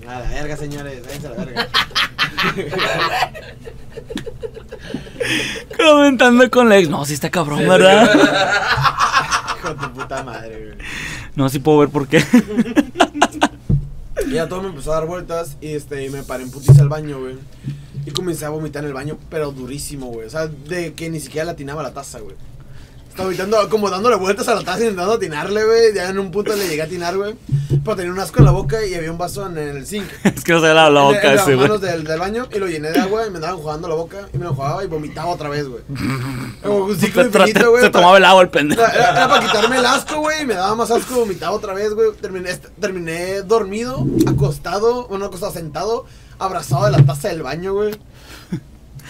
[SPEAKER 1] A la verga, señores, váyanse a la verga.
[SPEAKER 2] Comentando con Lex. No, sí está cabrón, ¿verdad?
[SPEAKER 1] Hijo de tu puta madre, güey.
[SPEAKER 2] No, sí puedo ver por qué.
[SPEAKER 1] Y ya todo me empezó a dar vueltas y este y me paré en putiza al baño, güey. Y comencé a vomitar en el baño, pero durísimo, güey. O sea, de que ni siquiera latinaba la taza, güey. Estaba vomitando, como dándole vueltas a la taza, intentando atinarle, güey. Ya en un punto le llegué a atinar, güey. Pero tenía un asco en la boca y había un vaso en el zinc.
[SPEAKER 2] Es que no se le la
[SPEAKER 1] En- en
[SPEAKER 2] boca ese,
[SPEAKER 1] las
[SPEAKER 2] güey.
[SPEAKER 1] manos del, del baño y lo llené de agua y me andaban jugando la boca y me lo jugaba y vomitaba otra vez, güey. Como un ciclo
[SPEAKER 2] Se, tra-
[SPEAKER 1] infinito,
[SPEAKER 2] se-
[SPEAKER 1] güey.
[SPEAKER 2] se tomaba el agua el pendejo.
[SPEAKER 1] Era, era- era para quitarme el asco, güey. y Me daba más asco, vomitaba otra vez, güey. Terminé, est- terminé dormido, acostado, bueno, acostado, sentado, abrazado de la taza del baño, güey.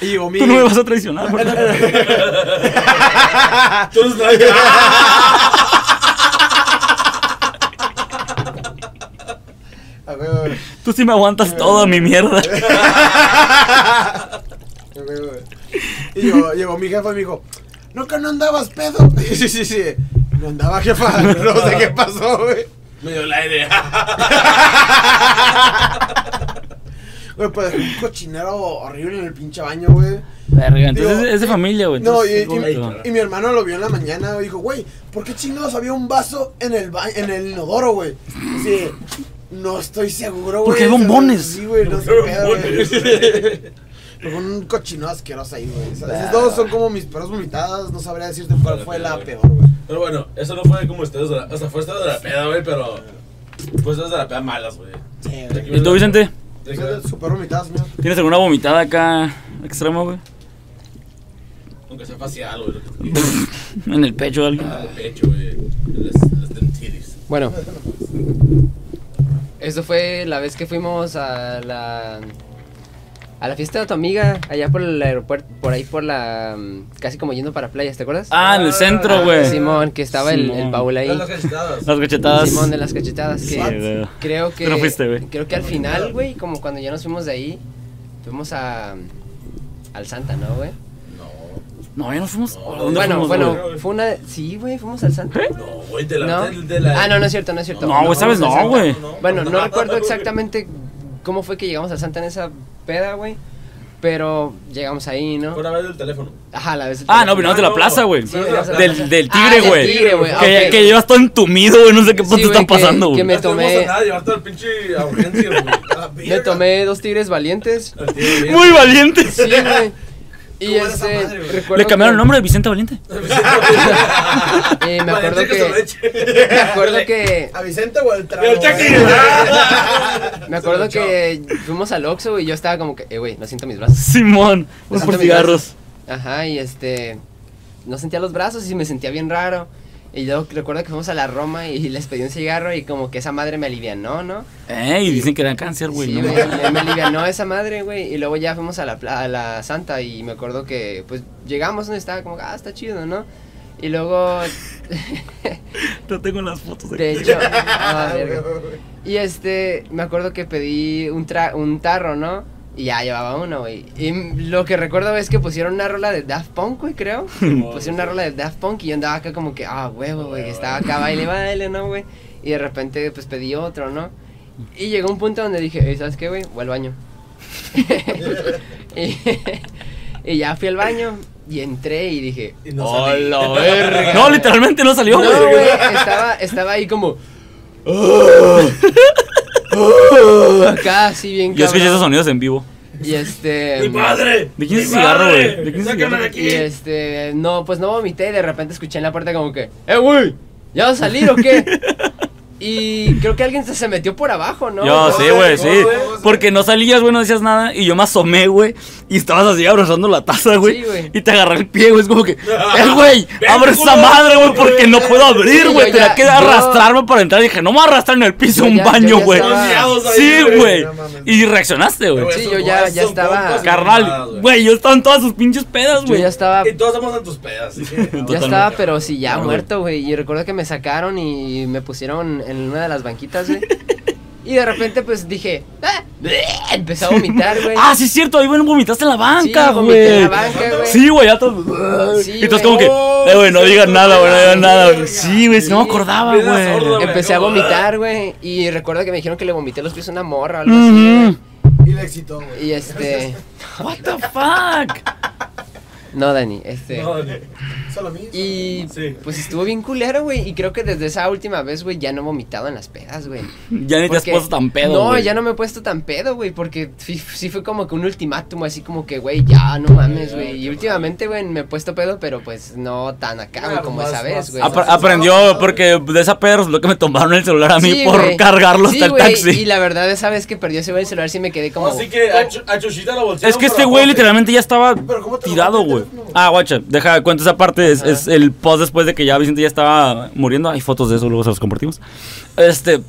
[SPEAKER 1] Y llegó mi.
[SPEAKER 2] Tú no me vas a traicionar, ¿verdad?
[SPEAKER 3] Tú eres la-
[SPEAKER 1] Ah, güey, güey, güey.
[SPEAKER 2] Tú sí me aguantas toda mi mierda.
[SPEAKER 1] Ah, güey, güey. Y llegó, llegó mi jefa y me dijo: No, que no andabas pedo. Y sí, sí, sí. No andaba, jefa. No sé qué pasó, güey.
[SPEAKER 3] Me dio el aire.
[SPEAKER 1] Güey, pues un cochinero horrible en el pinche baño, güey.
[SPEAKER 2] Verga, entonces
[SPEAKER 1] Digo,
[SPEAKER 2] es de familia, güey.
[SPEAKER 1] No, y,
[SPEAKER 2] entonces es
[SPEAKER 1] y-
[SPEAKER 2] bonito.
[SPEAKER 1] y mi hermano lo vio en la mañana y dijo, güey, ¿por qué chingados había un vaso en el ba- en el inodoro, güey? Sí, no estoy seguro, güey.
[SPEAKER 2] Porque hay bombones.
[SPEAKER 1] Sí, güey, no sé
[SPEAKER 3] Porque hay
[SPEAKER 1] qué,
[SPEAKER 3] bombones.
[SPEAKER 1] güey. Pero fue un cochino asqueroso ahí, güey. O sea, Esas dos son como mis perros vomitadas, no sabría decirte cuál fue la peor, güey.
[SPEAKER 3] Pero bueno, eso no fue como ustedes. de la- O sea, fue ustedes de la peda, güey, pero. Fue ustedes de la peda malas, güey.
[SPEAKER 1] Sí, güey.
[SPEAKER 2] ¿Y tú, Vicente?
[SPEAKER 3] De que-
[SPEAKER 1] Super vomitadas, mío.
[SPEAKER 2] ¿Tienes alguna vomitada acá extrema, güey?
[SPEAKER 3] Aunque sea facial, güey. lo que tú quieras.
[SPEAKER 2] En el pecho de alguien.
[SPEAKER 3] Ah, el pecho, güey. Las, las dentitis.
[SPEAKER 4] Bueno. Eso fue la vez que fuimos a la a la fiesta de tu amiga allá por el aeropuerto, por ahí por la mm, casi como yendo para playas, ¿te acuerdas?
[SPEAKER 2] Ah, en el centro, güey.
[SPEAKER 4] Simón, que estaba el, el
[SPEAKER 2] Simón.
[SPEAKER 4] Paul ahí.
[SPEAKER 3] Las cachetadas.
[SPEAKER 2] Las cachetadas.
[SPEAKER 4] Simón de las cachetadas que
[SPEAKER 2] Sí, güey.
[SPEAKER 4] creo que
[SPEAKER 2] Tú no fuiste, güey.
[SPEAKER 4] creo que al final, güey, como cuando ya nos fuimos de ahí, fuimos a al Santa, ¿no, güey?
[SPEAKER 3] No.
[SPEAKER 2] No, ya nos fuimos.
[SPEAKER 3] No,
[SPEAKER 2] ¿A dónde
[SPEAKER 4] Bueno,
[SPEAKER 2] fuimos,
[SPEAKER 4] bueno, Ah,
[SPEAKER 2] güey? ¿Eh?
[SPEAKER 4] fue una sí, güey, fuimos al Santa.
[SPEAKER 3] No, güey, de la.
[SPEAKER 4] ¿No?
[SPEAKER 3] de- de la-
[SPEAKER 4] Ah, no, no es cierto, no es cierto.
[SPEAKER 2] No, güey, ¿sabes?
[SPEAKER 4] fuimos al
[SPEAKER 2] No,
[SPEAKER 4] Santa.
[SPEAKER 2] güey.
[SPEAKER 4] Bueno, no recuerdo exactamente cómo fue que llegamos al Santa en esa peda, güey. Pero llegamos ahí, ¿no?
[SPEAKER 3] Por haber del teléfono.
[SPEAKER 4] Ajá, la vez.
[SPEAKER 2] Ah, no, vinimos de
[SPEAKER 3] Ah,
[SPEAKER 2] la
[SPEAKER 3] no.
[SPEAKER 2] plaza, güey.
[SPEAKER 3] Sí, vinimos de la plaza.
[SPEAKER 2] Del, del tigre,
[SPEAKER 4] Ah, del
[SPEAKER 2] güey.
[SPEAKER 4] tigre, güey, ah,
[SPEAKER 2] Que,
[SPEAKER 4] ok.
[SPEAKER 2] que llevas todo entumido, güey. No sé qué
[SPEAKER 4] Sí,
[SPEAKER 2] puto
[SPEAKER 4] güey,
[SPEAKER 2] está
[SPEAKER 4] que-
[SPEAKER 2] pasando,
[SPEAKER 4] que
[SPEAKER 2] güey.
[SPEAKER 4] Me
[SPEAKER 3] No tenemos
[SPEAKER 4] tomé-
[SPEAKER 3] a nada, llevarte al pinche audiencia, güey. A la
[SPEAKER 4] Me
[SPEAKER 3] verga.
[SPEAKER 4] tomé dos tigres valientes.
[SPEAKER 3] Al tío, bien.
[SPEAKER 2] Muy valiente.
[SPEAKER 4] Sí, güey. Y
[SPEAKER 1] ¿Cómo era esa
[SPEAKER 4] este.
[SPEAKER 1] madre, güey?
[SPEAKER 4] recuerdo
[SPEAKER 2] Le cambiaron
[SPEAKER 4] que-
[SPEAKER 2] el nombre de Vicente Valiente.
[SPEAKER 4] Eh, me acuerdo
[SPEAKER 3] Valentín
[SPEAKER 4] que.
[SPEAKER 3] Castoleche.
[SPEAKER 4] Me acuerdo que.
[SPEAKER 1] ¿A Vicente o al trago?
[SPEAKER 3] El Chucky. Ah.
[SPEAKER 4] Me acuerdo que fuimos al Oxxo, güey. y Yo estaba como que, eh, güey, no siento mis brazos.
[SPEAKER 2] Simón. Vamos por
[SPEAKER 4] Santa
[SPEAKER 2] cigarros.
[SPEAKER 4] Ajá, y este. No sentía los brazos y me sentía bien raro. Y yo recuerdo que fuimos a la Roma y les pedí un cigarro y como que esa madre me alivianó, ¿no?
[SPEAKER 2] Eh, y dicen que era cáncer, güey.
[SPEAKER 4] Sí,
[SPEAKER 2] no
[SPEAKER 4] güey,
[SPEAKER 2] mames.
[SPEAKER 4] me, me alivianó esa madre, güey. Y luego ya fuimos a la, pla- a la Santa y me acuerdo que, pues, llegamos donde estaba como, ah, está chido, ¿no? Y luego,
[SPEAKER 2] No tengo las fotos
[SPEAKER 4] de
[SPEAKER 2] de
[SPEAKER 4] hecho, ah, verga. y este, me acuerdo que pedí un, tra- un tarro, ¿no? Y ya llevaba uno, güey. Y m- lo que recuerdo es que pusieron una rola de Daft Punk, güey, creo. pusieron una rola de Daft Punk y yo andaba acá como que, ah, huevo, güey, que estaba acá baile, baile, ¿no, güey? Y de repente, pues, pedí otro, ¿no? Y llegó un punto donde dije, "Ey, ¿sabes qué, güey? Voy al baño. y, y ya fui al baño y entré y dije,
[SPEAKER 3] Y no
[SPEAKER 4] "Oh,
[SPEAKER 3] salí".
[SPEAKER 4] la verga".
[SPEAKER 2] No, literalmente no salió,
[SPEAKER 4] No,
[SPEAKER 2] güey.
[SPEAKER 4] güey, estaba, estaba ahí como... acá, así bien
[SPEAKER 2] Yo escuché
[SPEAKER 4] cabrón.
[SPEAKER 2] esos sonidos en vivo.
[SPEAKER 4] Y este...
[SPEAKER 3] ¡Mi padre!
[SPEAKER 2] ¿De quién es
[SPEAKER 3] ¡Mi
[SPEAKER 2] el cigarro,
[SPEAKER 3] padre!
[SPEAKER 2] güey? ¿De quién es el
[SPEAKER 3] ¡Sácame
[SPEAKER 2] cigarro?
[SPEAKER 3] de
[SPEAKER 4] Y
[SPEAKER 3] aquí!
[SPEAKER 4] este, no, pues no vomité y de repente escuché en la puerta como que, ¡eh, güey! ¿Ya vas a salir o qué? Y creo que alguien se, se metió por abajo, ¿no?
[SPEAKER 2] yo sí,
[SPEAKER 3] sé,
[SPEAKER 2] güey,
[SPEAKER 3] no
[SPEAKER 2] sí.
[SPEAKER 3] sé.
[SPEAKER 2] Porque no salías, güey, no decías nada. Y yo me asomé, güey. Y estabas así abrazando la taza, güey.
[SPEAKER 4] Sí, güey.
[SPEAKER 2] y te agarré el pie, güey. Es como que, eh, güey,
[SPEAKER 3] Ven,
[SPEAKER 2] abre esa
[SPEAKER 3] culo".
[SPEAKER 2] madre, güey, porque no puedo
[SPEAKER 4] Sí,
[SPEAKER 2] abrir,
[SPEAKER 4] yo
[SPEAKER 2] güey. Tenía
[SPEAKER 4] ya-
[SPEAKER 2] que
[SPEAKER 4] yo-
[SPEAKER 2] arrastrarme para entrar. dije, no me voy a arrastrar en el piso
[SPEAKER 4] Yo
[SPEAKER 2] un
[SPEAKER 4] ya- yo
[SPEAKER 2] baño,
[SPEAKER 4] ya
[SPEAKER 2] güey.
[SPEAKER 4] estaba-
[SPEAKER 3] Miados ahí,
[SPEAKER 2] Sí, güey.
[SPEAKER 1] No mames.
[SPEAKER 2] Y reaccionaste, güey.
[SPEAKER 3] Güey,
[SPEAKER 4] Sí,
[SPEAKER 3] esos
[SPEAKER 4] yo ya-
[SPEAKER 3] guays
[SPEAKER 4] ya
[SPEAKER 3] son
[SPEAKER 4] estaba-
[SPEAKER 3] compas y mamadas,
[SPEAKER 2] Carnal, güey, yo estaba en todas sus pinches pedas,
[SPEAKER 4] Yo
[SPEAKER 2] güey.
[SPEAKER 4] ya estaba,
[SPEAKER 3] Y todos estamos en tus pedas. así que-
[SPEAKER 4] ya
[SPEAKER 2] Totalmente.
[SPEAKER 4] estaba, pero sí, ya
[SPEAKER 2] Claro, güey.
[SPEAKER 4] muerto, güey. Y recuerdo que me sacaron y me pusieron en una de las banquitas, güey. Y de repente, pues dije, ¡ah! Empecé a vomitar, güey.
[SPEAKER 2] Ah, sí es cierto, ahí güey, vomitaste en la banca,
[SPEAKER 4] Sí, vomité en
[SPEAKER 2] güey.
[SPEAKER 4] la banca, güey.
[SPEAKER 2] Sí, güey, ya todos.
[SPEAKER 4] Sí,
[SPEAKER 2] y estás
[SPEAKER 4] güey.
[SPEAKER 2] como que, eh, güey, no
[SPEAKER 3] Oh,
[SPEAKER 2] digan
[SPEAKER 3] sí,
[SPEAKER 2] nada, güey, no digan
[SPEAKER 3] sí,
[SPEAKER 2] nada, güey.
[SPEAKER 3] verga.
[SPEAKER 2] Sí, güey, no me
[SPEAKER 4] Sí.
[SPEAKER 2] acordaba,
[SPEAKER 3] Vida sorda,
[SPEAKER 2] güey.
[SPEAKER 3] güey.
[SPEAKER 4] Empecé a
[SPEAKER 3] como-
[SPEAKER 4] vomitar, güey. Y recuerdo que me dijeron que le vomité los pies a una morra o algo así,
[SPEAKER 2] Ujú.
[SPEAKER 4] güey.
[SPEAKER 1] Y le excitó, güey.
[SPEAKER 4] Y este.
[SPEAKER 2] What the fuck?
[SPEAKER 4] No, Dani, este.
[SPEAKER 3] No, no.
[SPEAKER 1] Solo a mí.
[SPEAKER 4] Y
[SPEAKER 3] Sí.
[SPEAKER 4] pues estuvo bien culero, güey. Y creo que desde esa última vez, güey, ya no he vomitado en las pedas, güey.
[SPEAKER 2] Ya ni te has
[SPEAKER 4] Porque-
[SPEAKER 2] puesto tan pedo,
[SPEAKER 4] No,
[SPEAKER 2] güey.
[SPEAKER 4] ya no me he puesto tan pedo, güey. Porque sí, sí fue como que un ultimátum, así como que, güey, ya, no mames,
[SPEAKER 3] Ya,
[SPEAKER 4] güey.
[SPEAKER 3] qué
[SPEAKER 4] Y últimamente, güey, me he puesto pedo, pero pues no tan acá, güey,
[SPEAKER 3] Claro,
[SPEAKER 4] como
[SPEAKER 3] más-
[SPEAKER 4] esa vez,
[SPEAKER 3] más-
[SPEAKER 4] güey.
[SPEAKER 2] Apre- aprendió porque de esa pedra lo que me tomaron el celular a mí
[SPEAKER 4] Sí,
[SPEAKER 2] por
[SPEAKER 4] güey.
[SPEAKER 2] cargarlo
[SPEAKER 4] Sí,
[SPEAKER 2] hasta el
[SPEAKER 4] güey,
[SPEAKER 2] taxi.
[SPEAKER 4] Y la verdad, esa vez que perdió ese güey el celular, sí me quedé como.
[SPEAKER 3] Así que a, Chu- a Chuchita la bolsita.
[SPEAKER 2] Oh. Es que este güey literalmente ya estaba
[SPEAKER 1] Pero ¿cómo te lo
[SPEAKER 2] tirado,
[SPEAKER 1] bajó el
[SPEAKER 2] güey.
[SPEAKER 1] teléfono?
[SPEAKER 2] Ah, guacha, deja, cuento esa parte. Es,
[SPEAKER 4] Ajá.
[SPEAKER 2] es el post después de que ya Vicente ya estaba muriendo. Hay fotos de eso, luego se los compartimos. Este.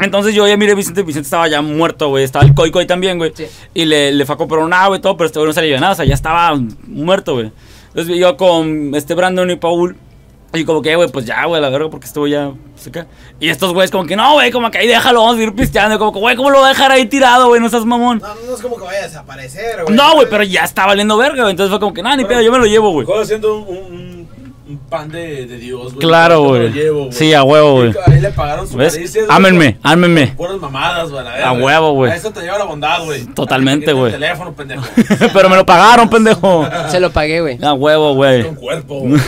[SPEAKER 2] Entonces yo ya miré a Vicente, Vicente estaba ya muerto, güey. Estaba el coico ahí también, güey.
[SPEAKER 4] Sí.
[SPEAKER 2] Y le, le fue a comprar un agua y todo, pero este güey no salía de nada. O sea, ya estaba muerto, güey. Entonces yo con este Brandon y Paul. Y como que, güey, pues ya, güey, a la verga, porque estuvo ya pues, acá. Y estos güeyes, como que, no, güey, como que ahí déjalo, vamos a ir pisteando. Como que, güey, ¿cómo lo voy a dejar ahí tirado, güey? No seas mamón.
[SPEAKER 1] No, no es como que vaya a desaparecer, güey.
[SPEAKER 2] No, güey, pero ya está valiendo verga, güey. Entonces fue como que, nada, ni pedo, yo me lo llevo, güey.
[SPEAKER 3] Juego haciendo un, un, un pan de, de Dios, güey.
[SPEAKER 2] Claro,
[SPEAKER 3] Yo me lo
[SPEAKER 2] güey.
[SPEAKER 3] llevo, güey.
[SPEAKER 2] Sí, a huevo, güey.
[SPEAKER 3] Y Ahí le pagaron su
[SPEAKER 2] ¿Ves?
[SPEAKER 3] caricias, güey,
[SPEAKER 2] Ámenme, ámenme.
[SPEAKER 3] Puras mamadas, güey. la
[SPEAKER 2] A
[SPEAKER 3] verga.
[SPEAKER 2] huevo, güey.
[SPEAKER 3] A eso te lleva la bondad, güey.
[SPEAKER 2] Totalmente,
[SPEAKER 3] A que te quiten
[SPEAKER 2] güey.
[SPEAKER 3] El teléfono, pendejo.
[SPEAKER 2] Pero me lo pagaron, pendejo.
[SPEAKER 4] Se lo pagué, güey.
[SPEAKER 2] A huevo, güey.
[SPEAKER 3] Con cuerpo, güey.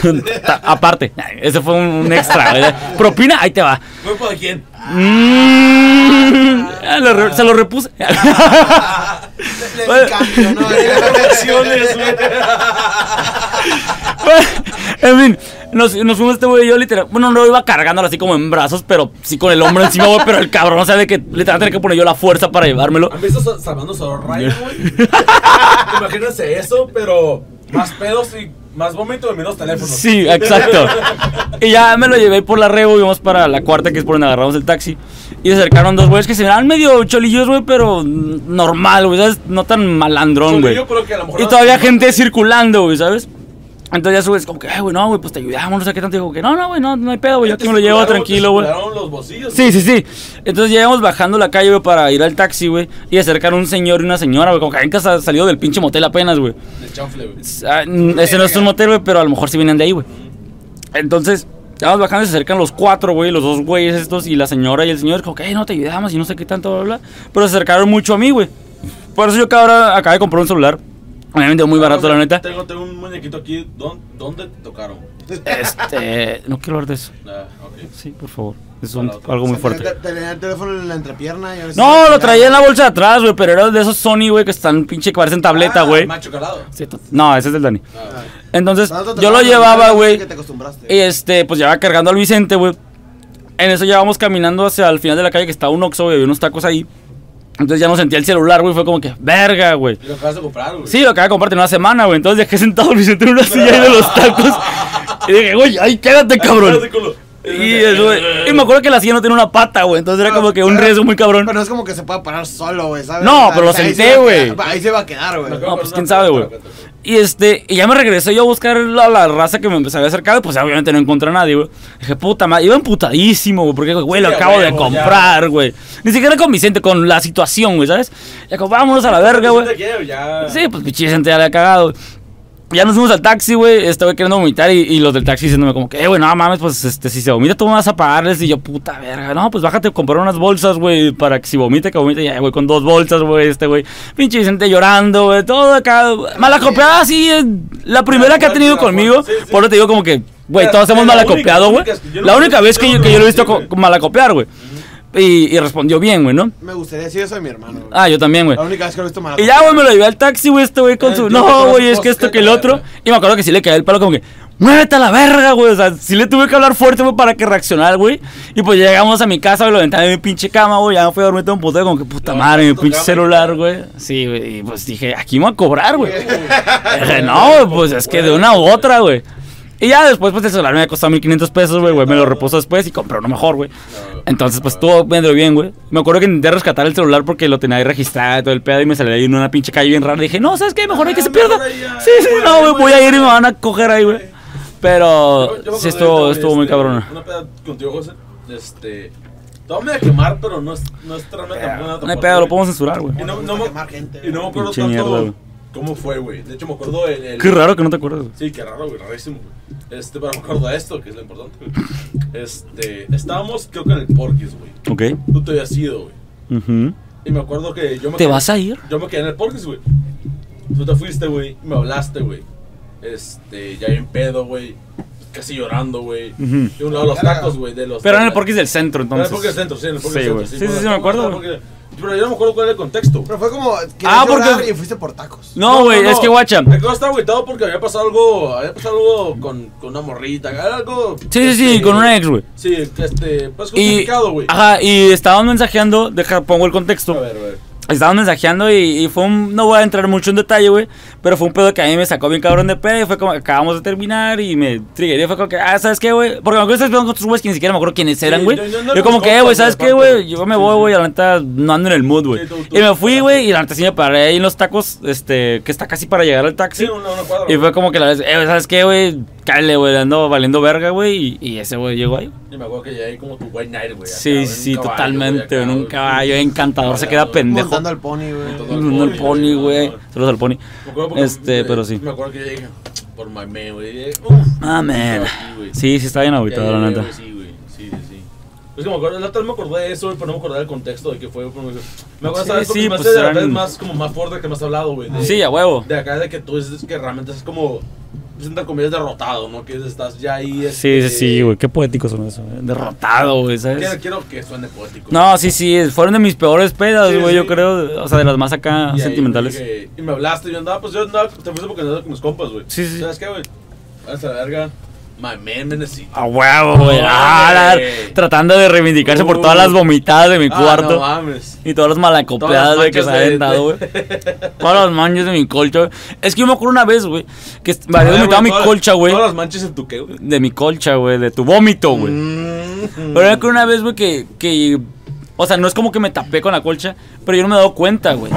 [SPEAKER 2] Ta- Aparte, Ay, ese fue un, un extra. güey. Propina, ahí te va.
[SPEAKER 3] ¿Cuerpo de quién?
[SPEAKER 2] Mm, ah, lo re- se lo repuse.
[SPEAKER 1] Le- le di cambio, ¿no?
[SPEAKER 3] Acciones, güey.
[SPEAKER 2] en fin, nos, nos fuimos este güey y yo literal. Bueno, no iba cargándolo así como en brazos, pero sí con el hombro encima, güey. Pero el cabrón sabe que literal tenía que poner yo la fuerza para llevármelo.
[SPEAKER 3] ¿Han visto Sa- Salvando Sorraya, güey? Imagínense eso, pero más pedos y más vómito y menos teléfonos.
[SPEAKER 2] Sí, exacto. Y ya me lo llevé por la rebo, íbamos para la cuarta, que es por donde agarramos el taxi. Y se acercaron dos güeyes que se miraban medio cholillos, güey, pero mm, normal, güey, ¿sabes? No tan malandrón,
[SPEAKER 3] Solo
[SPEAKER 2] güey.
[SPEAKER 3] yo creo que a lo mejor
[SPEAKER 2] Y
[SPEAKER 3] no-
[SPEAKER 2] todavía gente circulando, güey, ¿sabes? Entonces ya subes como que, "Ay, güey, no, güey, pues te ayudamos, no sé qué tanto. Digo que, no, no, güey, no, no hay pedo, güey, yo aquí me lo llevo
[SPEAKER 3] Te
[SPEAKER 2] tranquilo, güey.
[SPEAKER 3] circularon los bolsillos.
[SPEAKER 2] Sí, sí, sí. Entonces ya íbamos bajando la calle, güey, para ir al taxi, güey. Y acercar un señor y una señora, güey, como que habían casa- salido del pinche motel apenas, güey.
[SPEAKER 3] De chanfle, güey.
[SPEAKER 2] Ah, n- ese no es un motel, güey, pero a lo mejor sí vienen de ahí, güey. Entonces, vamos bajando y se acercan los cuatro, güey, los dos güeyes estos y la señora y el señor, como que, "Ey, no te ayudamos y no sé qué tanto, bla, bla, bla. Pero se acercaron mucho a mí, güey. Por eso yo que ahora acabé de comprar un celular. Obviamente muy barato, la neta.
[SPEAKER 3] Ah, Tengo, tengo un muñequito aquí. ¿Dónde, dónde te tocaron?
[SPEAKER 2] Este, no quiero hablar de eso.
[SPEAKER 3] Ah, ok.
[SPEAKER 2] Sí, por favor. Es un- algo muy fuerte.
[SPEAKER 1] Te, te le da el teléfono en la entrepierna. y ahora sí
[SPEAKER 2] No,
[SPEAKER 1] se
[SPEAKER 2] lo traía en la bolsa de atrás, güey, pero era de esos Sony, güey, que están pinche que parecen tableta,
[SPEAKER 3] Ah,
[SPEAKER 2] güey.
[SPEAKER 3] Macho calado.
[SPEAKER 2] Sí, to- No, ese es del Dani.
[SPEAKER 3] Ah,
[SPEAKER 2] Entonces,
[SPEAKER 1] Tanto te
[SPEAKER 2] pues, yo lo
[SPEAKER 1] tardas,
[SPEAKER 2] llevaba,
[SPEAKER 1] tanto
[SPEAKER 2] güey.
[SPEAKER 1] Que te acostumbraste.
[SPEAKER 2] Y este, pues ya va cargando al Vicente, güey. En eso ya vamos caminando hacia el final de la calle que estaba un Oxxo, güey, había unos tacos ahí. Entonces ya no sentía el celular, güey, fue como que, verga, güey.
[SPEAKER 3] y lo acabas de comprar, güey.
[SPEAKER 2] Sí, lo acabé de comprar en una semana, güey. Entonces dejé sentado al Vicente en una silla ahí de los tacos. Y dije, güey, ay, quédate, cabrón. Y, eso, güey. y me acuerdo que la silla no tiene una pata, güey. Entonces era como que un riesgo muy cabrón.
[SPEAKER 1] Pero no es como que se pueda parar solo, güey, ¿sabes?
[SPEAKER 2] No,
[SPEAKER 1] O sea,
[SPEAKER 2] pero lo
[SPEAKER 1] ahí se
[SPEAKER 2] senté,
[SPEAKER 1] va a
[SPEAKER 2] güey.
[SPEAKER 1] quedar- Ahí se va a quedar, güey.
[SPEAKER 2] No, pues quién sabe, güey. Y este, y ya me regresé yo a buscar la, la raza que me empezó a acercar, y pues obviamente no encontré a nadie, güey. Dije, puta madre, iba emputadísimo, güey, porque, güey, lo
[SPEAKER 3] Sí, a
[SPEAKER 2] acabo de
[SPEAKER 3] huevo, ya.
[SPEAKER 2] comprar, güey. Ni siquiera con Vicente, con la situación, güey, ¿sabes? Ya como, vámonos a la verga, güey.
[SPEAKER 3] Ya.
[SPEAKER 2] Sí, pues pinche Vicente ya le ha cagado. ya nos fuimos al taxi, güey. Estaba queriendo vomitar y, y los del taxi diciéndome como que, eh, güey, no mames, pues este, si se vomita tú me vas a pagarles. Y yo, puta verga, no, pues bájate a comprar unas bolsas, güey, para que si vomita, que vomite ya, güey, con dos bolsas, güey, este, güey. Pinche Vicente llorando, güey, todo acá. Malacopeada, sí, es la primera que ha tenido conmigo.
[SPEAKER 3] Sí, sí.
[SPEAKER 2] Por eso te digo como que, güey,
[SPEAKER 3] Mira,
[SPEAKER 2] todos hemos
[SPEAKER 3] la única-
[SPEAKER 2] malacopeado, güey.
[SPEAKER 3] única es que yo lo-
[SPEAKER 2] La única vez que
[SPEAKER 3] yo
[SPEAKER 2] yo,
[SPEAKER 3] lo
[SPEAKER 2] que yo lo he visto
[SPEAKER 3] conocí,
[SPEAKER 2] co- malacopear, güey. Y, y respondió bien, güey, ¿no?
[SPEAKER 1] Me gustaría decir eso de mi hermano. güey.
[SPEAKER 2] Ah, yo también, güey.
[SPEAKER 1] La única vez que lo he visto mal.
[SPEAKER 2] Y ya, güey, me lo llevé al taxi, güey, este güey con
[SPEAKER 3] Eh,
[SPEAKER 2] su...
[SPEAKER 3] yo me
[SPEAKER 2] No,
[SPEAKER 3] conozco
[SPEAKER 2] güey, es
[SPEAKER 3] cosas
[SPEAKER 2] que esto
[SPEAKER 3] que
[SPEAKER 2] que el
[SPEAKER 3] te
[SPEAKER 2] otro...
[SPEAKER 3] verga.
[SPEAKER 2] Y me acuerdo que sí le caí el palo como que... ¡Muévete a la verga, güey! O sea, sí le tuve que hablar fuerte, güey, para que reaccionara, güey. Y pues llegamos a mi casa, güey, lo aventé en mi pinche cama, güey. Ya me fui a dormir todo un putero, como que puta
[SPEAKER 3] Lo
[SPEAKER 2] madre, mi
[SPEAKER 3] aventaste en tu
[SPEAKER 2] pinche
[SPEAKER 3] cama.
[SPEAKER 2] celular, güey. Sí, güey, y pues dije, aquí me voy a cobrar, güey. Dije, no, güey, pues es que de una u otra, güey. Y ya después, pues el celular me ha costado 1500 pesos, güey, güey. Me lo repuso después y compré uno mejor, güey. Entonces, pues todo vendró bien, güey. Me acuerdo que intenté rescatar el celular porque lo tenía ahí registrado y todo el pedo y me salí ahí en una pinche calle bien rara. Dije, no, ¿sabes qué? Mejor hay que se
[SPEAKER 3] Mejor
[SPEAKER 2] pierda.
[SPEAKER 3] ahí ya.
[SPEAKER 2] Sí, sí, no, güey, voy a ir y me van a coger ahí, güey. Pero
[SPEAKER 3] Yo- yo me
[SPEAKER 2] sí
[SPEAKER 3] acordé
[SPEAKER 2] estuvo,
[SPEAKER 3] de
[SPEAKER 2] estuvo muy
[SPEAKER 3] este,
[SPEAKER 2] cabrón.
[SPEAKER 3] Una peda contigo, José. Este. Te voy a medio quemar, pero no es, no es trama tampoco.
[SPEAKER 2] No hay pedo, lo podemos censurar, güey.
[SPEAKER 3] Y no,
[SPEAKER 1] Me
[SPEAKER 3] no,
[SPEAKER 1] gusta
[SPEAKER 3] me-
[SPEAKER 1] quemar gente,
[SPEAKER 3] y no me
[SPEAKER 1] güey.
[SPEAKER 3] acuerdo
[SPEAKER 2] Pinche
[SPEAKER 3] tanto
[SPEAKER 2] mierda, güey.
[SPEAKER 3] cómo fue, güey. De hecho, me acuerdo el. el-
[SPEAKER 2] Qué raro que no te acuerdas, güey.
[SPEAKER 3] Sí, qué raro, güey, rarísimo, güey. Este, pero me acuerdo de esto, que es lo importante, güey. Este, estábamos, creo que en el Porquis, güey.
[SPEAKER 2] Ok.
[SPEAKER 3] Tú te habías ido, güey.
[SPEAKER 2] ujú.
[SPEAKER 3] Y me acuerdo que yo me
[SPEAKER 2] ¿Te
[SPEAKER 3] quedé-
[SPEAKER 2] vas a ir?
[SPEAKER 3] Yo me quedé en el Porquis, güey. Tú te fuiste, güey. y Me hablaste, güey. Este, ya bien pedo, güey. Casi llorando, güey.
[SPEAKER 2] Ujú.
[SPEAKER 3] De un lado los tacos, güey. de los-
[SPEAKER 2] Pero en
[SPEAKER 3] de
[SPEAKER 2] el
[SPEAKER 3] la-
[SPEAKER 2] porquis del centro,
[SPEAKER 3] en el
[SPEAKER 2] entonces.
[SPEAKER 3] Porquis centro, sí, en el Porquis
[SPEAKER 2] Sí,
[SPEAKER 3] centro.
[SPEAKER 2] güey. Sí, sí, sí, me acuerdo, güey.
[SPEAKER 3] Porque- Pero yo no me acuerdo cuál era el contexto.
[SPEAKER 1] Pero fue como.
[SPEAKER 2] Ah,
[SPEAKER 1] Ah,
[SPEAKER 2] porque-
[SPEAKER 1] porque. Y fuiste por tacos.
[SPEAKER 2] No, güey, es que guacha.
[SPEAKER 3] Me quedo estaba agüitado porque había pasado algo. Había pasado algo con, con una morrita. Algo.
[SPEAKER 2] Sí, sí, sí,
[SPEAKER 3] este,
[SPEAKER 2] con una ex, güey.
[SPEAKER 3] Sí, este. Pues
[SPEAKER 2] Y,
[SPEAKER 3] complicado, güey.
[SPEAKER 2] ajá, y estaban mensajeando, deja, pongo el contexto.
[SPEAKER 3] A ver, a ver.
[SPEAKER 2] Estaban mensajeando y, y fue un. No voy a entrar mucho en detalle, güey. Pero fue un pedo que a mí me sacó bien cabrón de pedo. Y fue como que acabamos de terminar y me triggeré. Fue como que, ah, ¿sabes qué, güey? Porque me acuerdo que estás peleando con otros güeyes que ni siquiera me acuerdo quiénes eran,
[SPEAKER 3] Sí,
[SPEAKER 2] güey.
[SPEAKER 3] no, no, no
[SPEAKER 2] yo, como
[SPEAKER 3] nos
[SPEAKER 2] que, eh, güey,
[SPEAKER 3] contas,
[SPEAKER 2] ¿sabes
[SPEAKER 3] güey,
[SPEAKER 2] qué, güey?
[SPEAKER 3] aparte.
[SPEAKER 2] Yo me
[SPEAKER 3] Sí,
[SPEAKER 2] voy,
[SPEAKER 3] sí.
[SPEAKER 2] güey. y La neta no ando en el mood, güey.
[SPEAKER 3] Sí, tú- tú-
[SPEAKER 2] y me
[SPEAKER 3] tú-
[SPEAKER 2] fui, güey. Y la neta sí me paré ahí en los tacos, este, que está casi para llegar al taxi.
[SPEAKER 3] Sí, una, una cuadra.
[SPEAKER 2] y fue como que la vez, eh, güey, ¿sabes qué, güey? Cállale, güey, ando valiendo verga, güey. Y, y ese güey llegó ahí.
[SPEAKER 3] Y me acuerdo que ya hay como tu white night, güey. acá,
[SPEAKER 2] Sí,
[SPEAKER 3] güey,
[SPEAKER 2] sí,
[SPEAKER 3] un caballo,
[SPEAKER 2] totalmente. güey,
[SPEAKER 3] güey, acá,
[SPEAKER 2] Un
[SPEAKER 3] güey.
[SPEAKER 2] caballo encantador se queda pendejo.
[SPEAKER 1] Montando al pony, güey.
[SPEAKER 3] al
[SPEAKER 2] No el
[SPEAKER 3] pony,
[SPEAKER 2] pony, güey.
[SPEAKER 3] güey.
[SPEAKER 2] Saludos al pony.
[SPEAKER 3] Me acuerdo porque-
[SPEAKER 2] Este,
[SPEAKER 3] eh,
[SPEAKER 2] pero sí.
[SPEAKER 3] Me acuerdo que yo dije, por my man, güey. y dije, uf,
[SPEAKER 2] Ah, man.
[SPEAKER 3] Sí, güey.
[SPEAKER 2] Sí, sí está bien aguitado,
[SPEAKER 3] Ya,
[SPEAKER 2] la
[SPEAKER 3] ya,
[SPEAKER 2] neta.
[SPEAKER 3] güey, Sí, güey. Sí, sí, sí. Es que me acuerdo, la otra vez me acordé de eso, güey, pero no me acordé del contexto de qué fue. güey, pero me- Me acuerdo,
[SPEAKER 2] Sí,
[SPEAKER 3] ¿sabes? Porque
[SPEAKER 2] sí,
[SPEAKER 3] me hace
[SPEAKER 2] pues
[SPEAKER 3] de la
[SPEAKER 2] eran-
[SPEAKER 3] vez más, como más fuerte que me has hablado, güey. de-
[SPEAKER 2] Sí, a huevo.
[SPEAKER 3] De acá, de que tú dices que realmente es como, pues, entre comillas, derrotado, ¿no? Que estás ya ahí.
[SPEAKER 2] Sí, sí,
[SPEAKER 3] este,
[SPEAKER 2] sí, güey. Qué poéticos son eso. güey. Derrotado, güey,
[SPEAKER 3] Quiero,
[SPEAKER 2] ¿sabes?
[SPEAKER 3] quiero que suene poético.
[SPEAKER 2] No, sí, sí. Fueron de mis peores pedas,
[SPEAKER 3] Sí,
[SPEAKER 2] güey. Yo
[SPEAKER 3] sí.
[SPEAKER 2] creo. O sea, de las más acá
[SPEAKER 3] Y ahí
[SPEAKER 2] sentimentales.
[SPEAKER 3] dije- y me hablaste, y yo andaba, pues yo andaba, te fuiste porque andaba con mis compas, güey.
[SPEAKER 2] Sí, sí, sí.
[SPEAKER 3] ¿Sabes qué, güey? Hasta la verga. My man me necesita.
[SPEAKER 2] A huevo, güey.
[SPEAKER 3] No,
[SPEAKER 2] Ah, la-
[SPEAKER 3] güey.
[SPEAKER 2] Tratando de reivindicarse por
[SPEAKER 3] Uh.
[SPEAKER 2] todas las vomitadas de mi
[SPEAKER 3] Ah, no
[SPEAKER 2] cuarto.
[SPEAKER 3] mames.
[SPEAKER 2] Y todas las malacopeadas,
[SPEAKER 3] Todas las
[SPEAKER 2] güey, que se
[SPEAKER 3] manchas
[SPEAKER 2] han
[SPEAKER 3] de-
[SPEAKER 2] dado, güey. Todas las manchas de mi colcha, güey. Es que yo me acuerdo una vez, güey, que me
[SPEAKER 3] A
[SPEAKER 2] había
[SPEAKER 3] ver,
[SPEAKER 2] vomitado mi
[SPEAKER 3] Ah, todas-
[SPEAKER 2] colcha, güey.
[SPEAKER 3] Todas las Mm. manchas en tu qué, güey.
[SPEAKER 2] De mi colcha, güey, de tu vómito, güey.
[SPEAKER 1] Mm,
[SPEAKER 2] Pero era que una vez, güey, que, que. O sea, no es como que me tapé con la colcha, pero yo no me he dado cuenta, güey.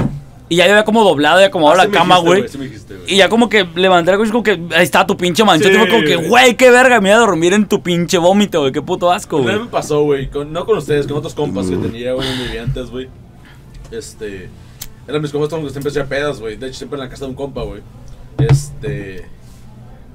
[SPEAKER 2] Y ya yo había como doblado y acomodado
[SPEAKER 3] Ah, Sí
[SPEAKER 2] la
[SPEAKER 3] me
[SPEAKER 2] cama,
[SPEAKER 3] dijiste,
[SPEAKER 2] güey.
[SPEAKER 3] sí me dijiste, güey.
[SPEAKER 2] Y ya como que levanté la colcha y como que ahí estaba tu pinche manchete.
[SPEAKER 3] Sí,
[SPEAKER 2] y fue como que,
[SPEAKER 3] güey.
[SPEAKER 2] güey, qué verga, me iba a dormir en tu pinche vómito, güey. Qué puto asco,
[SPEAKER 3] Una vez
[SPEAKER 2] güey.
[SPEAKER 3] me pasó, güey, con- no con ustedes, con otros compas que tenía, güey, en vivientes, güey. Este. Eran mis compas con los que siempre hacía pedas, güey. De hecho, siempre en la casa de un compa, güey. Este.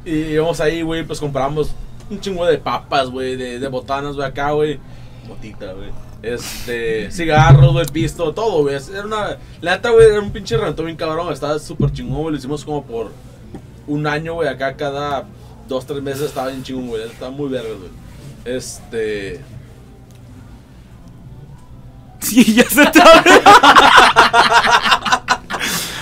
[SPEAKER 3] Y íbamos ahí, güey, pues compramos un chingo de papas, güey, de, de botanas, güey, acá, güey. Botita, güey. Este, cigarros, güey, pisto, todo, güey. Era una. La neta, güey, era un pinche rentón bien cabrón. Estaba súper chingón, güey. Lo hicimos como por un año, güey. Acá cada dos, tres meses estaba bien chingón, güey. Estaba muy verga, güey. Este.
[SPEAKER 2] Sí, ya se te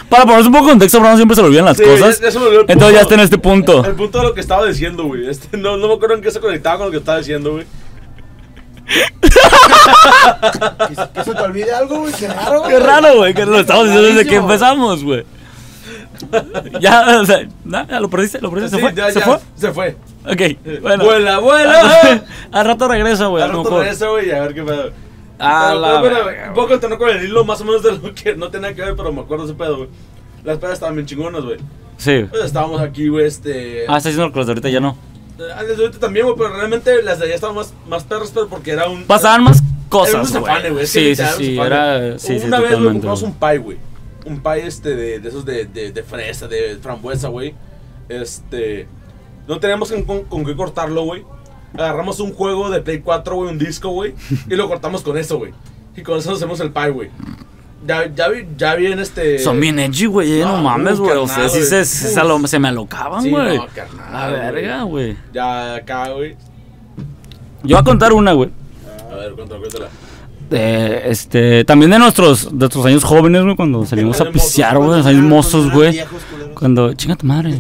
[SPEAKER 2] Para ponerse un poco de contexto, Bruno siempre se le olvidan las
[SPEAKER 3] Sí,
[SPEAKER 2] cosas.
[SPEAKER 3] ya- ya se me olvidó el
[SPEAKER 2] Entonces ya está
[SPEAKER 3] punto.
[SPEAKER 2] en este punto.
[SPEAKER 3] El punto de lo que estaba diciendo, güey. Este, no, no me acuerdo en qué se conectaba con lo que estaba diciendo, güey.
[SPEAKER 1] Que se te olvide algo, güey. Qué raro, güey.
[SPEAKER 2] Qué raro, güey, que lo estamos diciendo desde que
[SPEAKER 1] Rarísimo,
[SPEAKER 2] empezamos, güey. Ya, o sea, nada, lo perdiste, lo perdiste,
[SPEAKER 3] Sí,
[SPEAKER 2] se fue,
[SPEAKER 3] ya,
[SPEAKER 2] se
[SPEAKER 3] ya,
[SPEAKER 2] fue.
[SPEAKER 3] Se fue.
[SPEAKER 2] Ok, bueno.
[SPEAKER 3] Vuela, vuela.
[SPEAKER 2] Al rato regreso, güey. a
[SPEAKER 3] Al
[SPEAKER 2] lo
[SPEAKER 3] rato
[SPEAKER 2] mejor.
[SPEAKER 3] regresa, güey, a ver qué pedo.
[SPEAKER 2] Ah,
[SPEAKER 3] Pero-
[SPEAKER 2] la
[SPEAKER 3] pero, pero,
[SPEAKER 2] verga,
[SPEAKER 3] Un poco entonó con el hilo más o menos de lo que no tenía que ver, pero me acuerdo ese pedo, güey. Las pedas estaban bien chingonas, güey.
[SPEAKER 2] Sí.
[SPEAKER 3] Pues estábamos aquí, güey, este.
[SPEAKER 2] Ah, está haciendo los de ahorita, ya no.
[SPEAKER 3] eh, antes de ahorita también, güey, pero realmente las de allá estaban más, más perras, pero porque era un.
[SPEAKER 2] Pasaban más
[SPEAKER 3] Era un
[SPEAKER 2] cosas,
[SPEAKER 3] zafane, güey.
[SPEAKER 2] güey.
[SPEAKER 3] es que
[SPEAKER 2] Sí, sí,
[SPEAKER 3] literal, un
[SPEAKER 2] sí,
[SPEAKER 3] zafane.
[SPEAKER 2] era... Sí, sí,
[SPEAKER 3] Una vez, güey,
[SPEAKER 2] totalmente.
[SPEAKER 3] compramos
[SPEAKER 2] güey.
[SPEAKER 3] un pie, güey. Un pie este de, de esos de, de, de fresa, de frambuesa, güey. Este. No teníamos con, con- con qué cortarlo, güey. Agarramos un juego de Play 4, güey, un disco, güey. Y lo cortamos con eso, güey. Y con eso hacemos el pie, güey. Ya, ya, vi, ya vi en este.
[SPEAKER 2] Son bien edgy, güey. eh, No,
[SPEAKER 3] no, uh,
[SPEAKER 2] mames, güey. O sea,
[SPEAKER 3] carnal,
[SPEAKER 2] sí
[SPEAKER 3] güey.
[SPEAKER 2] se, se- se lo- se me alocaban,
[SPEAKER 3] Sí,
[SPEAKER 2] güey.
[SPEAKER 3] no, carnal,
[SPEAKER 2] La
[SPEAKER 3] güey.
[SPEAKER 2] verga, güey.
[SPEAKER 3] Ya acá, güey.
[SPEAKER 2] Yo voy a contar una, güey.
[SPEAKER 3] A ver, cuéntala, cuéntala.
[SPEAKER 2] Eh, este, también de nuestros, de nuestros años jóvenes, güey, cuando salimos a
[SPEAKER 3] Éramos mozos,
[SPEAKER 2] pisear, güey,
[SPEAKER 1] Cuando
[SPEAKER 2] los años
[SPEAKER 1] eran-
[SPEAKER 2] mozos,
[SPEAKER 1] cuando eran
[SPEAKER 2] güey.
[SPEAKER 1] viejos, culeros.
[SPEAKER 2] Cuando, chinga tu madre.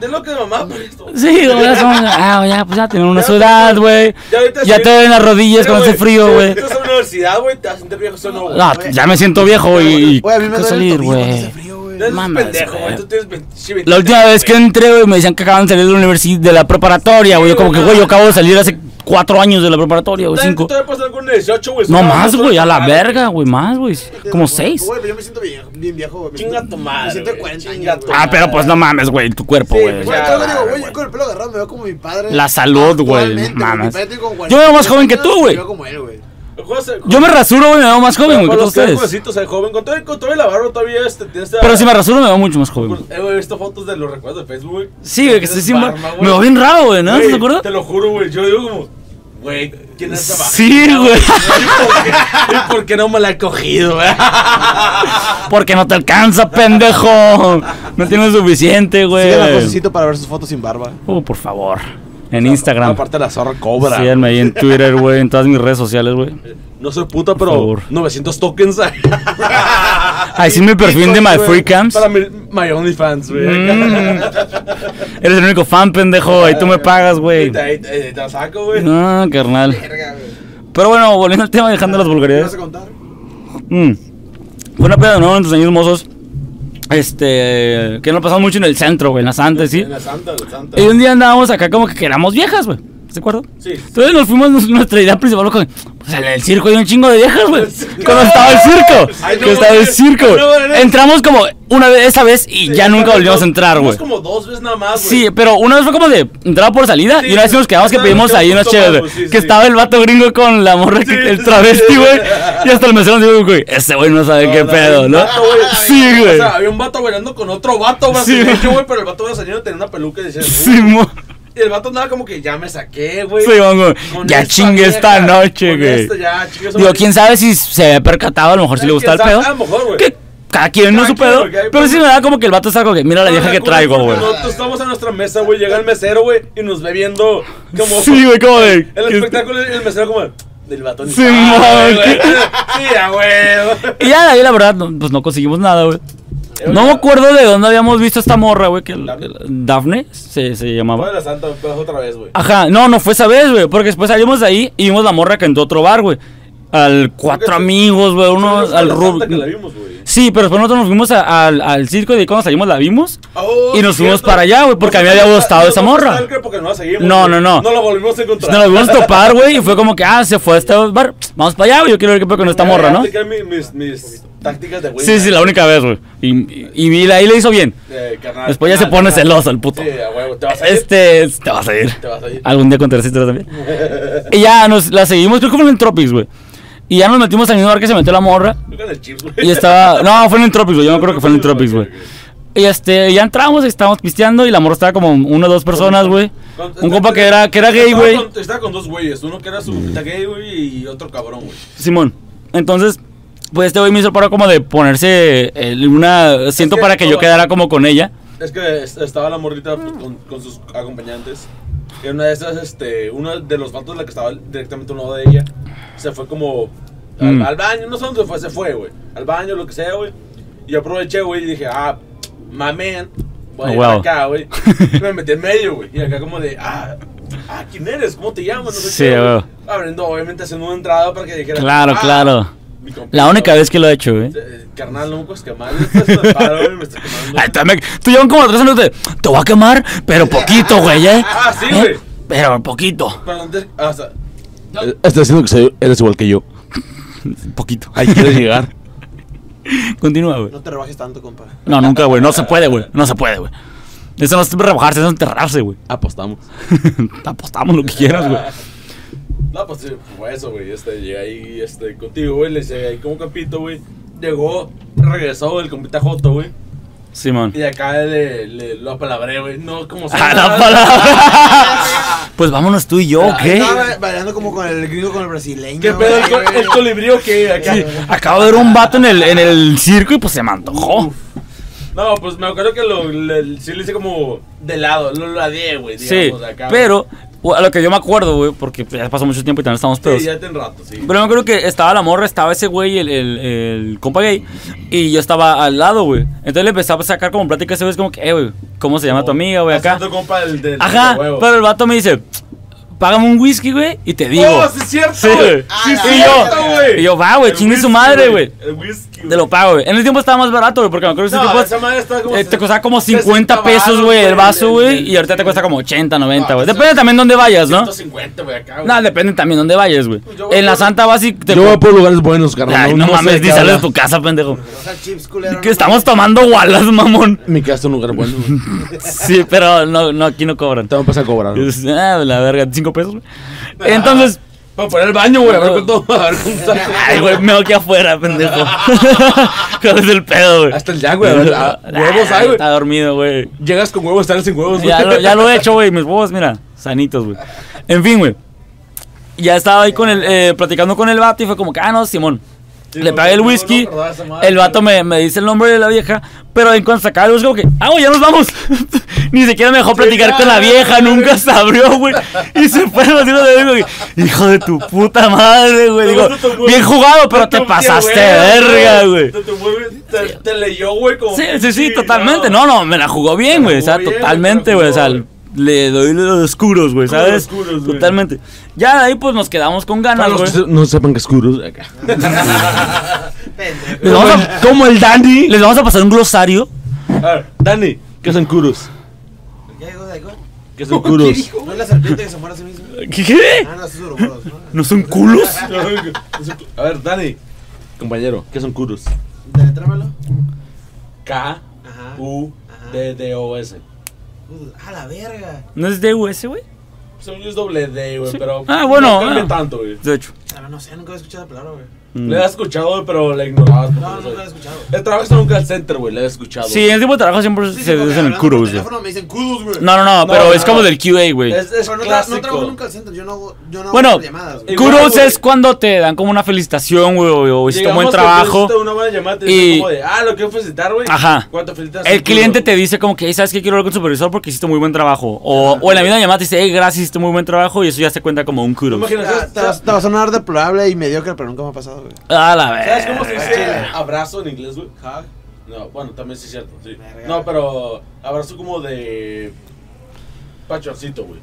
[SPEAKER 3] De lo que mamá pues, por esto.
[SPEAKER 2] Sí, güey, ya somos, ah, ya, pues ya tenemos una
[SPEAKER 3] Ya,
[SPEAKER 2] ciudad, güey.
[SPEAKER 3] ya ahorita
[SPEAKER 2] Ya
[SPEAKER 3] sí.
[SPEAKER 2] te ven las rodillas
[SPEAKER 3] Pero,
[SPEAKER 2] con ese
[SPEAKER 3] güey,
[SPEAKER 2] frío,
[SPEAKER 3] si
[SPEAKER 2] güey.
[SPEAKER 3] Estás en la universidad, güey, te vas a sentir viejo solo, güey.
[SPEAKER 2] No, ya me siento viejo y, y
[SPEAKER 1] Güey, a mí me duele
[SPEAKER 2] quiero
[SPEAKER 1] el
[SPEAKER 2] salir,
[SPEAKER 1] tobillo cuando hace
[SPEAKER 2] güey.
[SPEAKER 1] frío, güey.
[SPEAKER 3] Tú eres un
[SPEAKER 2] mames,
[SPEAKER 3] pendejo,
[SPEAKER 2] güey.
[SPEAKER 3] güey. Tú tienes 27,
[SPEAKER 2] La última vez que entré, güey, me decían que acaban de salir de la universidad, de la preparatoria, güey. Yo como que, güey, yo acabo de salir hace cuatro años de la preparatoria, güey, cinco.
[SPEAKER 3] Cinco. Te vas a pasar con 18, güey.
[SPEAKER 2] No
[SPEAKER 3] Solo
[SPEAKER 2] más,
[SPEAKER 3] vas
[SPEAKER 2] güey, a la
[SPEAKER 3] parar,
[SPEAKER 2] verga, güey, más, güey. Como seis.
[SPEAKER 1] Güey, pero yo me siento viejo, bien viejo, güey. Me
[SPEAKER 3] Chinga
[SPEAKER 1] siento-
[SPEAKER 3] tu madre,
[SPEAKER 1] Me siento de
[SPEAKER 3] güey,
[SPEAKER 1] 40
[SPEAKER 3] chinga
[SPEAKER 1] años,
[SPEAKER 3] tu
[SPEAKER 1] güey.
[SPEAKER 2] Ah, pero pues no mames, güey, tu cuerpo,
[SPEAKER 3] Sí,
[SPEAKER 2] güey.
[SPEAKER 3] pues,
[SPEAKER 1] Güey,
[SPEAKER 3] ya,
[SPEAKER 1] yo luego digo, güey,
[SPEAKER 3] güey.
[SPEAKER 1] yo con el pelo agarrado me veo como mi padre.
[SPEAKER 2] La salud, güey,
[SPEAKER 1] Actualmente,
[SPEAKER 2] mames.
[SPEAKER 1] mi padre tiene como
[SPEAKER 2] Yo me veo más
[SPEAKER 1] 43
[SPEAKER 2] joven que tú,
[SPEAKER 1] años y
[SPEAKER 2] güey.
[SPEAKER 1] me veo como él, güey.
[SPEAKER 3] Juegas- juegas-
[SPEAKER 2] Yo me rasuro, güey, me veo más joven, güey, que
[SPEAKER 3] Para
[SPEAKER 2] todos
[SPEAKER 3] los que eran
[SPEAKER 2] ustedes.
[SPEAKER 3] jovencitos, el joven. Con todo, con todo el barba todavía este, tienes esta-
[SPEAKER 2] Pero si me rasuro, me veo mucho más joven. güey.
[SPEAKER 3] Eh, güey, he visto fotos de los recuerdos de Facebook, güey.
[SPEAKER 2] Sí, güey, que estoy sin
[SPEAKER 3] Tienes
[SPEAKER 2] bar-
[SPEAKER 3] barba, güey.
[SPEAKER 2] Me veo bien raro, güey, ¿no?
[SPEAKER 3] Güey,
[SPEAKER 2] ¿Te acuerdas?
[SPEAKER 3] Te lo juro, güey. Yo digo como, güey, ¿quién es esa baja?
[SPEAKER 2] Sí, güey.
[SPEAKER 3] ¿Y por qué no me la he cogido, güey?
[SPEAKER 2] Porque no te alcanza, pendejo. No tienes suficiente, güey.
[SPEAKER 1] Sigan a Josecito para ver sus fotos sin barba.
[SPEAKER 2] Uh, por favor. En Instagram.
[SPEAKER 3] Aparte la zorra cobra.
[SPEAKER 2] Síganme ahí en Twitter, güey, en todas mis redes sociales, güey.
[SPEAKER 3] No soy puta, pero
[SPEAKER 2] favor.
[SPEAKER 3] 900 tokens.
[SPEAKER 2] Ahí sí mi perfil de My Free Camps.
[SPEAKER 3] Para mi, my OnlyFans, güey.
[SPEAKER 2] Mm. Eres el único fan, pendejo. Ahí tú me pagas, güey.
[SPEAKER 3] Ahí te- ahí te ahí te la saco, güey.
[SPEAKER 2] No, carnal. Pero bueno, volviendo al tema, dejando las
[SPEAKER 1] ¿Qué vas
[SPEAKER 2] vulgaridades.
[SPEAKER 1] a contar?
[SPEAKER 2] Mm. Fue una peda de nuevo en tus años mozos. Este. Que no pasamos mucho en el centro, güey, en la Santa, sí.
[SPEAKER 3] En la santa, en la santa.
[SPEAKER 2] Y un día andábamos acá como que queramos viejas, güey. ¿Se acuerdo?
[SPEAKER 3] Sí.
[SPEAKER 2] Entonces nos fuimos, nos- nuestra idea principal fue como, pues en el circo hay un chingo de viejas, güey. Cuando estaba el circo.
[SPEAKER 3] Ay, no,
[SPEAKER 2] que estaba el
[SPEAKER 3] güey.
[SPEAKER 2] circo.
[SPEAKER 3] No, no, no.
[SPEAKER 2] Entramos como una vez, esa vez y ya nunca volvimos a entrar,
[SPEAKER 3] Fuimos
[SPEAKER 2] güey.
[SPEAKER 3] como dos veces nada más, güey.
[SPEAKER 2] Sí, pero una vez fue como de entrada por salida
[SPEAKER 3] Sí,
[SPEAKER 2] y una vez sí nos quedamos que
[SPEAKER 3] claro,
[SPEAKER 2] pedimos
[SPEAKER 3] que
[SPEAKER 2] ahí
[SPEAKER 3] nos
[SPEAKER 2] unas chéveres, güey.
[SPEAKER 3] tomamos, sí,
[SPEAKER 2] que
[SPEAKER 3] sí.
[SPEAKER 2] estaba el vato gringo con la morra, que,
[SPEAKER 3] Sí,
[SPEAKER 2] el
[SPEAKER 3] sí,
[SPEAKER 2] travesti,
[SPEAKER 3] sí.
[SPEAKER 2] güey. Y hasta el mesero nos dijo, güey, ese güey no sabe qué
[SPEAKER 3] No,
[SPEAKER 2] pedo,
[SPEAKER 3] había
[SPEAKER 2] ¿no?
[SPEAKER 3] un vato, güey.
[SPEAKER 2] Sí,
[SPEAKER 3] O
[SPEAKER 2] güey.
[SPEAKER 3] sea, había un vato bailando con otro vato brasileño,
[SPEAKER 2] Sí, güey.
[SPEAKER 3] güey, pero el vato brasileño tenía una peluca y decía,
[SPEAKER 2] Sí, mo-
[SPEAKER 3] "Uh". Y el vato andaba como que ya me saqué, güey.
[SPEAKER 2] Sí, mon, güey.
[SPEAKER 3] Con
[SPEAKER 2] Ya
[SPEAKER 3] esta
[SPEAKER 2] chingue
[SPEAKER 3] vieja,
[SPEAKER 2] esta noche,
[SPEAKER 3] con
[SPEAKER 2] güey.
[SPEAKER 3] esta ya, chingue esa
[SPEAKER 2] Digo,
[SPEAKER 3] madre.
[SPEAKER 2] quién sabe si se había percatado, a lo mejor si le
[SPEAKER 3] ¿Quién
[SPEAKER 2] gustaba el
[SPEAKER 3] sabe? Ah,
[SPEAKER 2] pedo.
[SPEAKER 3] A lo mejor, güey.
[SPEAKER 2] Que cada quien no
[SPEAKER 3] Cada
[SPEAKER 2] su
[SPEAKER 3] quien,
[SPEAKER 2] pedo.
[SPEAKER 3] porque hay
[SPEAKER 2] Pero sí me da como que el vato está como que, mira la
[SPEAKER 3] No,
[SPEAKER 2] vieja
[SPEAKER 3] me
[SPEAKER 2] que
[SPEAKER 3] acuerdo
[SPEAKER 2] traigo,
[SPEAKER 3] porque
[SPEAKER 2] güey.
[SPEAKER 3] Nosotros estamos a nuestra mesa, güey. Llega el mesero, güey, y nos ve viendo como.
[SPEAKER 2] Sí, güey, como de- este
[SPEAKER 3] El espectáculo y el mesero, como. Del vato ni
[SPEAKER 2] Sí,
[SPEAKER 3] sabe,
[SPEAKER 2] mon,
[SPEAKER 3] güey.
[SPEAKER 2] ¿qué?
[SPEAKER 3] Sí, a huevo.
[SPEAKER 2] Y ya de ahí, la verdad, no- pues no conseguimos nada, güey. No me acuerdo de dónde habíamos visto esta morra, güey, que
[SPEAKER 3] Dafne.
[SPEAKER 2] Dafne se, se
[SPEAKER 3] Fue de
[SPEAKER 2] llamaba.
[SPEAKER 3] la santa, me pegas otra vez, güey.
[SPEAKER 2] Ajá, no, no fue esa vez, güey, porque después salimos de ahí y vimos la morra que entró a otro bar, güey. Al cuatro
[SPEAKER 3] Creo que-
[SPEAKER 2] amigos, güey, uno
[SPEAKER 3] Fue
[SPEAKER 2] al
[SPEAKER 3] la
[SPEAKER 2] Rub.
[SPEAKER 3] santa que la vimos, güey.
[SPEAKER 2] Sí, pero después nosotros nos fuimos a- al, al circo y de ahí cuando salimos la vimos.
[SPEAKER 3] Oh,
[SPEAKER 2] Y nos fuimos
[SPEAKER 3] cierto.
[SPEAKER 2] para allá, güey, porque a mí me había gustado esa morra.
[SPEAKER 3] Porque no, la seguimos,
[SPEAKER 2] No,
[SPEAKER 3] güey.
[SPEAKER 2] no, no.
[SPEAKER 3] No la volvimos a encontrar.
[SPEAKER 2] Nos la vimos topar, güey, y fue como que, ah, se fue a este bar. Vamos para allá, güey, yo quiero ver qué pedo con esta
[SPEAKER 3] Ya, ya
[SPEAKER 2] morra, ¿no?
[SPEAKER 3] apliqué mi- mis, mis tácticas de güey.
[SPEAKER 2] Sí, sí, la única vez, güey. Y, y, y ahí le hizo bien.
[SPEAKER 3] Eh, carnal.
[SPEAKER 2] Después ya se
[SPEAKER 3] Ah,
[SPEAKER 2] pone
[SPEAKER 3] carnal.
[SPEAKER 2] celoso el puto.
[SPEAKER 3] Sí, a huevo, te vas a ir.
[SPEAKER 2] Este, te vas a ir.
[SPEAKER 3] Te vas a ir.
[SPEAKER 2] Algún día contarás historias también. y ya nos la seguimos, creo que fue en Entropics, güey. Y ya nos metimos al mismo bar que se metió la morra.
[SPEAKER 3] Nunca en el chips, güey.
[SPEAKER 2] Y estaba. No, fue en Entropics, güey. Yo me acuerdo que fue en Entropics, güey. Y este, ya entramos, estábamos pisteando y la morra estaba como una o dos personas, güey.
[SPEAKER 3] Con-
[SPEAKER 2] Un compa que era, que era gay,
[SPEAKER 3] Estaba
[SPEAKER 2] güey. Mm.
[SPEAKER 3] con- Estaba con dos güeyes, uno que era su puta gay, güey, y otro cabrón, güey.
[SPEAKER 2] Simón. Entonces, pues este güey me hizo el paro como de ponerse el- una asiento
[SPEAKER 3] que
[SPEAKER 2] para que yo
[SPEAKER 3] todas-
[SPEAKER 2] quedara como con ella.
[SPEAKER 3] Es que es- estaba la morrita pues, con, con sus acompañantes. Y en una de esas, este, uno de los vatos, la que estaba directamente uno de ella, se fue como al,
[SPEAKER 2] Mm.
[SPEAKER 3] al baño, no sé dónde fue, se fue, güey. Al baño, lo que sea, güey. Y yo aproveché, güey, y dije, ah, my man, voy a
[SPEAKER 2] Oh,
[SPEAKER 3] ir
[SPEAKER 2] wow.
[SPEAKER 3] acá, güey. Y me metí en medio, güey. Y acá como de, ah, ah, ¿quién eres? ¿Cómo te llamas? No sé
[SPEAKER 2] Sí,
[SPEAKER 3] qué, güey.
[SPEAKER 2] güey.
[SPEAKER 3] Abriendo, obviamente, haciendo una entrada para que dijera,
[SPEAKER 2] Claro,
[SPEAKER 3] "Ah,
[SPEAKER 2] claro.
[SPEAKER 3] mi compa".
[SPEAKER 2] La única vez que lo he hecho, güey.
[SPEAKER 3] Eh, Carnal, no me puedes quemar. Estás de paro, güey, me estás quemando.
[SPEAKER 2] Ay, tú, me, tú llevan como tres años de. Te voy a quemar, pero poquito, güey, ¿eh?
[SPEAKER 3] Ah, sí,
[SPEAKER 2] ¿Eh?
[SPEAKER 3] güey.
[SPEAKER 2] Pero poquito.
[SPEAKER 3] Pero antes, ah, o sea,
[SPEAKER 5] Estás diciendo que soy- eres igual que yo.
[SPEAKER 2] Poquito.
[SPEAKER 5] Ahí quieres llegar.
[SPEAKER 2] Continúa, güey.
[SPEAKER 1] No te rebajes tanto, compa.
[SPEAKER 2] No, nunca, güey. No se puede, güey. No se puede, güey. Eso no es rebajarse, eso es enterrarse, güey.
[SPEAKER 5] Apostamos.
[SPEAKER 2] Apostamos lo que quieras, güey.
[SPEAKER 3] No, pues sí, fue eso, güey. Este, llegué ahí este, contigo, güey. Le hice ahí como campito, güey. Llegó, regresó el compita Joto, güey.
[SPEAKER 2] Simón.
[SPEAKER 3] Y acá le, le- lo apalabré, güey. No, como
[SPEAKER 2] A Ah, la palabra. Pues vámonos tú y yo,
[SPEAKER 1] Estaba
[SPEAKER 2] ¿ok?
[SPEAKER 1] ba- bailando como con el gringo, con el brasileño.
[SPEAKER 3] ¿Qué pedo el,
[SPEAKER 1] güey.
[SPEAKER 3] co- el colibrío que acá?
[SPEAKER 2] Sí, acabo de ver un vato en el, en el circo y pues se me antojó.
[SPEAKER 3] No, pues me acuerdo que lo, le- sí lo hice como de lado, lo ladeé, güey.
[SPEAKER 2] Sí,
[SPEAKER 3] digamos, acá,
[SPEAKER 2] pero o- a lo que yo me acuerdo, güey, porque ya pasó mucho tiempo y también estamos
[SPEAKER 3] güey.
[SPEAKER 2] pedos.
[SPEAKER 3] Sí, ya ten rato, sí.
[SPEAKER 2] Pero me acuerdo que estaba la morra, estaba ese güey, el, el, el compa gay, y yo estaba al lado, güey. Entonces le empezaba a sacar como plática a ese güey, es como que, eh, güey, ¿cómo se llama tu amiga, güey, acá?
[SPEAKER 3] Haciendo compa del, del
[SPEAKER 2] Ajá,
[SPEAKER 3] del huevo.
[SPEAKER 2] pero el vato me dice, págame un whisky, güey, y te digo.
[SPEAKER 3] ¡Oh, sí es cierto,
[SPEAKER 2] Sí,
[SPEAKER 3] güey!
[SPEAKER 2] güey.
[SPEAKER 3] ¡Sí es
[SPEAKER 2] Y
[SPEAKER 3] cierto,
[SPEAKER 2] yo-
[SPEAKER 3] güey!
[SPEAKER 2] y yo, va, güey,
[SPEAKER 3] El
[SPEAKER 2] chingue su
[SPEAKER 3] whisky,
[SPEAKER 2] madre, güey.
[SPEAKER 3] El whisky,
[SPEAKER 2] Te lo pago, güey. En el tiempo estaba más barato, güey, porque me acuerdo que ese
[SPEAKER 3] No,
[SPEAKER 2] tipo
[SPEAKER 3] esa madre estaba como
[SPEAKER 2] eh, te costaba como
[SPEAKER 3] 60
[SPEAKER 2] 50 pesos,
[SPEAKER 3] varos,
[SPEAKER 2] güey, el vaso,
[SPEAKER 3] el-
[SPEAKER 2] güey, y ahorita te cuesta como 80, 90, güey. Depende
[SPEAKER 3] eso-
[SPEAKER 2] también dónde vayas, ¿no?
[SPEAKER 3] 150, güey, acá, güey.
[SPEAKER 2] No, depende también dónde vayas, güey.
[SPEAKER 3] Pues Yo voy
[SPEAKER 2] En la
[SPEAKER 3] por-
[SPEAKER 2] Santa vas y te
[SPEAKER 5] Yo voy por lugares buenos, carnal.
[SPEAKER 2] Ay, no,
[SPEAKER 5] sé de
[SPEAKER 2] mames,
[SPEAKER 5] qué
[SPEAKER 2] ni sales de
[SPEAKER 5] habla.
[SPEAKER 2] tu casa, pendejo.
[SPEAKER 1] O sea, chips, culero.
[SPEAKER 2] Que
[SPEAKER 1] no
[SPEAKER 2] estamos
[SPEAKER 1] mames.
[SPEAKER 2] tomando gualas, mamón.
[SPEAKER 5] Mi casa es un lugar bueno. güey.
[SPEAKER 2] Sí, pero no, no aquí no cobran.
[SPEAKER 5] Te van a pasar a cobrar. güey.
[SPEAKER 2] Es- ah, la verga, cinco pesos. güey. Entonces,
[SPEAKER 3] Para poner el baño, güey, a ver cuánto. a ver cuánto sale.
[SPEAKER 2] ay, güey, me voy aquí afuera, pendejo. ¿Cuál es el pedo, güey?
[SPEAKER 5] Hasta el ya, güey. a ver, a- Huevos
[SPEAKER 2] Ah,
[SPEAKER 5] hay, güey.
[SPEAKER 2] Está dormido, güey.
[SPEAKER 5] Llegas con huevos, están sin huevos, güey.
[SPEAKER 2] Ya lo, ya lo he hecho, güey. Mis huevos, mira, sanitos, güey. En fin, güey. Ya estaba ahí con el, eh, platicando con el vato y fue como que, ah, no, Simón.
[SPEAKER 3] Sí,
[SPEAKER 2] Le
[SPEAKER 3] no,
[SPEAKER 2] pagué el
[SPEAKER 3] no, no
[SPEAKER 2] whisky.
[SPEAKER 3] acordaba esa madre.
[SPEAKER 2] El vato me, me dice el nombre de la vieja. Pero en cuanto sacaba el whisky, como que, ah, güey, ya nos vamos. Ni siquiera me dejó platicar
[SPEAKER 3] ya,
[SPEAKER 2] con la
[SPEAKER 3] ya,
[SPEAKER 2] vieja.
[SPEAKER 3] ya,
[SPEAKER 2] Nunca
[SPEAKER 3] ya.
[SPEAKER 2] se abrió, güey. Y se fue a de güey. Hijo de tu puta madre, güey.
[SPEAKER 3] Te
[SPEAKER 2] Digo,
[SPEAKER 3] gusta tu güey.
[SPEAKER 2] bien jugado, pero te
[SPEAKER 3] Tu-
[SPEAKER 2] pasaste
[SPEAKER 3] qué
[SPEAKER 2] de verga, güey.
[SPEAKER 3] Tu- tu güey Te, te leyó, güey, como.
[SPEAKER 2] Sí, sí, sí, totalmente. No, no, me la jugó bien,
[SPEAKER 3] la
[SPEAKER 2] güey. O sea,
[SPEAKER 3] jugó bien,
[SPEAKER 2] totalmente,
[SPEAKER 3] güey,
[SPEAKER 2] güey.
[SPEAKER 3] te
[SPEAKER 2] O
[SPEAKER 3] la
[SPEAKER 2] sea,
[SPEAKER 3] jugó
[SPEAKER 2] le doy los oscuros, güey,
[SPEAKER 3] Los
[SPEAKER 2] ¿sabes?
[SPEAKER 3] oscuros, güey.
[SPEAKER 2] totalmente. Ya de ahí, pues nos quedamos con
[SPEAKER 5] Para
[SPEAKER 2] ganas,
[SPEAKER 5] los que
[SPEAKER 2] güey.
[SPEAKER 5] se- no sepan que es Kurus. acá.
[SPEAKER 1] Pendejo.
[SPEAKER 2] Les vamos, a,
[SPEAKER 5] Como el Dandy.
[SPEAKER 2] les vamos a pasar un glosario.
[SPEAKER 3] A ver,
[SPEAKER 5] Dani, ¿qué son Kurus?
[SPEAKER 1] ¿Qué digo de alcohol?
[SPEAKER 5] ¿Qué son Kurus?
[SPEAKER 1] ¿No es la serpiente que se muere a sí misma?
[SPEAKER 2] ¿Qué?
[SPEAKER 1] Ah, no, esos uruguayos, ¿no?
[SPEAKER 2] ¿No son culos?
[SPEAKER 3] a ver, Dani.
[SPEAKER 5] Compañero, ¿qué son Kurus?
[SPEAKER 1] Deletrámalo.
[SPEAKER 2] Uh.
[SPEAKER 3] K,
[SPEAKER 1] Ajá.
[SPEAKER 3] U, D, D, O, S.
[SPEAKER 1] Uh, A la verga.
[SPEAKER 2] ¿No es DUS, güey?
[SPEAKER 3] Según yo es doble D, güey,
[SPEAKER 2] Sí.
[SPEAKER 3] pero.
[SPEAKER 2] Ah, bueno,
[SPEAKER 3] No cambia
[SPEAKER 2] ah.
[SPEAKER 3] tanto, güey.
[SPEAKER 2] De hecho.
[SPEAKER 1] Pero no sé, nunca había escuchado la palabra, güey.
[SPEAKER 3] Le has escuchado, güey, pero la ignorabas.
[SPEAKER 1] No, nunca la he escuchado.
[SPEAKER 3] El trabajo está en un call center, güey, la he escuchado.
[SPEAKER 2] Sí, en el tipo de trabajo siempre
[SPEAKER 1] Sí, sí,
[SPEAKER 2] se
[SPEAKER 1] porque
[SPEAKER 2] dicen
[SPEAKER 1] hablando
[SPEAKER 2] el
[SPEAKER 1] por
[SPEAKER 2] curos, güey.
[SPEAKER 1] teléfono me dicen cudos, güey.
[SPEAKER 2] No, no, no,
[SPEAKER 3] No,
[SPEAKER 2] pero
[SPEAKER 3] no,
[SPEAKER 2] es como
[SPEAKER 3] no.
[SPEAKER 2] del QA, güey.
[SPEAKER 3] Es, es
[SPEAKER 1] Pero no, tra-
[SPEAKER 3] clásico.
[SPEAKER 1] no trabajo nunca al centro, yo no hago, yo no
[SPEAKER 2] Bueno,
[SPEAKER 1] hago llamadas, güey.
[SPEAKER 3] eh,
[SPEAKER 2] Curos
[SPEAKER 3] güey.
[SPEAKER 2] es cuando te dan como una felicitación, güey, o o hiciste un
[SPEAKER 3] Digamos
[SPEAKER 2] buen
[SPEAKER 3] que
[SPEAKER 2] trabajo.
[SPEAKER 3] tú hiciste pues, Una buena llamada, te
[SPEAKER 2] Y-
[SPEAKER 3] dicen como de, ah, lo quiero felicitar, güey.
[SPEAKER 2] Ajá.
[SPEAKER 3] ¿Cuánto felicitas?
[SPEAKER 2] El cliente te
[SPEAKER 3] dice
[SPEAKER 2] dice como que, "Ey, ¿sabes qué? Quiero hablar con tu supervisor porque hiciste muy buen trabajo. O, o en la misma llamada te dice, hey, gracias, hiciste muy buen trabajo y eso ya se cuenta como un kudos.
[SPEAKER 3] Imagina-
[SPEAKER 1] Ah, te, vas- te va a sonar deplorable y mediocre, pero nunca me ha pasado, güey.
[SPEAKER 2] Ah, la
[SPEAKER 3] ¿Sabes cómo se
[SPEAKER 2] verga.
[SPEAKER 3] dice abrazo en inglés, güey? Hug. No, bueno, también sí es cierto, sí.
[SPEAKER 1] Verga.
[SPEAKER 3] No, pero abrazo como de pachoncito, güey.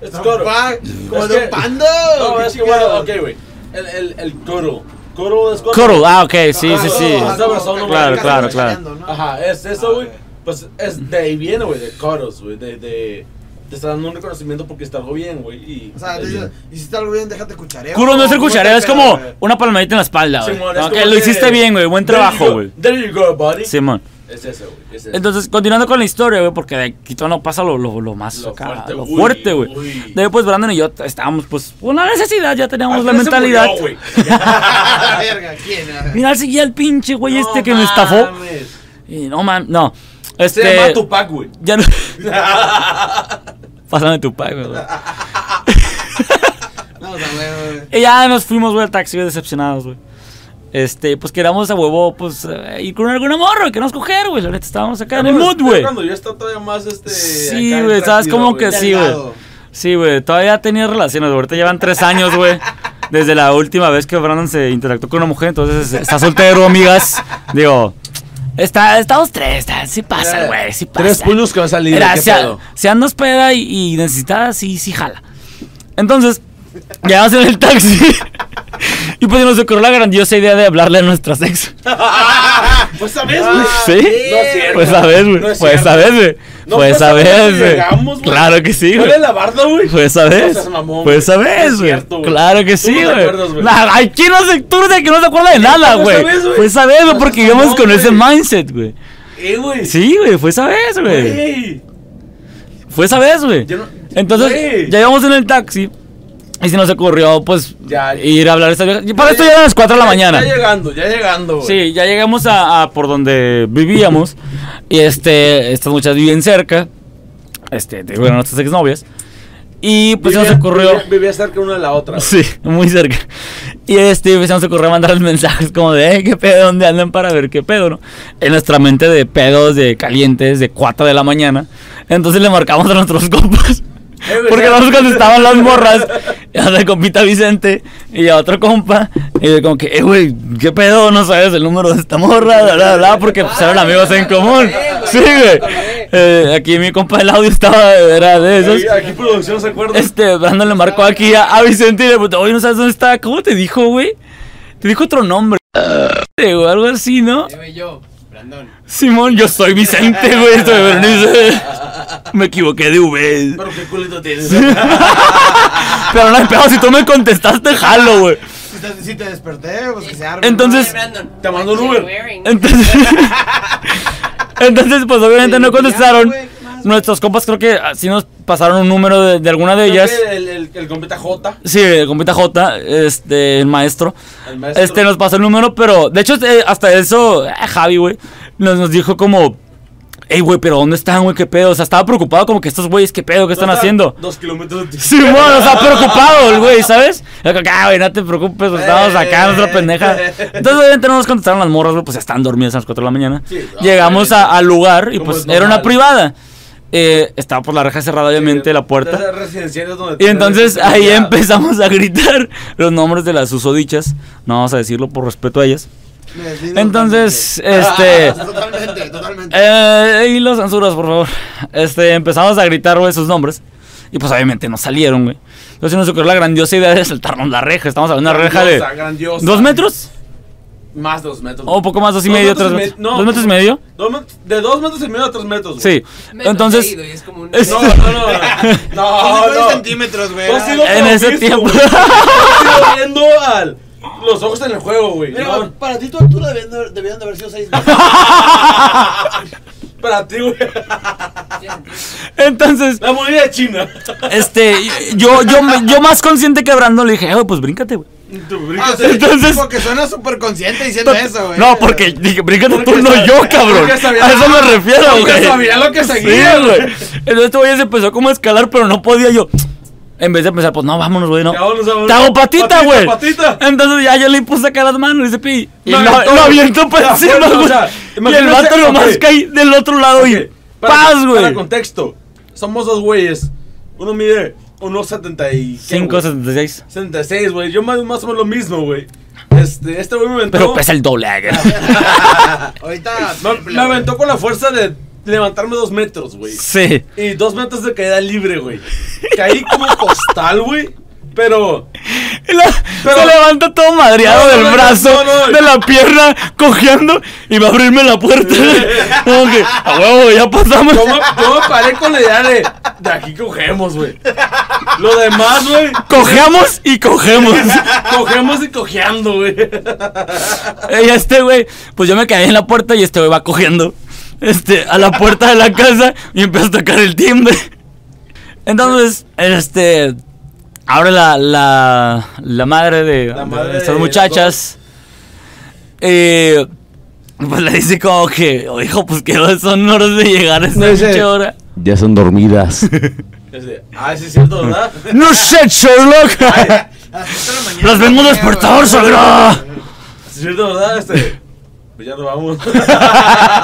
[SPEAKER 3] Es coro.
[SPEAKER 1] Pa- Como
[SPEAKER 3] Es
[SPEAKER 1] de
[SPEAKER 3] que-
[SPEAKER 1] un panda.
[SPEAKER 3] No,
[SPEAKER 1] ¿o qué
[SPEAKER 3] es que bueno,
[SPEAKER 1] pedo?
[SPEAKER 3] ok, güey. El, el, el coro. Coro es coro.
[SPEAKER 2] Cuddle, ah, ok, sí,
[SPEAKER 1] Ah,
[SPEAKER 2] sí,
[SPEAKER 1] no,
[SPEAKER 2] sí.
[SPEAKER 1] no, no, no,
[SPEAKER 3] Claro,
[SPEAKER 1] no,
[SPEAKER 3] claro,
[SPEAKER 1] no,
[SPEAKER 2] claro,
[SPEAKER 1] no,
[SPEAKER 2] claro.
[SPEAKER 1] no, no.
[SPEAKER 3] Ajá, es
[SPEAKER 1] Ah,
[SPEAKER 3] eso, güey.
[SPEAKER 1] ok.
[SPEAKER 3] Pues es de ahí viene, güey, de coros, güey. De, de, te está dando un reconocimiento porque está algo bien, güey. y-
[SPEAKER 1] O sea, te dicen, hiciste algo bien, déjate cuchareo. este
[SPEAKER 2] Curos no es el
[SPEAKER 1] ¿Cómo te
[SPEAKER 2] cuchareo, es
[SPEAKER 1] queda,
[SPEAKER 2] como
[SPEAKER 1] güey?
[SPEAKER 2] una palmadita en la espalda, güey.
[SPEAKER 3] Simón, es
[SPEAKER 2] Ok,
[SPEAKER 3] como
[SPEAKER 2] lo
[SPEAKER 3] de-
[SPEAKER 2] hiciste bien, güey, buen
[SPEAKER 3] There you
[SPEAKER 2] trabajo,
[SPEAKER 3] go,
[SPEAKER 2] güey.
[SPEAKER 3] There you go, buddy.
[SPEAKER 2] Simón.
[SPEAKER 3] Es eso, güey. Es eso.
[SPEAKER 2] Entonces, continuando con la historia, güey, porque de Quito no pasa lo, lo, lo más
[SPEAKER 3] Lo
[SPEAKER 2] acá,
[SPEAKER 3] fuerte,
[SPEAKER 2] lo
[SPEAKER 3] uy,
[SPEAKER 2] fuerte, güey.
[SPEAKER 3] uy.
[SPEAKER 2] De ahí, pues Brandon y yo t- estábamos, pues, una necesidad, ya teníamos la
[SPEAKER 3] Al final se
[SPEAKER 2] mentalidad.
[SPEAKER 3] murió, güey.
[SPEAKER 1] Ah, verga, ¿quién? Ah,
[SPEAKER 2] Mira, seguía el pinche güey
[SPEAKER 3] No
[SPEAKER 2] este que me estafó.
[SPEAKER 3] mames.
[SPEAKER 2] Y no, man, no. Este...
[SPEAKER 3] Se llama Tupac, güey.
[SPEAKER 2] Ya no. Pásame tu pack, güey.
[SPEAKER 1] No, o sea, güey, güey.
[SPEAKER 2] Y ya nos fuimos, güey, al taxi, güey, decepcionados, güey. Este, pues queríamos a huevo, pues, eh, ir con alguna morra, que nos coger, güey. La neta, estábamos acá en el mood, güey.
[SPEAKER 3] Cuando yo estaba todavía más, este...
[SPEAKER 2] Sí,
[SPEAKER 3] acá
[SPEAKER 2] güey, sabes
[SPEAKER 3] intranquilo,
[SPEAKER 2] como que
[SPEAKER 3] güey.
[SPEAKER 2] sí, güey.
[SPEAKER 1] Delgado.
[SPEAKER 2] Sí, güey, todavía tenía relaciones, güey. Ahorita llevan tres años, güey. Desde la última vez que Brandon se interactuó con una mujer, entonces eh, está soltero, amigas. Digo, está, estamos tres, está, sí pasa, güey, Eh, sí pasa.
[SPEAKER 5] Tres puños que va a salir. ¿qué
[SPEAKER 2] Era, si, a-
[SPEAKER 5] pedo?
[SPEAKER 2] si andas peda y, y necesitas, sí, sí jala. Entonces, llegamos en el taxi. y pues nos ocurrió la grandiosa idea de hablarle a nuestras ex.
[SPEAKER 3] Pues sabes, güey.
[SPEAKER 1] Ah,
[SPEAKER 2] ¿Sí?
[SPEAKER 3] No es cierto.
[SPEAKER 2] Pues sabes, güey.
[SPEAKER 3] No es
[SPEAKER 2] pues
[SPEAKER 3] cierto.
[SPEAKER 2] sabes, güey.
[SPEAKER 3] No,
[SPEAKER 2] pues
[SPEAKER 3] pues, a ver,
[SPEAKER 2] sabes,
[SPEAKER 3] llegamos,
[SPEAKER 2] güey.
[SPEAKER 3] güey.
[SPEAKER 2] Claro que sí, güey.
[SPEAKER 3] Huele la barda, güey.
[SPEAKER 2] Pues sabes.
[SPEAKER 3] No seas mamón, güey.
[SPEAKER 2] Pues sabes,
[SPEAKER 3] Es
[SPEAKER 2] güey.
[SPEAKER 3] cierto, güey.
[SPEAKER 2] Claro que
[SPEAKER 3] Tú
[SPEAKER 2] sí,
[SPEAKER 3] no te acuerdas,
[SPEAKER 2] güey.
[SPEAKER 3] güey.
[SPEAKER 2] Nah, Ay, ¿quién no se, tú eres de que no se acuerda de nada,
[SPEAKER 3] pues
[SPEAKER 2] güey.
[SPEAKER 3] sabes, güey.
[SPEAKER 2] Pues sabes, güey, porque
[SPEAKER 3] seas
[SPEAKER 2] íbamos
[SPEAKER 3] mamón,
[SPEAKER 2] con ese
[SPEAKER 3] güey.
[SPEAKER 2] mindset, güey.
[SPEAKER 3] Eh, güey.
[SPEAKER 2] Sí, güey, fue esa vez, güey.
[SPEAKER 3] Güey.
[SPEAKER 2] Fue esa vez, güey.
[SPEAKER 3] Yo no-
[SPEAKER 2] Entonces,
[SPEAKER 3] Güey.
[SPEAKER 2] ya íbamos en el taxi. Y se nos ocurrió, pues,
[SPEAKER 3] Ya.
[SPEAKER 2] ir a hablar a estas viejas. Y Para esto ya eran las 4 de la mañana.
[SPEAKER 3] Ya llegando, ya llegando. güey.
[SPEAKER 2] Sí, ya llegamos a, a por donde vivíamos. y este, estas muchas viven cerca. Este, te digo, eran nuestras exnovias. Y pues se nos
[SPEAKER 3] Vivía-
[SPEAKER 2] ocurrió.
[SPEAKER 3] Vivía, vivía cerca una de la otra.
[SPEAKER 2] Sí, muy cerca. Y este, pues, se nos ocurrió mandarles mensajes como de, eh, qué pedo, dónde andan para ver qué pedo, ¿no? En nuestra mente de pedos, de calientes, de 4 de la mañana. Entonces le marcamos a nuestros compas.
[SPEAKER 3] Eh, güey,
[SPEAKER 2] Porque
[SPEAKER 3] ya-
[SPEAKER 2] no nos contestaban las morras. Y a la compita Vicente y a otro compa. Y yo como que, eh, güey, ¿qué pedo? No sabes el número de esta morra, bla, bla, bla, porque pues, eran amigos en común. Sí, güey. Eh, aquí mi compa del audio estaba, era de esos.
[SPEAKER 3] Aquí, aquí producción se acuerda.
[SPEAKER 2] Este, Brandon le marcó aquí a, a Vicente y le preguntó, oye, ¿no sabes dónde está? ¿Cómo te dijo, güey? Te dijo otro nombre. Eh, O algo así, ¿no?
[SPEAKER 4] Yo, yo, Brandon.
[SPEAKER 2] Simón, yo soy Vicente, güey. esto de Berenice. Me equivoqué de V.
[SPEAKER 3] Pero qué culito tienes.
[SPEAKER 2] Pero no hay pedo, si tú me contestaste, jalo, güey.
[SPEAKER 1] Si te, si te desperté, pues que se arme.
[SPEAKER 2] Entonces,
[SPEAKER 3] Te mando un Uber.
[SPEAKER 2] entonces, entonces, pues obviamente no contestaron.
[SPEAKER 1] Ya, güey, ¿qué más, güey?
[SPEAKER 2] Nuestros compas creo que así nos pasaron un número de, de alguna de
[SPEAKER 3] Creo
[SPEAKER 2] ellas.
[SPEAKER 3] que El, el, el compita J,
[SPEAKER 2] Sí, el compita J, este, el maestro.
[SPEAKER 3] el maestro.
[SPEAKER 2] Este nos pasó el número, pero de hecho eh, hasta eso eh, Javi, güey, nos, nos dijo como, hey, güey, pero ¿dónde están, güey? ¿Qué pedo? O sea, estaba preocupado como que estos güeyes, ¿qué pedo? ¿Qué están
[SPEAKER 3] Total,
[SPEAKER 2] haciendo?
[SPEAKER 3] Dos kilómetros. de-
[SPEAKER 2] Simón, o sea, preocupado el güey, ¿sabes? Yo como que, ah, güey, no te preocupes, pues, estamos acá, nuestra pendeja. Entonces, obviamente, no nos contestaron las morras, güey, pues ya están dormidas a las 4 de la mañana.
[SPEAKER 3] Sí,
[SPEAKER 2] Llegamos a- al lugar y
[SPEAKER 3] Como
[SPEAKER 2] pues
[SPEAKER 3] es
[SPEAKER 2] era una
[SPEAKER 3] normal.
[SPEAKER 2] privada. Eh, estaba por la reja cerrada, obviamente, la puerta.
[SPEAKER 3] Esas residenciales donde
[SPEAKER 2] Y entonces
[SPEAKER 3] tienes-
[SPEAKER 2] ahí empezamos a gritar los nombres de las usodichas. No vamos a decirlo por respeto a ellas.
[SPEAKER 1] Me deslindo
[SPEAKER 2] Entonces,
[SPEAKER 1] totalmente.
[SPEAKER 2] este.
[SPEAKER 1] Ah, Totalmente,
[SPEAKER 3] Ah,
[SPEAKER 1] totalmente.
[SPEAKER 2] Eh, y los censuras, por favor. Este, empezamos a gritar, güey, sus nombres. Y pues obviamente no salieron, güey. Entonces nos ocurrió la grandiosa idea de saltarnos la reja. Estamos hablando de una reja de.
[SPEAKER 3] Grandiosa, grandiosa.
[SPEAKER 2] ¿Dos metros?
[SPEAKER 3] Más dos metros.
[SPEAKER 2] O un poco más, dos y
[SPEAKER 3] Dos
[SPEAKER 2] medio, tres
[SPEAKER 3] metros y me-
[SPEAKER 2] metros.
[SPEAKER 3] no,
[SPEAKER 2] ¿Dos metros y medio?
[SPEAKER 3] Dos met- de dos metros y medio a tres metros. güey.
[SPEAKER 2] Sí. Entonces.
[SPEAKER 4] Es como un.
[SPEAKER 2] es-
[SPEAKER 3] No, no, no.
[SPEAKER 1] Son
[SPEAKER 3] No, no.
[SPEAKER 1] 50
[SPEAKER 3] no.
[SPEAKER 1] centímetros, güey.
[SPEAKER 3] Tú has sido
[SPEAKER 2] En ese
[SPEAKER 3] promiso,
[SPEAKER 2] tiempo.
[SPEAKER 3] güey. Tú has sido viendo al. Los ojos en el juego, güey.
[SPEAKER 1] Mira,
[SPEAKER 3] No,
[SPEAKER 1] para ti tu altura debían de- debieron de haber sido 6 metros.
[SPEAKER 3] para ti, güey.
[SPEAKER 2] Entonces.
[SPEAKER 3] La moneda de China.
[SPEAKER 2] Este. Yo, yo, yo más consciente que Brandon le dije, "Eh, güey, pues bríncate, güey.
[SPEAKER 3] Tu brinco
[SPEAKER 1] Ah, o
[SPEAKER 3] se-
[SPEAKER 1] sea,
[SPEAKER 2] Entonces-
[SPEAKER 1] Porque suena súper consciente diciendo eso, güey.
[SPEAKER 2] No, porque dije, bríncate tú,
[SPEAKER 3] Porque
[SPEAKER 2] no
[SPEAKER 3] sabía-
[SPEAKER 2] yo, cabrón.
[SPEAKER 3] porque sabía-
[SPEAKER 2] A eso me refiero, güey.
[SPEAKER 3] porque sabía lo que seguía,
[SPEAKER 2] Sí, güey. Entonces este güey se empezó como a escalar, pero no podía yo. En vez de pensar, pues no, vámonos, güey, no.
[SPEAKER 3] Ya, vámonos, vámonos.
[SPEAKER 2] Te hago patita,
[SPEAKER 3] Patita,
[SPEAKER 2] güey. Eh,
[SPEAKER 3] patita.
[SPEAKER 2] Entonces ya yo le puse acá las manos y dice, pi. Y
[SPEAKER 3] Lo
[SPEAKER 2] lo,
[SPEAKER 3] aventó,
[SPEAKER 2] lo
[SPEAKER 3] güey.
[SPEAKER 2] aviento para
[SPEAKER 3] Ya,
[SPEAKER 2] encima,
[SPEAKER 3] bueno, o
[SPEAKER 2] güey.
[SPEAKER 3] sea,
[SPEAKER 2] y el
[SPEAKER 3] imagínate-
[SPEAKER 2] vato nomás
[SPEAKER 3] ok.
[SPEAKER 2] caí del otro lado
[SPEAKER 3] Ok,
[SPEAKER 2] y.
[SPEAKER 3] para-
[SPEAKER 2] ¡Paz,
[SPEAKER 3] Para
[SPEAKER 2] güey!
[SPEAKER 3] contexto, somos dos güeyes. Uno mide 1.75.
[SPEAKER 2] 5.76.
[SPEAKER 3] 76, güey. Yo más, más o menos lo mismo, güey. Este, este güey me aventó.
[SPEAKER 2] Pero
[SPEAKER 1] pues,
[SPEAKER 2] pesa el doble, güey.
[SPEAKER 1] Ahorita.
[SPEAKER 3] me, me aventó con la fuerza de levantarme dos metros, güey.
[SPEAKER 2] Sí.
[SPEAKER 3] Y dos metros de caída libre, güey. Caí como costal, güey. Pero.
[SPEAKER 2] Y la-
[SPEAKER 3] Pero-
[SPEAKER 2] se levanta todo madreado
[SPEAKER 3] No, no,
[SPEAKER 2] del
[SPEAKER 3] no,
[SPEAKER 2] brazo,
[SPEAKER 3] no, no.
[SPEAKER 2] de la pierna, cojeando y va a abrirme la puerta. Como que, a huevo, ya pasamos.
[SPEAKER 3] Yo me, yo me paré con la idea de. De aquí cogemos, güey. Lo demás, güey.
[SPEAKER 2] Cojeamos y cogemos.
[SPEAKER 3] Cogemos y cojeando, güey.
[SPEAKER 2] y este güey, pues yo me caí en la puerta y este güey va cogiendo este, a la puerta de la casa y empieza a tocar el timbre. Entonces, este, abre la, la, la madre de,
[SPEAKER 3] La madre
[SPEAKER 2] de estas
[SPEAKER 3] de-
[SPEAKER 2] muchachas. Eh, pues le dice como que, "Oh, hijo, pues que son horas de llegar a esta
[SPEAKER 5] No, ese-
[SPEAKER 2] pinche hora.
[SPEAKER 5] Ya están dormidas.
[SPEAKER 3] Este, Ah, sí, es cierto, ¿verdad?
[SPEAKER 2] No sé, Sherlock. Los vengo
[SPEAKER 1] un
[SPEAKER 2] despertador, suegra.
[SPEAKER 3] Sí, es cierto, ¿verdad? Este. Pues ya nos vamos.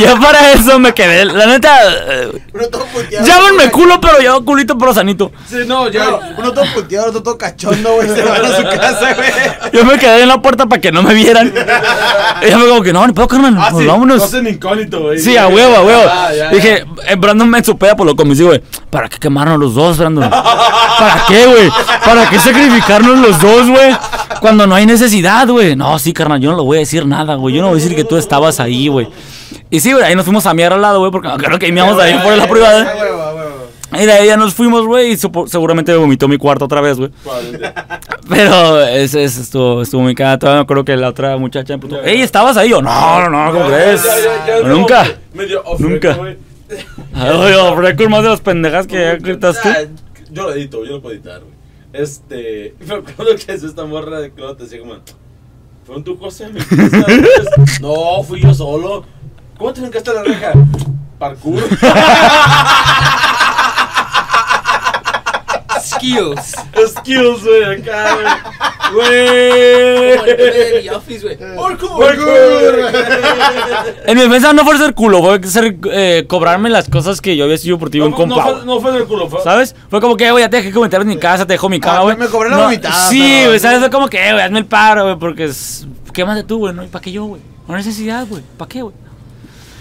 [SPEAKER 2] Ya para eso me quedé. La neta, eh,
[SPEAKER 1] Uno todo puteado.
[SPEAKER 2] llámenme culo, pero yo culito, pero sanito.
[SPEAKER 3] Sí, no, ya.
[SPEAKER 1] No, Uno todo puteado, otro todo cachondo, güey. Se van a su casa, güey.
[SPEAKER 2] Yo me quedé en la puerta para que no me vieran. Y ya me como que no, ni puedo, carnal.
[SPEAKER 3] Ah,
[SPEAKER 2] pues
[SPEAKER 3] sí,
[SPEAKER 2] vámonos.
[SPEAKER 3] No hacen incógnito, güey.
[SPEAKER 2] Sí, a huevo, a huevo.
[SPEAKER 3] Ah, ya, ya.
[SPEAKER 2] Dije, eh, Brandon me supera por lo que me dice, güey. ¿Para qué quemarnos los dos, Brandon? ¿Para qué, güey? ¿Para qué sacrificarnos los dos, güey? Cuando no hay necesidad, güey. No, sí, carnal, yo no le voy a decir nada, güey. Yo no voy a decir que tú estabas ahí, güey. Y sí, güey, ahí nos fuimos a miar al lado, güey, porque creo que meamos ahí por la
[SPEAKER 1] A
[SPEAKER 2] privada.
[SPEAKER 1] Ah, huevo, a huevo.
[SPEAKER 2] Y de ahí ya nos fuimos, güey, y supo- seguramente me vomitó mi cuarto otra vez, güey. Pero es, es- estuvo, estuvo muy cagado. Todavía me acuerdo que la otra muchacha me preguntó, ¡Ey, estabas ahí! Yo, no, no, no, ¿cómo crees?
[SPEAKER 3] Ya, ya, ya, ya,
[SPEAKER 2] Nunca.
[SPEAKER 3] medio off-record,
[SPEAKER 2] Nunca.
[SPEAKER 3] güey.
[SPEAKER 2] Ay, Oye, hablé con más de las pendejas que ya
[SPEAKER 3] Ah,
[SPEAKER 2] gritaste.
[SPEAKER 3] Yo lo edito, yo lo puedo editar, güey. Este. Me acuerdo que es esta morra de Clot, decía como. ¿Fueron tu cosa? mi casa?" Entonces, no, fui yo solo. ¿Cómo te brincaste la reja? Parkour.
[SPEAKER 6] Skills.
[SPEAKER 3] Skills, güey, acá,
[SPEAKER 6] Como el meme
[SPEAKER 3] güey.
[SPEAKER 6] de The Office, güey.
[SPEAKER 3] Parkour.
[SPEAKER 2] En mi defensa no fue ser culo, fue ser, eh, cobrarme las cosas que yo había sido por ti un
[SPEAKER 3] No, no,
[SPEAKER 2] compa.
[SPEAKER 3] fue, no fue del culo, fue.
[SPEAKER 2] ¿Sabes? Fue como que, güey, ya te dejé comentar en mi casa, te dejo mi cama,
[SPEAKER 1] Ah,
[SPEAKER 2] güey.
[SPEAKER 1] me cobré la vomitada,
[SPEAKER 2] Sí,
[SPEAKER 1] pero-
[SPEAKER 2] güey, ¿sabes? Fue como que, güey, hazme el paro, güey, porque es... ¿Qué más de tú, güey? ¿No? ¿Y para qué yo, güey? No hay necesidad, güey. ¿Para qué, güey?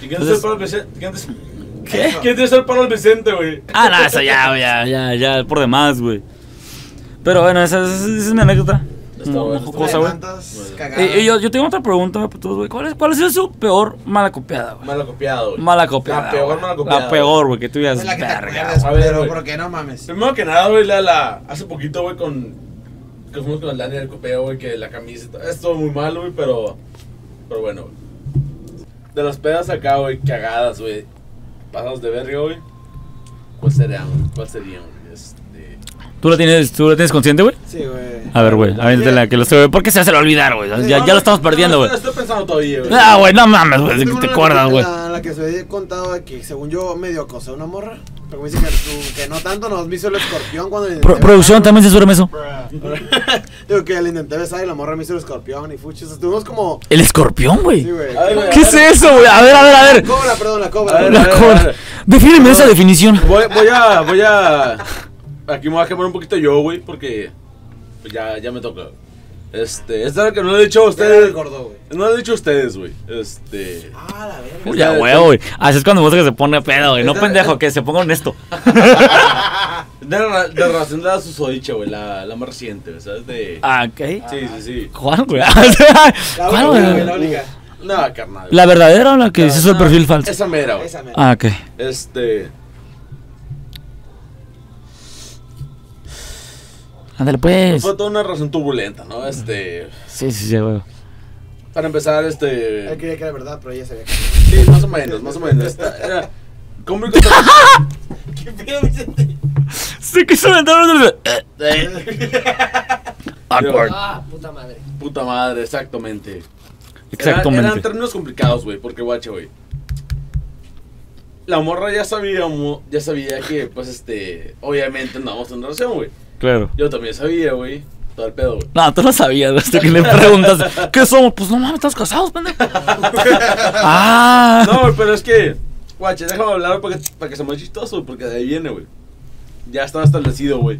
[SPEAKER 3] ¿Y quién te hizo el paro al Vicente? ¿Quién te- ¿Quién te hizo el paro al Vicente, güey?
[SPEAKER 2] Ah, no, eso ya, güey, ya, ya, ya, por demás, güey. Pero bueno, esa, esa- esa es mi anécdota.
[SPEAKER 3] Está
[SPEAKER 2] Mo-
[SPEAKER 3] bueno, está
[SPEAKER 2] mojocosa, güey.
[SPEAKER 1] Tantas
[SPEAKER 3] Bueno.
[SPEAKER 1] cagadas.
[SPEAKER 2] Y, y yo, yo tengo otra pregunta para todos, güey. ¿Cuál, es- ¿Cuál ha sido su peor mala copiada, güey?
[SPEAKER 3] Mal copiado, güey.
[SPEAKER 2] Mala copiada.
[SPEAKER 3] La peor
[SPEAKER 2] güey.
[SPEAKER 3] mala copiada.
[SPEAKER 2] La peor, güey, que tú digas,
[SPEAKER 1] Es la que te
[SPEAKER 2] verga.
[SPEAKER 1] acuerdas,
[SPEAKER 3] A ver,
[SPEAKER 1] pero
[SPEAKER 3] güey.
[SPEAKER 1] porque no mames.
[SPEAKER 3] Primero que nada, güey, la, la, hace poquito, güey, con. Que fuimos con el Dani del copeo, güey, que la camiseta. Estuvo muy mal, güey, pero. Pero bueno, güey. De las pedas acá, güey, cagadas, güey. Pasados de verga, güey. ¿Cuál serían, güey? ¿Cuál serían, güey? Este.
[SPEAKER 2] ¿Tú la tienes, tú la tienes consciente, güey?
[SPEAKER 1] Sí, güey.
[SPEAKER 2] A ver, güey, avéntatela, que lo sé, güey. ¿Por qué se hace lo olvidar, güey? Ya, ya lo estamos perdiendo, güey.
[SPEAKER 3] No, estoy pensando todavía, güey.
[SPEAKER 2] Ah, güey, no mames, güey,
[SPEAKER 1] Tengo
[SPEAKER 2] que te
[SPEAKER 1] una
[SPEAKER 2] acuerdas,
[SPEAKER 1] anécdota,
[SPEAKER 2] güey.
[SPEAKER 1] La, la que se había contado de que según yo medio acosé a una morra. Pero me dice que, tú- que no tanto nos hizo el escorpión cuando le
[SPEAKER 2] Pro-
[SPEAKER 1] intenté
[SPEAKER 2] producción,
[SPEAKER 1] besar.
[SPEAKER 2] también censúrame eso.
[SPEAKER 1] Digo que le intenté besar y la morra me hizo el escorpión y fuchis. Estuvimos como.
[SPEAKER 2] ¿El escorpión,
[SPEAKER 1] Sí,
[SPEAKER 2] güey?
[SPEAKER 1] güey.
[SPEAKER 3] A ver, güey,
[SPEAKER 2] ¿Qué
[SPEAKER 3] a
[SPEAKER 2] es
[SPEAKER 3] ver.
[SPEAKER 2] eso, güey? A ver, a ver, a ver.
[SPEAKER 1] Cobra, perdón, la
[SPEAKER 3] A
[SPEAKER 1] cobra.
[SPEAKER 3] ver,
[SPEAKER 2] La cor- Defíneme esa definición.
[SPEAKER 3] Voy, voy a. Voy a. Aquí me voy a quemar un poquito yo, güey, porque. pues Ya, ya me toca. Este. Esta es la que no le he dicho a
[SPEAKER 1] Usted
[SPEAKER 3] ustedes.
[SPEAKER 1] gordo, güey.
[SPEAKER 3] No lo he dicho a ustedes, güey. Este.
[SPEAKER 1] Ah, la verga.
[SPEAKER 2] Uy, Pues Ya, güey, güey. Así es cuando vos que se pone pedo, güey. No
[SPEAKER 3] Esta-
[SPEAKER 2] pendejo, que se ponga honesto.
[SPEAKER 3] De, ra- de relación de la susodicha, güey. La, la más reciente, güey, ¿sabes? De.
[SPEAKER 2] Ah, ¿qué?
[SPEAKER 3] Sí, sí, sí.
[SPEAKER 2] ¿Cuál, güey?
[SPEAKER 1] La
[SPEAKER 2] ¿Cuál,
[SPEAKER 1] única, güey, la
[SPEAKER 2] güey?
[SPEAKER 1] única.
[SPEAKER 3] No, carnal.
[SPEAKER 2] ¿La verdadera o la que se hizo el
[SPEAKER 3] No,
[SPEAKER 2] perfil falso?
[SPEAKER 3] Esa mera, güey.
[SPEAKER 1] Esa mera.
[SPEAKER 2] Ah, ok.
[SPEAKER 3] Este.
[SPEAKER 2] Ándale, pues.
[SPEAKER 3] Fue toda una razón turbulenta, ¿no? Este.
[SPEAKER 2] Sí, sí, sí, güey.
[SPEAKER 3] Para empezar,
[SPEAKER 1] Él
[SPEAKER 3] este.
[SPEAKER 1] creía que era verdad, pero ella sabía que
[SPEAKER 3] Sí, más o menos, más o menos. Esta, era. ¿Cómo que
[SPEAKER 1] ¿Qué pedo, Vicente?
[SPEAKER 2] Se quiso aventar otro. eh, Awkward.
[SPEAKER 6] Ah, puta madre.
[SPEAKER 3] Puta madre, exactamente. Era- eran
[SPEAKER 2] Exactamente.
[SPEAKER 3] términos complicados, güey, porque guacha, güey. La morra ya sabía, mo- ya sabía que, pues, este, obviamente no vamos a tener relación, güey.
[SPEAKER 2] Claro.
[SPEAKER 3] Yo también sabía, güey. Todo el pedo, güey.
[SPEAKER 2] No, tú lo sabías, hasta que le preguntas, ¿qué somos? Pues no mames, estamos casados, pendejo. ah,
[SPEAKER 3] No, güey, pero es que, guacha, déjame hablar para que, para que se me chistoso, porque de ahí viene, güey. Ya estaba establecido, güey,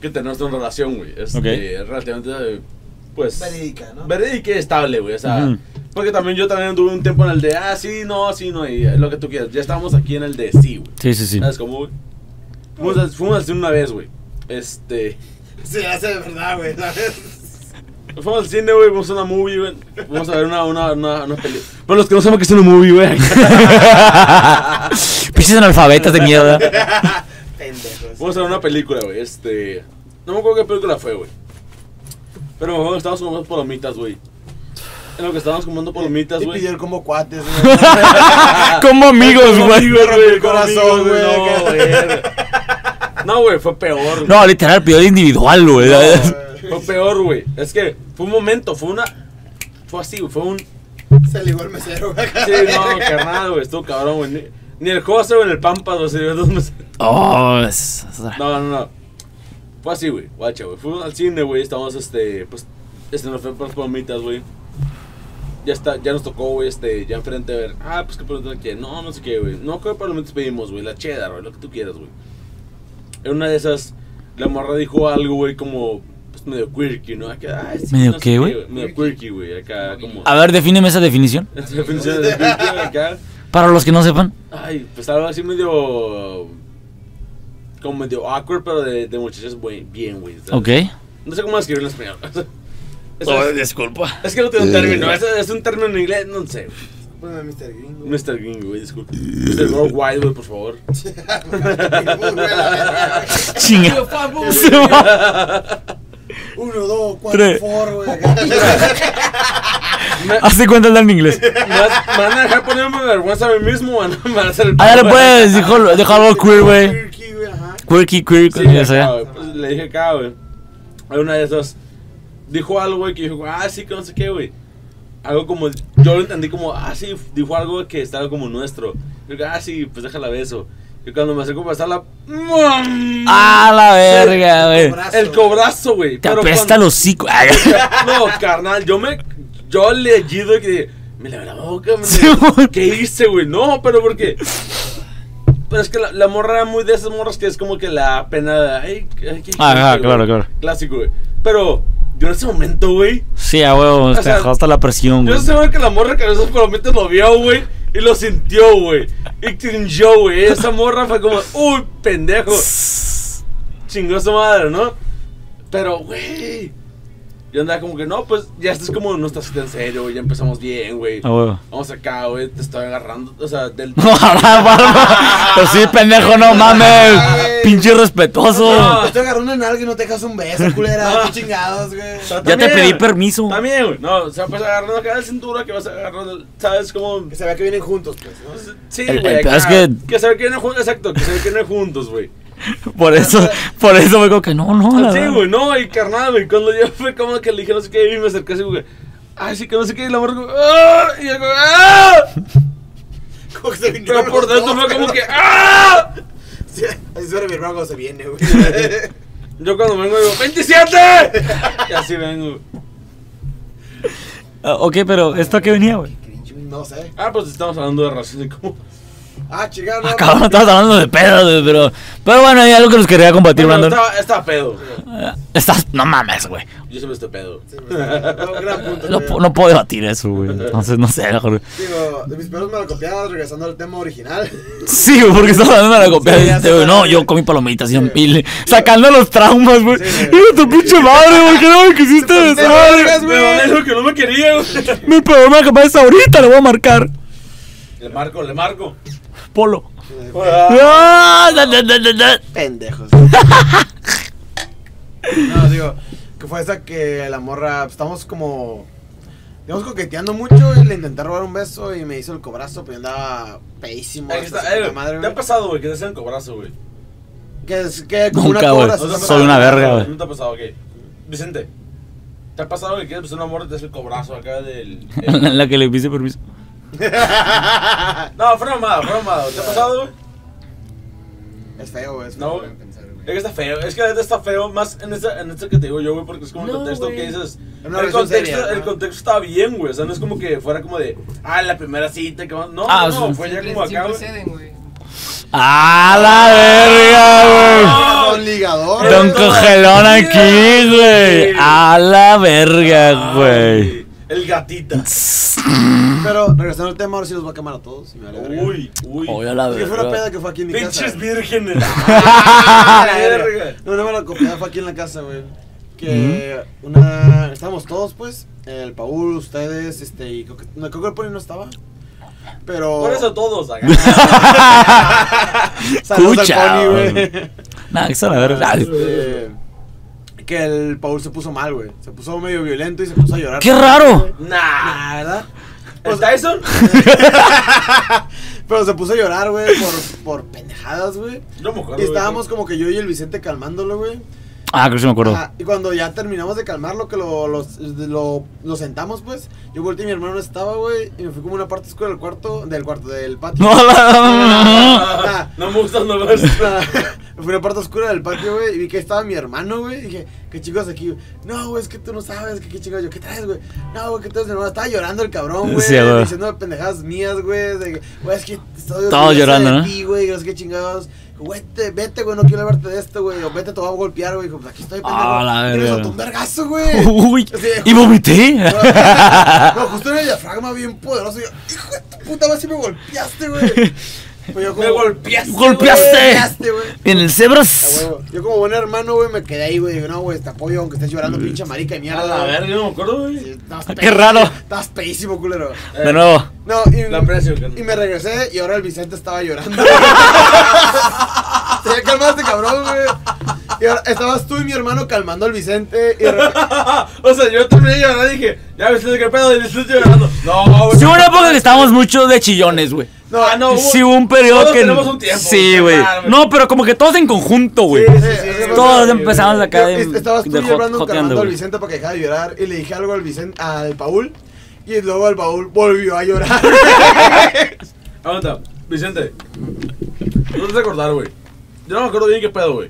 [SPEAKER 3] que tenemos una relación, güey. Este,
[SPEAKER 2] Ok.
[SPEAKER 3] relativamente, eh, pues...
[SPEAKER 1] Verídica, ¿no?
[SPEAKER 3] Verídica y estable, güey, o sea...
[SPEAKER 2] Ujú.
[SPEAKER 3] Porque también yo también tuve un tiempo en el de, ah, sí, no, sí, no, y lo que tú quieras. Ya estábamos aquí en el de sí, güey.
[SPEAKER 2] Sí, sí, sí.
[SPEAKER 3] ¿Sabes cómo, güey? Fuimos al- Fuimos al cine una vez, güey. Este.
[SPEAKER 1] Se hace de verdad, güey. ¿sabes?
[SPEAKER 3] Fuimos al cine, güey. Vamos a una movie, güey. Vamos a ver una, una, una, una peli. Para los que no saben que es una movie, güey.
[SPEAKER 2] Piches analfabetas de mierda.
[SPEAKER 1] Pendejos.
[SPEAKER 3] Vamos a ver una película, güey. Este. No me acuerdo qué película fue, güey. Pero me acuerdo que estábamos comiendo palomitas, güey. En lo que estábamos comiendo palomitas,
[SPEAKER 1] Y
[SPEAKER 3] güey.
[SPEAKER 1] pidieron como cuates, güey.
[SPEAKER 2] Como amigos, güey.
[SPEAKER 3] Amigos,
[SPEAKER 1] rompí el
[SPEAKER 3] con amigos,
[SPEAKER 1] corazón, güey,
[SPEAKER 3] güey, No,
[SPEAKER 1] acá.
[SPEAKER 3] güey. No, güey, fue peor. güey.
[SPEAKER 2] No, literal, pidió el individual, güey.
[SPEAKER 3] Fue peor, güey. Es que fue un momento, fue una. Fue así, güey. Fue un.
[SPEAKER 1] Se ligó el mesero, güey.
[SPEAKER 3] Sí, no, carnal, güey. Estuvo cabrón, güey. Ni, ni el José o en el Pampas, güey. Se dio dos meses.
[SPEAKER 2] Oh, es- es-
[SPEAKER 3] No, no, no. Fue así, güey. Guacha, güey. Fue al cine, güey. Estábamos, este. Pues. Este, nos fue por las palomitas, güey. Ya está, ya nos tocó, güey, este, ya enfrente a ver. Ah, pues qué palomitas quieres. No, no sé qué, güey. No, qué palomitas pedimos, güey. La cheddar, güey. Lo que tú quieras, güey. En una de esas, la morra dijo algo, güey, como. Pues medio quirky, ¿no? Acá, ay, sí,
[SPEAKER 2] ¿Medio
[SPEAKER 3] no sé
[SPEAKER 2] qué, güey? Ah.
[SPEAKER 3] Medio quirky, güey. Acá, como.
[SPEAKER 2] A ver, defíneme esa definición.
[SPEAKER 3] Esa definición de quirky, güey, acá.
[SPEAKER 2] Para los que no sepan.
[SPEAKER 3] Ay, pues algo así medio. Como medio awkward, pero de, de muchachos buen- bien, güey. ¿sabes?
[SPEAKER 2] Ok.
[SPEAKER 3] No sé cómo describirlo en español. Es,
[SPEAKER 2] disculpa.
[SPEAKER 3] es que no tengo un término. Es, es un término en inglés, no sé.
[SPEAKER 1] Ponme a Mr. Pues, Gringo.
[SPEAKER 3] Mr. Green, güey, disculpa. Mr. Worldwide, güey, por favor.
[SPEAKER 1] Pues,
[SPEAKER 2] Chinga. Se va.
[SPEAKER 1] Uno, dos,
[SPEAKER 2] Tres.
[SPEAKER 1] cuatro, four, güey. acá.
[SPEAKER 2] Así cuenta el en inglés.
[SPEAKER 3] Me vas- me van a dejar ponerme vergüenza a mí mismo, van a- me van a hacer el.
[SPEAKER 2] Ah, dale, pues, dijo, dijo algo queer, güey.
[SPEAKER 1] Turkey, güey, ajá.
[SPEAKER 2] Quirky, queer,
[SPEAKER 3] Sí,
[SPEAKER 2] o
[SPEAKER 3] acá,
[SPEAKER 2] sea.
[SPEAKER 3] güey, pues, le dije acá, güey. Hay una de esas. Dijo algo, güey, que dijo, ah, sí, que no sé qué, güey. Algo como, yo lo entendí como, ah, sí, dijo algo que estaba como nuestro. Yo dije, ah, sí, pues déjala beso. Y cuando me acerco para estarla, ¡muam!
[SPEAKER 2] ¡A la verga, güey!
[SPEAKER 3] Eh, El cobrazo, güey.
[SPEAKER 2] ¡Ah! Te
[SPEAKER 3] Pero
[SPEAKER 2] apesta
[SPEAKER 3] cuando-
[SPEAKER 2] el hocico. Ay,
[SPEAKER 3] No, carnal, yo me. Yo leí de que. Me lavé la boca, me
[SPEAKER 2] Sí, güey.
[SPEAKER 3] ¿Qué hice, güey? No, pero porque. Pero es que la, la morra era muy de esas morras que es como que la pena. de, Ay, ay, qué
[SPEAKER 2] Ajá,
[SPEAKER 3] güey.
[SPEAKER 2] Ah, claro, claro.
[SPEAKER 3] Clásico, güey. Pero yo en ese momento, güey.
[SPEAKER 2] Sí, a huevo, te
[SPEAKER 3] sea,
[SPEAKER 2] dejó hasta la presión,
[SPEAKER 3] Yo
[SPEAKER 2] güey.
[SPEAKER 3] sé güey, que la morra que a veces colombianos lo vio, güey. Y lo sintió, güey. Y cringeó, güey. Esa morra fue como, uy, pendejo. Chingó su madre, ¿no? Pero, güey. Yo andaba como que, no, pues ya estás como, no estás en serio, güey. Ya empezamos bien, güey.
[SPEAKER 2] A huevo.
[SPEAKER 3] Vamos acá, güey. Te estoy agarrando, o sea, del.
[SPEAKER 2] Ah, No, ah, barba, barba. Pero sí, pendejo, no mames.
[SPEAKER 1] Ay.
[SPEAKER 2] Pinche respetuoso.
[SPEAKER 3] Ah, No.
[SPEAKER 1] Te estoy agarrando en algo y no te dejas un beso, culera. Qué chingados, güey.
[SPEAKER 2] Ya te pedí permiso.
[SPEAKER 3] También, güey. No, o sea, pues agarrando acá la cintura que vas agarrando, ¿sabes? Como.
[SPEAKER 1] Que se vea que vienen juntos, pues, ¿no?
[SPEAKER 3] Sí,
[SPEAKER 2] El- el
[SPEAKER 3] güey.
[SPEAKER 2] peor Eh, es
[SPEAKER 3] acá.
[SPEAKER 2] que-
[SPEAKER 3] Que se ve que no juntos, exacto. Que se ve que no juntos, güey.
[SPEAKER 2] Por eso, por eso me digo que no, no. la
[SPEAKER 3] Sí,
[SPEAKER 2] verdad.
[SPEAKER 3] güey, no, y carnal, güey, cuando yo fue como que le dije no sé qué, y me acerqué así, güey, ay, sí que no sé qué, y la morra como, ¡ah! Y yo como, ¡ah!
[SPEAKER 1] Como que se
[SPEAKER 3] Pero
[SPEAKER 1] vinieron
[SPEAKER 3] por
[SPEAKER 1] los
[SPEAKER 3] dentro
[SPEAKER 1] dos,
[SPEAKER 3] fue como
[SPEAKER 1] ¿no?
[SPEAKER 3] que, ¡ah!
[SPEAKER 1] Sí, así suena mi hermano cuando se viene, güey.
[SPEAKER 3] Yo cuando vengo digo, ¡27! Y así vengo.
[SPEAKER 2] Ah, ok, pero ¿esto a qué venía, güey?
[SPEAKER 1] No sé.
[SPEAKER 3] Ah, pues estamos hablando de racismo y como...
[SPEAKER 1] Ah, chingada.
[SPEAKER 2] Ah,
[SPEAKER 1] no,
[SPEAKER 2] cabrón, estamos hablando de pedos, güey, pero. Pero bueno, hay algo que nos quería compartir,
[SPEAKER 3] Bueno,
[SPEAKER 2] Brandon.
[SPEAKER 3] estaba, estaba pedo. güey.
[SPEAKER 2] Ah, Estás. No mames, güey.
[SPEAKER 3] Yo siempre estoy pedo.
[SPEAKER 1] sí, pues, no, gran punto,
[SPEAKER 2] No,
[SPEAKER 1] güey.
[SPEAKER 2] pu- no puedo debatir eso, güey. Entonces, no sé, mejor.
[SPEAKER 1] Digo, de mis pelos malacopiados, regresando al tema original.
[SPEAKER 2] Sí, güey, porque estamos hablando de la copia.
[SPEAKER 1] Sí, ya
[SPEAKER 2] Este, güey,
[SPEAKER 1] sé.
[SPEAKER 2] no, yo comí palomitas y un
[SPEAKER 1] Sí.
[SPEAKER 2] pile. Sacando los traumas, güey.
[SPEAKER 1] Sí.
[SPEAKER 2] Hijo de tu pinche madre, güey. Que no me quisiste
[SPEAKER 1] pusiste
[SPEAKER 2] besar.
[SPEAKER 1] vergas,
[SPEAKER 3] Me mamé, dijo que no me quería, güey.
[SPEAKER 2] Mi problema que pasa ahorita, le voy a marcar.
[SPEAKER 3] Le marco, le marco.
[SPEAKER 2] Polo.
[SPEAKER 3] Ah,
[SPEAKER 2] Ah, da, da, da, da, da.
[SPEAKER 1] Pendejos. no, digo, que fue esa que la morra, pues, estamos como, digamos, coqueteando mucho y le intenté robar un beso y me hizo el cobrazo, pero yo andaba pedísimo.
[SPEAKER 3] Ahí
[SPEAKER 1] hasta
[SPEAKER 3] está,
[SPEAKER 1] su
[SPEAKER 3] eh,
[SPEAKER 1] puta madre,
[SPEAKER 3] ¿Te ha
[SPEAKER 1] güey.
[SPEAKER 3] pasado, güey, que te hacen cobrazo, güey?
[SPEAKER 1] Que es que como una
[SPEAKER 2] Nunca, güey.
[SPEAKER 1] cobra.
[SPEAKER 3] ¿No te
[SPEAKER 2] Soy
[SPEAKER 3] ha pasado?
[SPEAKER 2] una verga, güey.
[SPEAKER 3] ¿No te ha pasado qué? Vicente, ¿te ha pasado que quieres pues, un amor y te hace el cobrazo acá del. el-
[SPEAKER 2] La que le pise permiso.
[SPEAKER 3] No, fuera mamada, fuera mamada. ¿Te ha pasado, güey?
[SPEAKER 1] Es feo, güey. es feo.
[SPEAKER 3] No, güey. Es que está feo, es que la neta está feo, más en este, en este que te digo yo, güey, porque es como el
[SPEAKER 6] No,
[SPEAKER 3] contexto
[SPEAKER 6] güey.
[SPEAKER 3] que dices.
[SPEAKER 1] En una
[SPEAKER 3] El
[SPEAKER 1] relación
[SPEAKER 3] contexto,
[SPEAKER 1] seria,
[SPEAKER 3] el
[SPEAKER 1] ¿no?
[SPEAKER 3] contexto estaba bien, güey, o sea, no es como que fuera como de, ah, la primera cita, que vamos. No,
[SPEAKER 2] Ah,
[SPEAKER 3] no,
[SPEAKER 2] sí.
[SPEAKER 3] fue Pues ya
[SPEAKER 6] Siempre-
[SPEAKER 3] como acá,
[SPEAKER 6] siempre
[SPEAKER 3] güey.
[SPEAKER 6] ceden, güey.
[SPEAKER 2] ¡A la verga,
[SPEAKER 1] Ah, Don ligador.
[SPEAKER 2] güey! Don
[SPEAKER 1] güey.
[SPEAKER 2] Cogelón aquí, güey. ¡A la verga, Ah, güey!
[SPEAKER 3] Ay, El gatita.
[SPEAKER 1] Pero regresando al tema, ahora sí los voy a quemar a todos. y me vale verga.
[SPEAKER 3] Uy, uy.
[SPEAKER 2] Oye, a la
[SPEAKER 1] Que fue una
[SPEAKER 2] verga.
[SPEAKER 1] peda que fue aquí en mi casa.
[SPEAKER 3] Pinches vírgenes.
[SPEAKER 1] Ah,
[SPEAKER 3] la verga.
[SPEAKER 1] No, no me la copiaba, fue aquí en la casa, güey. Que una. Estábamos todos, pues. El Paul, ustedes, este. Y creo que, no, creo que el Poli no estaba. Pero.
[SPEAKER 3] Por eso todos, acá.
[SPEAKER 1] Saludos
[SPEAKER 2] Cucha,
[SPEAKER 1] al Poli, güey.
[SPEAKER 2] Nah, que es a la verga. Ay,
[SPEAKER 1] Este, que el Paul se puso mal, güey. Se puso medio violento y se puso a llorar. Ah,
[SPEAKER 2] ¡Qué raro!
[SPEAKER 3] Nah.
[SPEAKER 1] ¿Verdad? Pues,
[SPEAKER 3] ¿El Tyson?
[SPEAKER 1] Pero se puso a llorar, güey, por, por pendejadas, güey.
[SPEAKER 3] No me acuerdo.
[SPEAKER 1] Y estábamos como que yo y el Vicente calmándolo, güey.
[SPEAKER 2] Ah, creo que sí me acuerdo.
[SPEAKER 1] Ajá, y cuando ya terminamos de calmarlo, que lo, los- lo, lo sentamos, pues, yo volteé y mi hermano no estaba, güey, y me fui como a una parte oscura del cuarto, del cuarto, del patio.
[SPEAKER 2] No, la...
[SPEAKER 3] Ah, no me gustan los versos.
[SPEAKER 1] me fui a una parte oscura del patio, güey, y vi que estaba mi hermano, güey, y dije, ¿qué chicos aquí? No, güey, es que tú no sabes, que qué chicos yo, ¿qué traes, güey? No, güey, ¿qué traes, mi hermano? Estaba llorando el cabrón, güey,
[SPEAKER 2] Sí, güey.
[SPEAKER 1] diciendo pendejadas mías, güey, de que, güey, es que estoy
[SPEAKER 2] Estaba
[SPEAKER 1] orgullosa
[SPEAKER 2] llorando,
[SPEAKER 1] de
[SPEAKER 2] ¿no?
[SPEAKER 1] ti, güey, que no sé qué chingados. Güey, te- vete, güey, no quiero verte de esto, güey. O vete, te voy a golpear, güey. Dijo, Pues aquí estoy, pendejo.
[SPEAKER 2] Ah, la
[SPEAKER 1] Y me
[SPEAKER 2] verga.
[SPEAKER 1] soltó un vergazo, güey.
[SPEAKER 2] Uy,
[SPEAKER 1] eh. Sí. Ah,
[SPEAKER 2] y vomité.
[SPEAKER 1] No, justo en el diafragma bien poderoso. y Yo, hijo de tu puta madre, si me golpeaste, güey. Pues yo
[SPEAKER 3] Me golpeaste.
[SPEAKER 1] Me
[SPEAKER 2] ¡Golpeaste!
[SPEAKER 1] golpeaste, güey.
[SPEAKER 2] En el
[SPEAKER 1] A
[SPEAKER 2] cebras.
[SPEAKER 1] huevo. Yo como buen hermano, güey, me quedé ahí, güey. Digo, no, güey, te apoyo, aunque estés llorando, pinche marica de
[SPEAKER 3] A
[SPEAKER 1] mierda.
[SPEAKER 3] la
[SPEAKER 1] güey.
[SPEAKER 3] verga, yo no me acuerdo,
[SPEAKER 1] Sí,
[SPEAKER 3] güey.
[SPEAKER 1] estabas
[SPEAKER 2] Mm. Ah, qué
[SPEAKER 1] pedísimo,
[SPEAKER 2] raro.
[SPEAKER 1] Estabas pedísimo, culero.
[SPEAKER 2] De nuevo.
[SPEAKER 1] No, y,
[SPEAKER 3] Lo aprecio, carnal.
[SPEAKER 1] y me regresé y ahora el Vicente estaba llorando. Te calmaste, cabrón, güey. Y ahora estabas tú y mi hermano calmando al Vicente. Y de repente-
[SPEAKER 3] o sea, yo terminé llorando y dije, ya ves qué pedo, y le estoy llorando. No, güey.
[SPEAKER 2] Sí, hubo una época que estábamos mucho de chillones, güey.
[SPEAKER 1] No,
[SPEAKER 3] Ah, no, hubo-
[SPEAKER 2] Sí hubo un periodo
[SPEAKER 3] todos
[SPEAKER 2] que...
[SPEAKER 3] tenemos un tiempo,
[SPEAKER 2] sí, güey.
[SPEAKER 3] claro,
[SPEAKER 2] No, pero como que todos en conjunto, güey.
[SPEAKER 1] Sí, sí, sí,
[SPEAKER 3] sí,
[SPEAKER 2] todos
[SPEAKER 3] sí,
[SPEAKER 2] empezamos
[SPEAKER 3] güey.
[SPEAKER 2] acá de,
[SPEAKER 1] Est- Estabas tú
[SPEAKER 2] de
[SPEAKER 1] y eh, yo
[SPEAKER 2] hot-
[SPEAKER 1] hablando
[SPEAKER 2] joteando,
[SPEAKER 1] calmando al
[SPEAKER 2] güey.
[SPEAKER 1] Vicente para que dejara de llorar y le dije algo al Vicente, al Paul y luego al Paul volvió a llorar.
[SPEAKER 3] Aguanta, Vicente. No te acordar, güey. Yo no me acuerdo bien qué pedo, güey.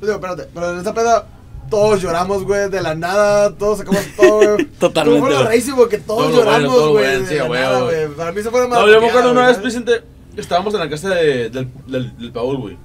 [SPEAKER 1] Yo digo, espérate, pero en esta peda todos lloramos, güey, de la nada, todos sacamos todo, güey.
[SPEAKER 2] Totalmente,
[SPEAKER 1] Fue lo
[SPEAKER 2] güey.
[SPEAKER 1] rarísimo que todos
[SPEAKER 3] Todo lo
[SPEAKER 1] lloramos,
[SPEAKER 3] bueno, todo lo
[SPEAKER 1] güey,
[SPEAKER 3] bueno,
[SPEAKER 1] de
[SPEAKER 3] sí,
[SPEAKER 1] la
[SPEAKER 3] güey,
[SPEAKER 1] nada,
[SPEAKER 3] güey.
[SPEAKER 1] güey. Para mí se fue
[SPEAKER 3] No, yo me acuerdo una vez, Vicente, estábamos en la casa de- del, del, del Paul, güey.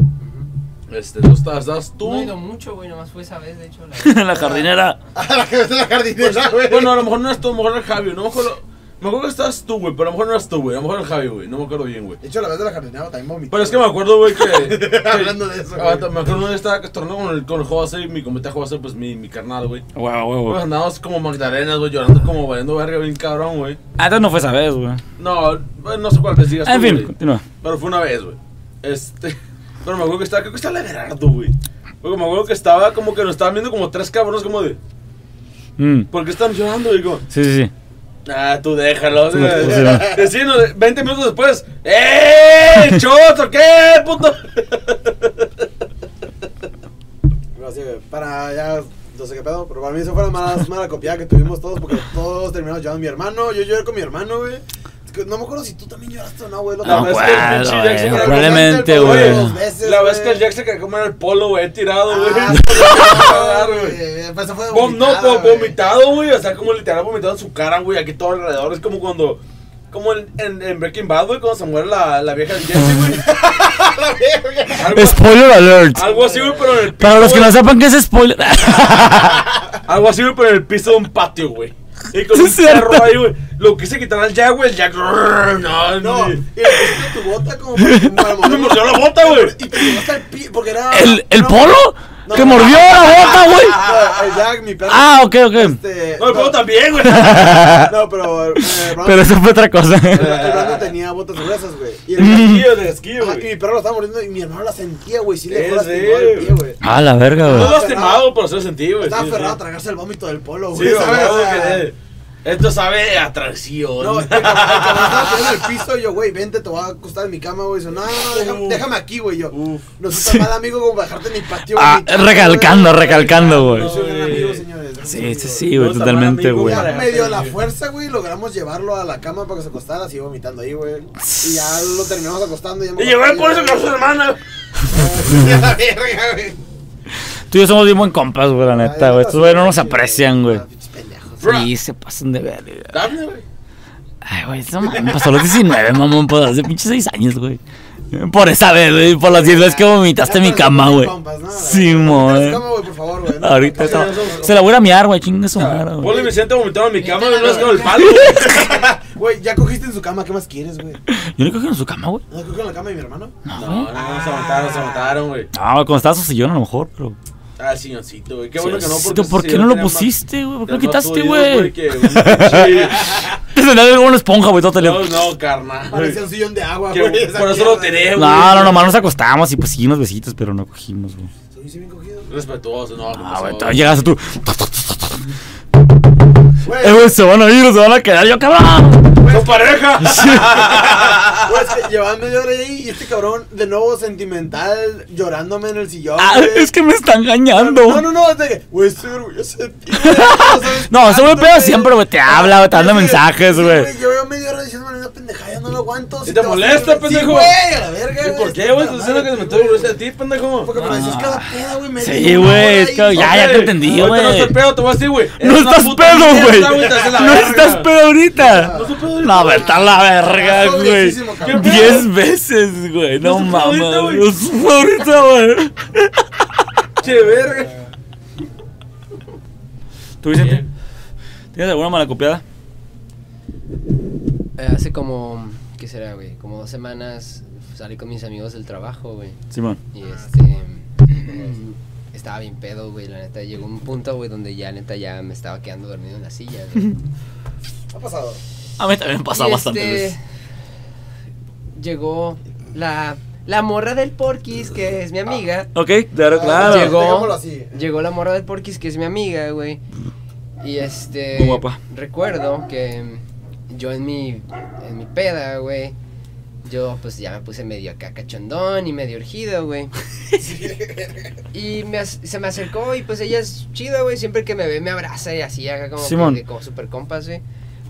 [SPEAKER 3] Este, tú estabas, estabas tú.
[SPEAKER 6] No he ido mucho, güey, nomás fue esa vez, de hecho. La...
[SPEAKER 2] la jardinera.
[SPEAKER 1] A la cabeza de la jardinera, güey.
[SPEAKER 3] pues, Bueno, a lo mejor no eras tú, a lo mejor era el Javi, no me acuerdo. Me acuerdo que estabas tú, güey, pero a lo mejor no eras tú, güey. A lo mejor era el Javi, güey. No me acuerdo bien, güey.
[SPEAKER 1] De hecho, la vez de la jardinera también vomitó.
[SPEAKER 3] Pero es que me acuerdo, güey, que. que-
[SPEAKER 1] Hablando de eso, güey.
[SPEAKER 3] Ah, Me acuerdo que estaba torneo con el, con el José y mi comité José, pues mi, mi carnal, güey.
[SPEAKER 2] Wow,
[SPEAKER 3] Pues andábamos como Magdalenas, güey, llorando como valiendo verga, bien cabrón, güey.
[SPEAKER 2] Ah, entonces no fue esa vez, güey.
[SPEAKER 3] No, eh, no sé cuál les digas.
[SPEAKER 2] Ah, En
[SPEAKER 3] tú,
[SPEAKER 2] fin,
[SPEAKER 3] güey.
[SPEAKER 2] continúa.
[SPEAKER 3] Pero fue una vez, güey. Este. Pero me acuerdo que estaba, creo que estaba Gerardo, güey. Porque me acuerdo que estaba como que nos estaban viendo como tres cabrones, como de,
[SPEAKER 2] Mm,
[SPEAKER 3] ¿por qué están llorando? Y como,
[SPEAKER 2] Sí, sí, sí.
[SPEAKER 3] ah, tú déjalo.
[SPEAKER 2] me-
[SPEAKER 3] güey".
[SPEAKER 2] sí, no.
[SPEAKER 3] Decinos, 20 minutos después, ¡eh! ¡Choto, qué puto!
[SPEAKER 1] Así que para ya, no sé qué pedo, pero para mí eso fue la más mala copiada que tuvimos todos, porque todos terminamos llorando. Mi hermano, yo lloré con mi hermano, güey. Es que No me acuerdo si tú también lloraste o no, güey. lo
[SPEAKER 3] No,
[SPEAKER 1] que
[SPEAKER 2] No,
[SPEAKER 1] pasa
[SPEAKER 3] pues,
[SPEAKER 1] es que
[SPEAKER 3] el pinche Jackson
[SPEAKER 2] güey.
[SPEAKER 3] era
[SPEAKER 2] Probablemente,
[SPEAKER 1] como
[SPEAKER 2] güey.
[SPEAKER 1] dos veces,
[SPEAKER 3] La vez
[SPEAKER 1] güey.
[SPEAKER 3] que el Jack se cagó en el polo, güey, tirado, güey.
[SPEAKER 1] Ah,
[SPEAKER 3] Cagar, güey.
[SPEAKER 1] güey, pues, eso fue de
[SPEAKER 3] Vom- no,
[SPEAKER 1] vomitada,
[SPEAKER 3] vo-
[SPEAKER 1] güey.
[SPEAKER 3] vomitado, güey. O sea, como literal vomitado en su cara, güey. Aquí todo alrededor. Es como cuando. Como en, en, en Breaking Bad, güey, cuando se muere la, la vieja del Jesse, güey. algo,
[SPEAKER 2] Spoiler alert.
[SPEAKER 3] algo así, güey, pero en el piso.
[SPEAKER 2] Para los que no
[SPEAKER 3] güey.
[SPEAKER 2] sepan qué es spoiler.
[SPEAKER 3] Algo así, güey, pero en el piso de un patio, güey. Y con
[SPEAKER 2] Sí,
[SPEAKER 3] un
[SPEAKER 2] es cierto.
[SPEAKER 3] perro ahí, güey. Lo quise quitar al Jack, güey. El Jack. No,
[SPEAKER 1] No,
[SPEAKER 3] no.
[SPEAKER 1] y le pusiste tu bota como para
[SPEAKER 3] Me
[SPEAKER 1] morder.
[SPEAKER 3] mordió la bota, güey.
[SPEAKER 1] Y te llevaste el pie, porque era.
[SPEAKER 2] ¿El, el
[SPEAKER 1] no,
[SPEAKER 2] polo?
[SPEAKER 1] No.
[SPEAKER 2] ¿Que mordió la bota, güey?
[SPEAKER 1] no, el Jack, mi perro.
[SPEAKER 2] Ah, ok, ok.
[SPEAKER 1] este,
[SPEAKER 3] No, el pueblo también, güey.
[SPEAKER 1] No, pero. eh, Brandon-
[SPEAKER 2] Pero eso fue otra cosa.
[SPEAKER 1] el Brandon tenía botas gruesas, güey. Y el
[SPEAKER 3] De esquí, de esquí,
[SPEAKER 1] Ah, y mi
[SPEAKER 3] güey.
[SPEAKER 1] perro lo estaba mordiendo y mi hermano la sentía, güey. Sí le
[SPEAKER 3] Es
[SPEAKER 1] dejó lastimado
[SPEAKER 3] de-
[SPEAKER 1] el pie, güey.
[SPEAKER 2] Ah, la verga,
[SPEAKER 3] No
[SPEAKER 2] güey.
[SPEAKER 3] lastimado, pero se lo sentí, güey.
[SPEAKER 1] Estaba
[SPEAKER 3] sí, sí.
[SPEAKER 1] aferrado a tragarse el vómito del polo,
[SPEAKER 3] Sí,
[SPEAKER 1] güey. ¿sabes?
[SPEAKER 3] güey,
[SPEAKER 1] O sea,
[SPEAKER 3] que- Esto sabe a traición.
[SPEAKER 1] No, el cabrón estaba tirado en el piso y yo, güey, vente, te voy a acostar en mi cama, güey. Dice, no, no, no, déjame,
[SPEAKER 3] Uf.
[SPEAKER 1] déjame aquí, güey. Yo,
[SPEAKER 3] Uf.
[SPEAKER 1] no soy tan mal amigo como para dejarte en mi patio.
[SPEAKER 2] Ah,
[SPEAKER 1] güey, mi casa,
[SPEAKER 2] recalcando,
[SPEAKER 1] güey.
[SPEAKER 2] recalcando, güey.
[SPEAKER 1] No soy un gran amigo, señores.
[SPEAKER 2] Sí, sí, sí, güey,
[SPEAKER 3] No, está
[SPEAKER 2] totalmente,
[SPEAKER 3] mal, amigo,
[SPEAKER 2] güey.
[SPEAKER 1] Ya medio a la
[SPEAKER 3] Sí.
[SPEAKER 1] fuerza, güey, logramos llevarlo a la cama para que se acostara, así vomitando ahí, güey. Y ya lo terminamos acostando. ya me
[SPEAKER 3] Y llegó el
[SPEAKER 1] acosté,
[SPEAKER 3] por eso
[SPEAKER 1] güey.
[SPEAKER 3] con su hermana.
[SPEAKER 1] La verga, güey.
[SPEAKER 2] Tú y yo somos bien buen compas, güey, la neta, güey. Estos güeyes no nos aprecian, güey.
[SPEAKER 1] Ah, pinches pendejos.
[SPEAKER 2] Sí, se pasan de verga.
[SPEAKER 3] Dame, güey.
[SPEAKER 2] Ay, güey, eso me pasó a los 19, mamón, pues hace pinche 6 años, güey. Por esa vez, güey, por las 10 veces que vomitaste en mi
[SPEAKER 1] Ya, pero
[SPEAKER 2] cama,
[SPEAKER 1] no
[SPEAKER 2] güey.
[SPEAKER 1] compas, ¿no? La
[SPEAKER 2] Sí,
[SPEAKER 1] verdad.
[SPEAKER 2] mo,
[SPEAKER 1] Vete a
[SPEAKER 2] eh.
[SPEAKER 1] su cama, güey, por favor, güey. No,
[SPEAKER 2] Ahorita
[SPEAKER 1] no,
[SPEAKER 2] se,
[SPEAKER 1] no, no, no.
[SPEAKER 2] se la voy a miar, güey, chinga su madre,
[SPEAKER 3] Polo y
[SPEAKER 2] güey.
[SPEAKER 3] Vicente vomitaron en mi cama
[SPEAKER 6] Vete
[SPEAKER 3] y una
[SPEAKER 6] a la
[SPEAKER 3] vez con el
[SPEAKER 6] verga.
[SPEAKER 3] palo. güey.
[SPEAKER 1] Güey, ya cogiste en su cama, ¿qué más quieres, güey?
[SPEAKER 2] Yo le cogí en su cama, güey.
[SPEAKER 1] ¿No cogí en la cama de mi hermano?
[SPEAKER 2] No,
[SPEAKER 3] No,
[SPEAKER 2] güey.
[SPEAKER 3] no, no, se aguantaron, se aguantaron, güey.
[SPEAKER 2] Ah, cuando estaba su sillón a lo mejor, pero.
[SPEAKER 3] Ah, silloncito, güey. Qué bueno que no,
[SPEAKER 2] Siento,
[SPEAKER 3] porque.
[SPEAKER 2] ¿Por qué no lo pusiste, güey? ¿Por qué lo quitaste, güey?
[SPEAKER 3] güey?
[SPEAKER 2] Te sentía como una esponja, güey, todo te
[SPEAKER 3] No,
[SPEAKER 2] leo.
[SPEAKER 3] no, carnal.
[SPEAKER 1] Parecía un sillón de agua,
[SPEAKER 3] Que-
[SPEAKER 1] güey. esa
[SPEAKER 3] Por eso lo
[SPEAKER 1] mierda.
[SPEAKER 3] tenía, güey.
[SPEAKER 2] No, no, nomás nos acostamos y pues sí, unos besitos, pero no cogimos, güey.
[SPEAKER 1] Soy bien cogido.
[SPEAKER 3] Respetuoso, no. ¿qué
[SPEAKER 2] Ah,
[SPEAKER 3] pasó,
[SPEAKER 2] güey,
[SPEAKER 3] güey?
[SPEAKER 2] llegas tú.
[SPEAKER 1] Güey,
[SPEAKER 2] Eh, güey, se van a ir o se van a quedar yo, cabrón.
[SPEAKER 3] ¡Son pareja!
[SPEAKER 1] ah, güey, es que llevaba media hora ahí y este cabrón de nuevo sentimental llorándome en el sillón.
[SPEAKER 2] Ah,
[SPEAKER 1] güey.
[SPEAKER 2] es que me están engañando.
[SPEAKER 1] No, no, no, es de que, güey, estoy orgulloso de ti. güey, no sabes
[SPEAKER 2] No, ese güey
[SPEAKER 1] cuánto,
[SPEAKER 2] pega siempre, güey, te habla, güey, te manda
[SPEAKER 1] Sí,
[SPEAKER 2] mensajes,
[SPEAKER 1] sí,
[SPEAKER 2] güey.
[SPEAKER 1] Yo veo media hora diciéndome una pendejada, ya no lo aguanto.
[SPEAKER 3] te
[SPEAKER 1] vas a-
[SPEAKER 3] molesta,
[SPEAKER 1] Sí,
[SPEAKER 3] pendejo?
[SPEAKER 1] güey, a la verga,
[SPEAKER 3] ¿Y
[SPEAKER 1] güey.
[SPEAKER 3] por qué,
[SPEAKER 1] está
[SPEAKER 3] güey?
[SPEAKER 1] la
[SPEAKER 3] Estás diciendo que
[SPEAKER 1] madre,
[SPEAKER 3] me estoy orgulloso de ti, pendejo.
[SPEAKER 1] Porque me lo decías cada peda, güey. me
[SPEAKER 2] Ah. Sí,
[SPEAKER 1] dices,
[SPEAKER 2] güey,
[SPEAKER 1] no,
[SPEAKER 2] es que
[SPEAKER 1] ahí,
[SPEAKER 2] ya-
[SPEAKER 1] ok.
[SPEAKER 2] te entendí,
[SPEAKER 3] Ahorita No
[SPEAKER 2] güey.
[SPEAKER 3] estás pedo, te voy a decir, güey.
[SPEAKER 2] No
[SPEAKER 3] Eres una
[SPEAKER 2] estás
[SPEAKER 3] puta
[SPEAKER 2] pedo,
[SPEAKER 3] mierda,
[SPEAKER 2] güey.
[SPEAKER 3] te haces la
[SPEAKER 2] No
[SPEAKER 3] verga.
[SPEAKER 2] estás pedo ahorita.
[SPEAKER 3] No estás pedo
[SPEAKER 2] No,
[SPEAKER 3] ahorita,
[SPEAKER 2] güey, está la verga,
[SPEAKER 1] Estás
[SPEAKER 2] güey.
[SPEAKER 1] pobrecísimo, cabrón.
[SPEAKER 3] ¿Qué
[SPEAKER 2] Diez veces, güey. No
[SPEAKER 3] No estás pedo
[SPEAKER 2] mames.
[SPEAKER 3] ahorita, güey.
[SPEAKER 2] No estás pedo ahorita, güey.
[SPEAKER 3] Che, verga.
[SPEAKER 2] ¿Tú, Vicente? ¿Tienes alguna mala copiada?
[SPEAKER 4] Eh, hace como, ¿qué será, güey? Como dos semanas salí con mis amigos del trabajo, güey.
[SPEAKER 2] Simón.
[SPEAKER 4] Y
[SPEAKER 6] Ah,
[SPEAKER 4] este. estaba bien pedo, güey. La neta, llegó un punto, güey, donde ya, neta, ya me estaba quedando dormido en la silla, güey.
[SPEAKER 1] Ha pasado.
[SPEAKER 2] A mí también me pasa
[SPEAKER 4] Y,
[SPEAKER 2] bastante.
[SPEAKER 4] este,
[SPEAKER 2] veces.
[SPEAKER 4] Llegó la, la morra del Porquis, que es mi amiga.
[SPEAKER 2] Ok, claro,
[SPEAKER 1] Ah,
[SPEAKER 2] claro.
[SPEAKER 1] llegó.
[SPEAKER 4] Llegó,
[SPEAKER 1] Digámoslo así.
[SPEAKER 4] llegó la morra del Porquis, que es mi amiga, güey. Y este.
[SPEAKER 2] Muy guapa.
[SPEAKER 4] Recuerdo que mm, yo en mi, en mi peda, güey, yo pues ya me puse medio acá cachondón y medio urgido, güey. y me, ac- se me acercó y pues ella es chida, güey, siempre que me ve me abraza y así, acá como,
[SPEAKER 2] Simón.
[SPEAKER 4] que- como super compas, güey.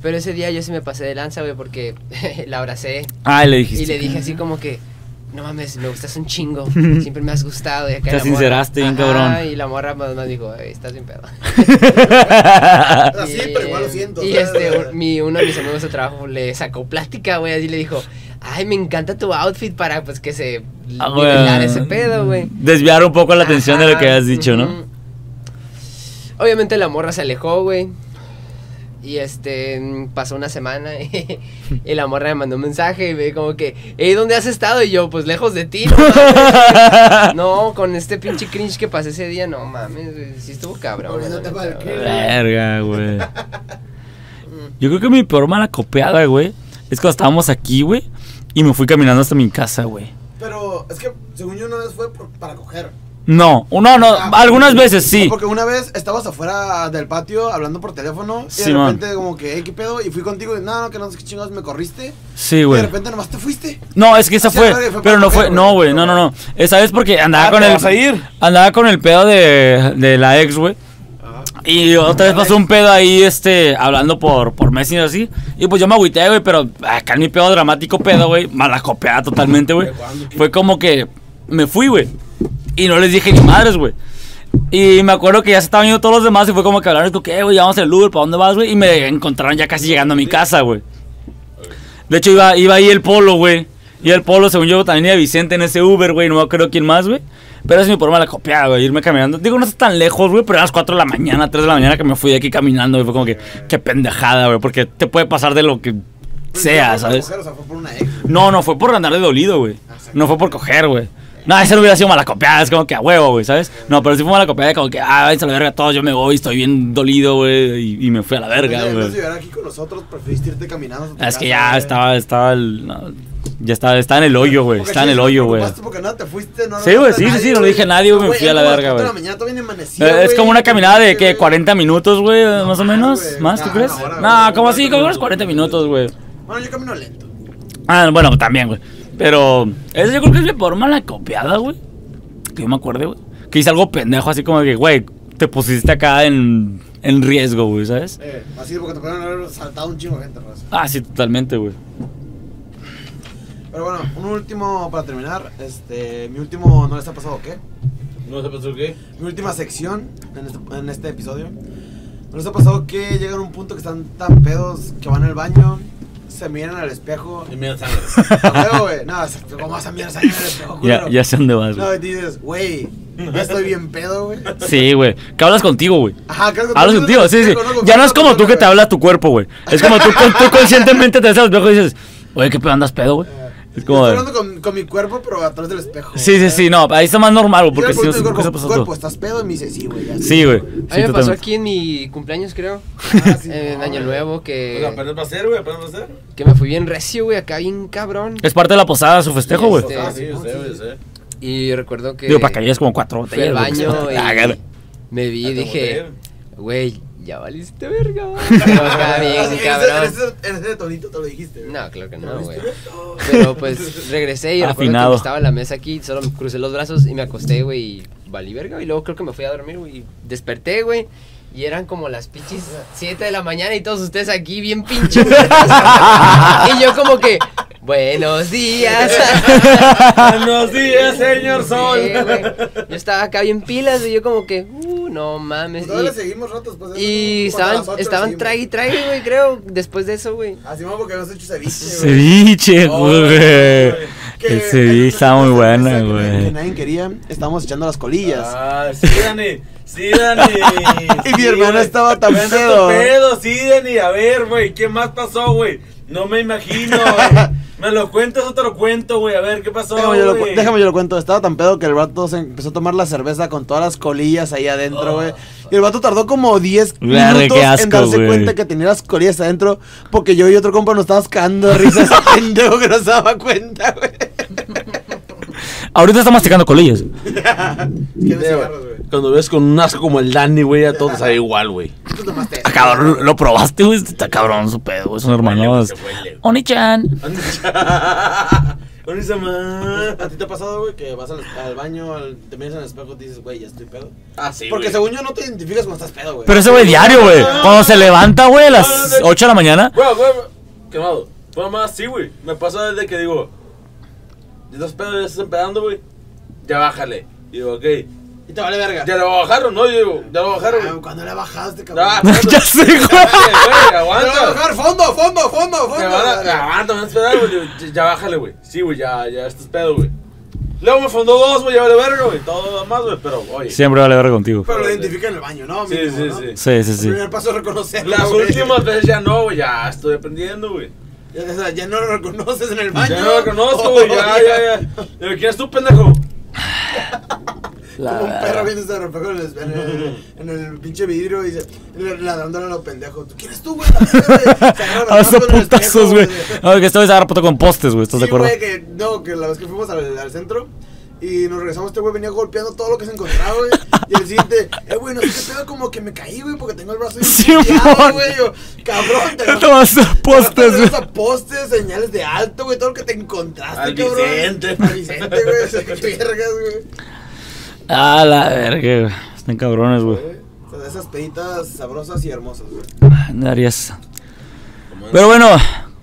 [SPEAKER 4] Pero ese día yo sí me pasé de lanza, güey, porque la abracé
[SPEAKER 2] Ah, le dijiste.
[SPEAKER 4] y le dije así como que, no mames, me gustas un chingo, siempre me has gustado. Y acá
[SPEAKER 2] Te
[SPEAKER 4] la morra-
[SPEAKER 2] sinceraste bien,
[SPEAKER 4] Ajá,
[SPEAKER 2] cabrón.
[SPEAKER 4] Y la morra más más dijo, "Ey, estás bien pedo.
[SPEAKER 1] Así, pero igual lo siento.
[SPEAKER 4] Y
[SPEAKER 1] o sea,
[SPEAKER 4] este, un- mi, uno de mis amigos de trabajo le sacó plática, güey, así le dijo, ay, me encanta tu outfit para, pues, que se
[SPEAKER 2] Ah, güey.
[SPEAKER 4] nivelar ese pedo, güey.
[SPEAKER 2] Desviar un poco la atención de lo que
[SPEAKER 4] Ajá,
[SPEAKER 2] habías dicho, ¿no?
[SPEAKER 4] ujú. Obviamente la morra se alejó, güey. Y este, mm, pasó una semana y, y la morra me mandó un mensaje y me dijo como que, hey, ¿dónde has estado? Y yo, pues lejos de ti. No, mames". No, con este pinche cringe que pasé ese día, no mames, güey, sí estuvo cabrón.
[SPEAKER 1] Volviendo
[SPEAKER 4] la
[SPEAKER 1] al tema
[SPEAKER 4] neta,
[SPEAKER 1] del
[SPEAKER 4] güey.
[SPEAKER 2] Verga, güey. Yo creo que mi peor mala copiada, güey, es cuando estábamos aquí, güey, y me fui caminando hasta mi casa, güey.
[SPEAKER 1] Pero es que, según yo, una vez fue por- para coger. Ah,
[SPEAKER 2] No, no, no, Ah, algunas veces sí.
[SPEAKER 1] Porque una vez estabas afuera del patio hablando por teléfono y de
[SPEAKER 2] Simón.
[SPEAKER 1] repente como que, "Ey, ¿qué pedo? Y fui contigo y no, no, que no sé qué chingados me corriste.
[SPEAKER 2] Sí,
[SPEAKER 1] Y de
[SPEAKER 2] güey.
[SPEAKER 1] repente nomás te fuiste.
[SPEAKER 2] No, es que esa
[SPEAKER 1] Así
[SPEAKER 2] fue,
[SPEAKER 1] es, güey, fue
[SPEAKER 2] pero
[SPEAKER 1] para
[SPEAKER 2] no
[SPEAKER 1] coger,
[SPEAKER 2] fue,
[SPEAKER 1] güey.
[SPEAKER 2] no, güey, no, no, no. Esa vez porque andaba
[SPEAKER 5] Ah,
[SPEAKER 2] con
[SPEAKER 5] ¿te
[SPEAKER 2] el
[SPEAKER 5] vas a ir?
[SPEAKER 2] andaba con el pedo de, de la ex, güey. Y otra vez pasó un pedo ahí, este, hablando por, por Messenger así. Y pues yo me agüité, güey, pero acá en mi pedo dramático pedo, güey, mala copiada totalmente, güey. Fue como que me fui, güey. Y no les dije ni madres, güey. Y me acuerdo que ya se estaban yendo todos los demás y fue como que hablaron, como que, "Eh, güey, ya vamos al Uber, ¿para dónde vas, güey? Y me encontraron ya casi llegando a mi casa, güey. De hecho, iba, iba ahí el Polo, güey. Y el Polo, según yo, también iba Vicente en ese Uber, güey. No me acuerdo quién más, güey. Pero esa es mi forma de la copiada, güey. Irme caminando. Digo, no está tan lejos, güey, pero eran las 4 de la mañana, 3 de la mañana que me fui de aquí caminando, güey. Fue como que, qué pendejada, güey. Porque te puede pasar de lo que sea,
[SPEAKER 1] Pero no fue por
[SPEAKER 2] ¿sabes?
[SPEAKER 1] coger, o sea, fue por una ex.
[SPEAKER 2] No, no, fue por andar de dolido, güey. No fue por coger, güey. No, esa no hubiera sido mala copiada, es como que a huevo, güey, ¿sabes? No, pero sí fue mala copiada, como que, ah, váyanse a la verga todos, yo me voy, estoy bien dolido, güey, y, y me fui a la verga,
[SPEAKER 1] Entonces,
[SPEAKER 2] güey.
[SPEAKER 1] antes de llegar aquí con nosotros, preferiste irte caminando. hasta tu
[SPEAKER 2] Es que
[SPEAKER 1] casa,
[SPEAKER 2] ya
[SPEAKER 1] güey.
[SPEAKER 2] estaba, estaba el. no, ya estaba, estaba en el hoyo, güey.
[SPEAKER 1] Porque
[SPEAKER 2] Estaba en
[SPEAKER 1] sí,
[SPEAKER 2] el
[SPEAKER 1] te
[SPEAKER 2] hoyo, güey.
[SPEAKER 1] preocupaste Porque no te fuiste, no
[SPEAKER 2] Sí, güey,
[SPEAKER 1] hablaste a
[SPEAKER 2] sí, sí,
[SPEAKER 1] nadie,
[SPEAKER 2] sí, no le dije a nadie, güey, me fui a la
[SPEAKER 1] era como las cuatro de
[SPEAKER 2] verga, güey.
[SPEAKER 1] la mañana, todavía ni amanecía,
[SPEAKER 2] Eh, Es
[SPEAKER 1] güey,
[SPEAKER 2] como una
[SPEAKER 1] te
[SPEAKER 2] caminada de
[SPEAKER 1] fuiste,
[SPEAKER 2] que
[SPEAKER 1] güey.
[SPEAKER 2] 40 minutos, güey, más o
[SPEAKER 1] más,
[SPEAKER 2] menos.
[SPEAKER 1] güey.
[SPEAKER 2] ¿Más, tú
[SPEAKER 1] Ah,
[SPEAKER 2] crees?
[SPEAKER 1] ahora,
[SPEAKER 2] No,
[SPEAKER 1] güey,
[SPEAKER 2] como
[SPEAKER 1] cuarenta
[SPEAKER 2] así, como unos
[SPEAKER 1] minutos.
[SPEAKER 2] 40 minutos, güey.
[SPEAKER 1] Bueno, yo camino lento.
[SPEAKER 2] Ah, bueno, también, güey. Pero eso yo creo que es mi peor mala copiada, güey. Que yo me acuerde, güey. Que hice algo pendejo, así como que, güey, te pusiste acá en, en riesgo, güey, ¿sabes?
[SPEAKER 1] Eh, así porque te pudieron haber saltado un chingo de gente, pues. raza.
[SPEAKER 2] Ah, sí, totalmente, güey.
[SPEAKER 1] Pero bueno, un último para terminar. Este, mi último, ¿no les ha pasado qué?
[SPEAKER 3] No sé pasó qué.
[SPEAKER 1] Mi última sección en este, en este episodio. ¿No les ha pasado que llegan a un punto que están tan pedos que van al baño, se miran al espejo?
[SPEAKER 3] Y mira sangre.
[SPEAKER 1] A huevo, güey. No, se- ¿cómo vas a mirar al espejo,
[SPEAKER 2] Ya,
[SPEAKER 1] culero?
[SPEAKER 2] ya sé dónde vas,
[SPEAKER 1] No,
[SPEAKER 2] güey.
[SPEAKER 1] y dices, güey, ya estoy bien pedo, güey.
[SPEAKER 2] Sí, güey. ¿Qué hablas contigo, güey?
[SPEAKER 1] Ajá, creo
[SPEAKER 2] Hablas contigo, Ah, sí, sí. Ya no es como tú que te hablas tu cuerpo, güey. Es como tú, con- tú conscientemente te ves al espejo y dices, oye, ¿qué pedo andas pedo, güey? Es como.
[SPEAKER 1] Estoy hablando con, con mi cuerpo, pero a través del espejo.
[SPEAKER 2] Sí, sí, sí, no, ahí está más normal, güey, porque
[SPEAKER 1] Porque
[SPEAKER 2] si no se
[SPEAKER 1] pues, cuerpo,
[SPEAKER 2] empieza a pasar
[SPEAKER 1] cuerpo,
[SPEAKER 2] todo.
[SPEAKER 1] ¿estás pedo? Y me dice, sí, güey. ya
[SPEAKER 2] Sí, güey.
[SPEAKER 4] A mí
[SPEAKER 2] Sí,
[SPEAKER 4] me pasó
[SPEAKER 2] totalmente.
[SPEAKER 4] aquí en mi cumpleaños, creo.
[SPEAKER 1] Ah, sí,
[SPEAKER 4] en
[SPEAKER 1] no,
[SPEAKER 4] Año
[SPEAKER 1] güey.
[SPEAKER 4] Nuevo,
[SPEAKER 3] O sea,
[SPEAKER 4] que,
[SPEAKER 3] apenas va a ser, güey, apenas va a ser.
[SPEAKER 4] que me fui bien recio, güey, acá bien cabrón.
[SPEAKER 2] Es parte de la posada, su festejo, güey.
[SPEAKER 4] Este,
[SPEAKER 3] Ah, sí, yo sé, yo sé.
[SPEAKER 4] Y recuerdo que.
[SPEAKER 2] Digo, para que lleves como cuatro
[SPEAKER 4] Fui al
[SPEAKER 2] botellas. güey, que
[SPEAKER 4] baño
[SPEAKER 2] se-
[SPEAKER 4] y
[SPEAKER 2] Ah, gana.
[SPEAKER 4] me vi y
[SPEAKER 3] Ya te
[SPEAKER 4] dije,
[SPEAKER 3] boté.
[SPEAKER 4] güey, ya valiste verga. Pero acá
[SPEAKER 1] En
[SPEAKER 4] bien,
[SPEAKER 1] Ah, ese-
[SPEAKER 4] cabrón.
[SPEAKER 1] En ese, en ese tonito te lo dijiste. güey.
[SPEAKER 4] No, claro que no, güey. Pero pues regresé y recuerdo
[SPEAKER 2] Afinado.
[SPEAKER 4] que estaba en la mesa aquí, solo me crucé los brazos y me acosté, güey, y valí verga. Y luego creo que me fui a dormir, güey, y desperté, güey. Y eran como las pinches 7 de la mañana y todos ustedes aquí bien pinches. y yo como que, buenos días.
[SPEAKER 3] Buenos días, señor Sol.
[SPEAKER 4] Sí, güey. yo estaba acá bien pilas y yo como que, uh, no
[SPEAKER 1] Pues
[SPEAKER 4] mames.
[SPEAKER 1] todavía
[SPEAKER 4] Y-
[SPEAKER 1] le seguimos ratos. Pues,
[SPEAKER 4] Y
[SPEAKER 1] hasta
[SPEAKER 4] estaban,
[SPEAKER 1] las ocho
[SPEAKER 4] estaban
[SPEAKER 1] seguimos.
[SPEAKER 4] trague y trague, güey, creo, después de eso, güey.
[SPEAKER 1] Así vamos porque habíamos hecho ceviche, güey.
[SPEAKER 2] Ceviche, pues,
[SPEAKER 3] Oh,
[SPEAKER 2] güey.
[SPEAKER 3] güey.
[SPEAKER 1] Que-
[SPEAKER 2] El ceviche está muy
[SPEAKER 1] Esa
[SPEAKER 2] buena,
[SPEAKER 1] cerveza que nadie- Que
[SPEAKER 2] güey.
[SPEAKER 1] nadie quería. Estábamos echando las colillas.
[SPEAKER 3] Ah, sí, Dani. Sí, Dani.
[SPEAKER 1] Y mi
[SPEAKER 3] Sí,
[SPEAKER 1] hermano
[SPEAKER 3] güey.
[SPEAKER 1] estaba tan
[SPEAKER 3] Anda tu
[SPEAKER 1] pedo.
[SPEAKER 3] pedo, sí, Dani. A ver, güey, ¿qué más pasó, güey? No me imagino, güey. ¿Me lo cuentas o te lo cuento, güey? A ver, ¿qué pasó,
[SPEAKER 1] Déjame yo, lo, cu-
[SPEAKER 3] güey?
[SPEAKER 1] déjame yo lo cuento, estaba tan pedo que el vato se empezó a tomar la cerveza con todas las colillas ahí adentro, güey. Y el vato tardó como 10
[SPEAKER 2] Verga,
[SPEAKER 1] minutos
[SPEAKER 2] qué asco,
[SPEAKER 1] en darse
[SPEAKER 2] güey.
[SPEAKER 1] cuenta que tenía las colillas adentro porque yo y otro compa nos estábamos cagando de risa ese pendejo que no se daba cuenta, güey.
[SPEAKER 2] Ahorita está masticando colillas.
[SPEAKER 1] ¿Qué cigarros, güey?
[SPEAKER 5] Cuando ves con un asco como el Dani, güey, a todos sabe igual, güey.
[SPEAKER 1] Tú tomaste
[SPEAKER 2] Ah, cabrón, lo probaste, güey. Está cabrón su pedo, güey. Son hermanos. Oni-chan.
[SPEAKER 3] Onisama.
[SPEAKER 1] ¿A ti te ha pasado, güey, que vas al, al baño, al- te miras en el espejo y dices, güey, ya estoy pedo?
[SPEAKER 3] Ah, sí.
[SPEAKER 1] Porque
[SPEAKER 3] güey.
[SPEAKER 1] según yo no te identificas cuando estás pedo, güey.
[SPEAKER 2] Pero ese güey diario, güey. Cuando se levanta, güey, a las 8 de la mañana.
[SPEAKER 3] Güey, güey, quemado. Fue más, sí, güey. Me pasa desde que digo, ya estás pedo, ya estás empedando, güey. Ya bájale. Y digo, ok.
[SPEAKER 1] Y te vale verga.
[SPEAKER 3] Ya lo bajaron, ¿no? Yo digo, ya lo bajaron.
[SPEAKER 1] Ah,
[SPEAKER 3] güey.
[SPEAKER 1] cuando la bajaste, cabrón.
[SPEAKER 3] Ah,
[SPEAKER 2] ya sé, güey.
[SPEAKER 3] güey,
[SPEAKER 1] ¡Te va a
[SPEAKER 3] aguanta.
[SPEAKER 1] bajar! ¡Fondo, fondo, fondo, fondo!
[SPEAKER 3] Me van a, me aguanta, me van a esperar, güey. Digo, "Ya- Ya bájale, güey. Sí, güey, ya, ya estás pedo, güey. Luego me fundó dos, güey, ya vale verga, güey. Todo más, güey, pero, oye.
[SPEAKER 2] Siempre vale verga contigo.
[SPEAKER 1] Pero lo identifica en el baño, ¿no?
[SPEAKER 3] Sí,
[SPEAKER 1] Mínimo,
[SPEAKER 3] sí,
[SPEAKER 1] ¿no?
[SPEAKER 3] sí.
[SPEAKER 2] Sí, sí,
[SPEAKER 1] El
[SPEAKER 2] sí.
[SPEAKER 1] primer paso es reconocerlo.
[SPEAKER 3] Las
[SPEAKER 1] güey.
[SPEAKER 3] últimas veces ya no, güey, ya estoy aprendiendo, güey.
[SPEAKER 1] Ya, o sea, ya no lo reconoces en el baño.
[SPEAKER 3] Ya no lo conozco, güey, ya, ya, ya. Digo, ¿quién es tú, pendejo?
[SPEAKER 1] Como un perro viendo ese reflejo en el, en el- en el pinche vidrio y dice, ladrándole a los pendejos. ¿Tú quién eres tú, güey? Se agarra
[SPEAKER 2] A Ah, esos
[SPEAKER 1] rasgando en el espejo,
[SPEAKER 2] putazos, güey. No, que esta vez agarra puto con postes, güey. ¿Estás de
[SPEAKER 1] Sí,
[SPEAKER 2] acuerdo?
[SPEAKER 1] güey, que, no, que la vez que fuimos al, al centro y nos regresamos, este güey venía golpeando todo lo que se encontraba, güey. Y el siguiente, eh, güey, no sé qué pedo, como que me caí, güey, porque tengo el brazo bien
[SPEAKER 2] Simón.
[SPEAKER 1] puteado, güey. Yo, cabrón, te
[SPEAKER 2] Te vas a postes, güey.
[SPEAKER 1] güey. a postes, señales de alto, güey, todo lo que te encontraste,
[SPEAKER 3] Al
[SPEAKER 1] cabrón.
[SPEAKER 3] Vicente.
[SPEAKER 1] Al Vicente, güey, o sea, qué vergas, güey.
[SPEAKER 2] Ah, la verga, güey. Están cabrones, güey.
[SPEAKER 1] O sea, de esas peditas sabrosas y hermosas, güey.
[SPEAKER 2] No harías. Pero bueno,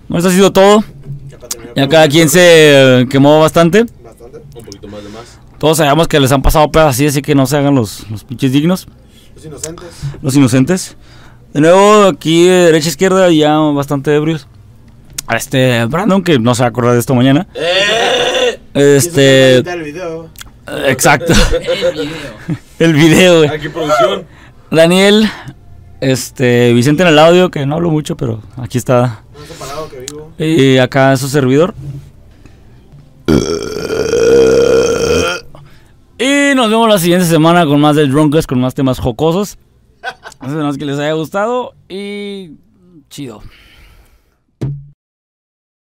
[SPEAKER 2] con esto ha sido todo.
[SPEAKER 1] Ya para terminar,
[SPEAKER 2] Ya
[SPEAKER 1] como-
[SPEAKER 2] cada quien se eh, quemó bastante.
[SPEAKER 1] Bastante.
[SPEAKER 3] Un poquito más de más.
[SPEAKER 2] Todos sabemos que les han pasado pedas así, así que no se hagan los, los pinches dignos,
[SPEAKER 1] Los pues, inocentes.
[SPEAKER 2] los inocentes. De nuevo, aquí eh, derecha izquierda, ya bastante ebrios. Este, Brandon, que no se va a acordar de esto mañana.
[SPEAKER 3] ¡Eh!
[SPEAKER 1] Y
[SPEAKER 2] Este,
[SPEAKER 1] eso que no edita el video.
[SPEAKER 2] exacto,
[SPEAKER 6] El video.
[SPEAKER 2] el video, güey.
[SPEAKER 3] Aquí producción.
[SPEAKER 2] Daniel, este, Vicente en el audio, que no hablo mucho, pero aquí está.
[SPEAKER 1] No está parado que vivo.
[SPEAKER 2] Y acá su servidor. Y nos vemos la siguiente semana con más del Drunkest, con más temas jocosos. Esperamos que les haya gustado y chido.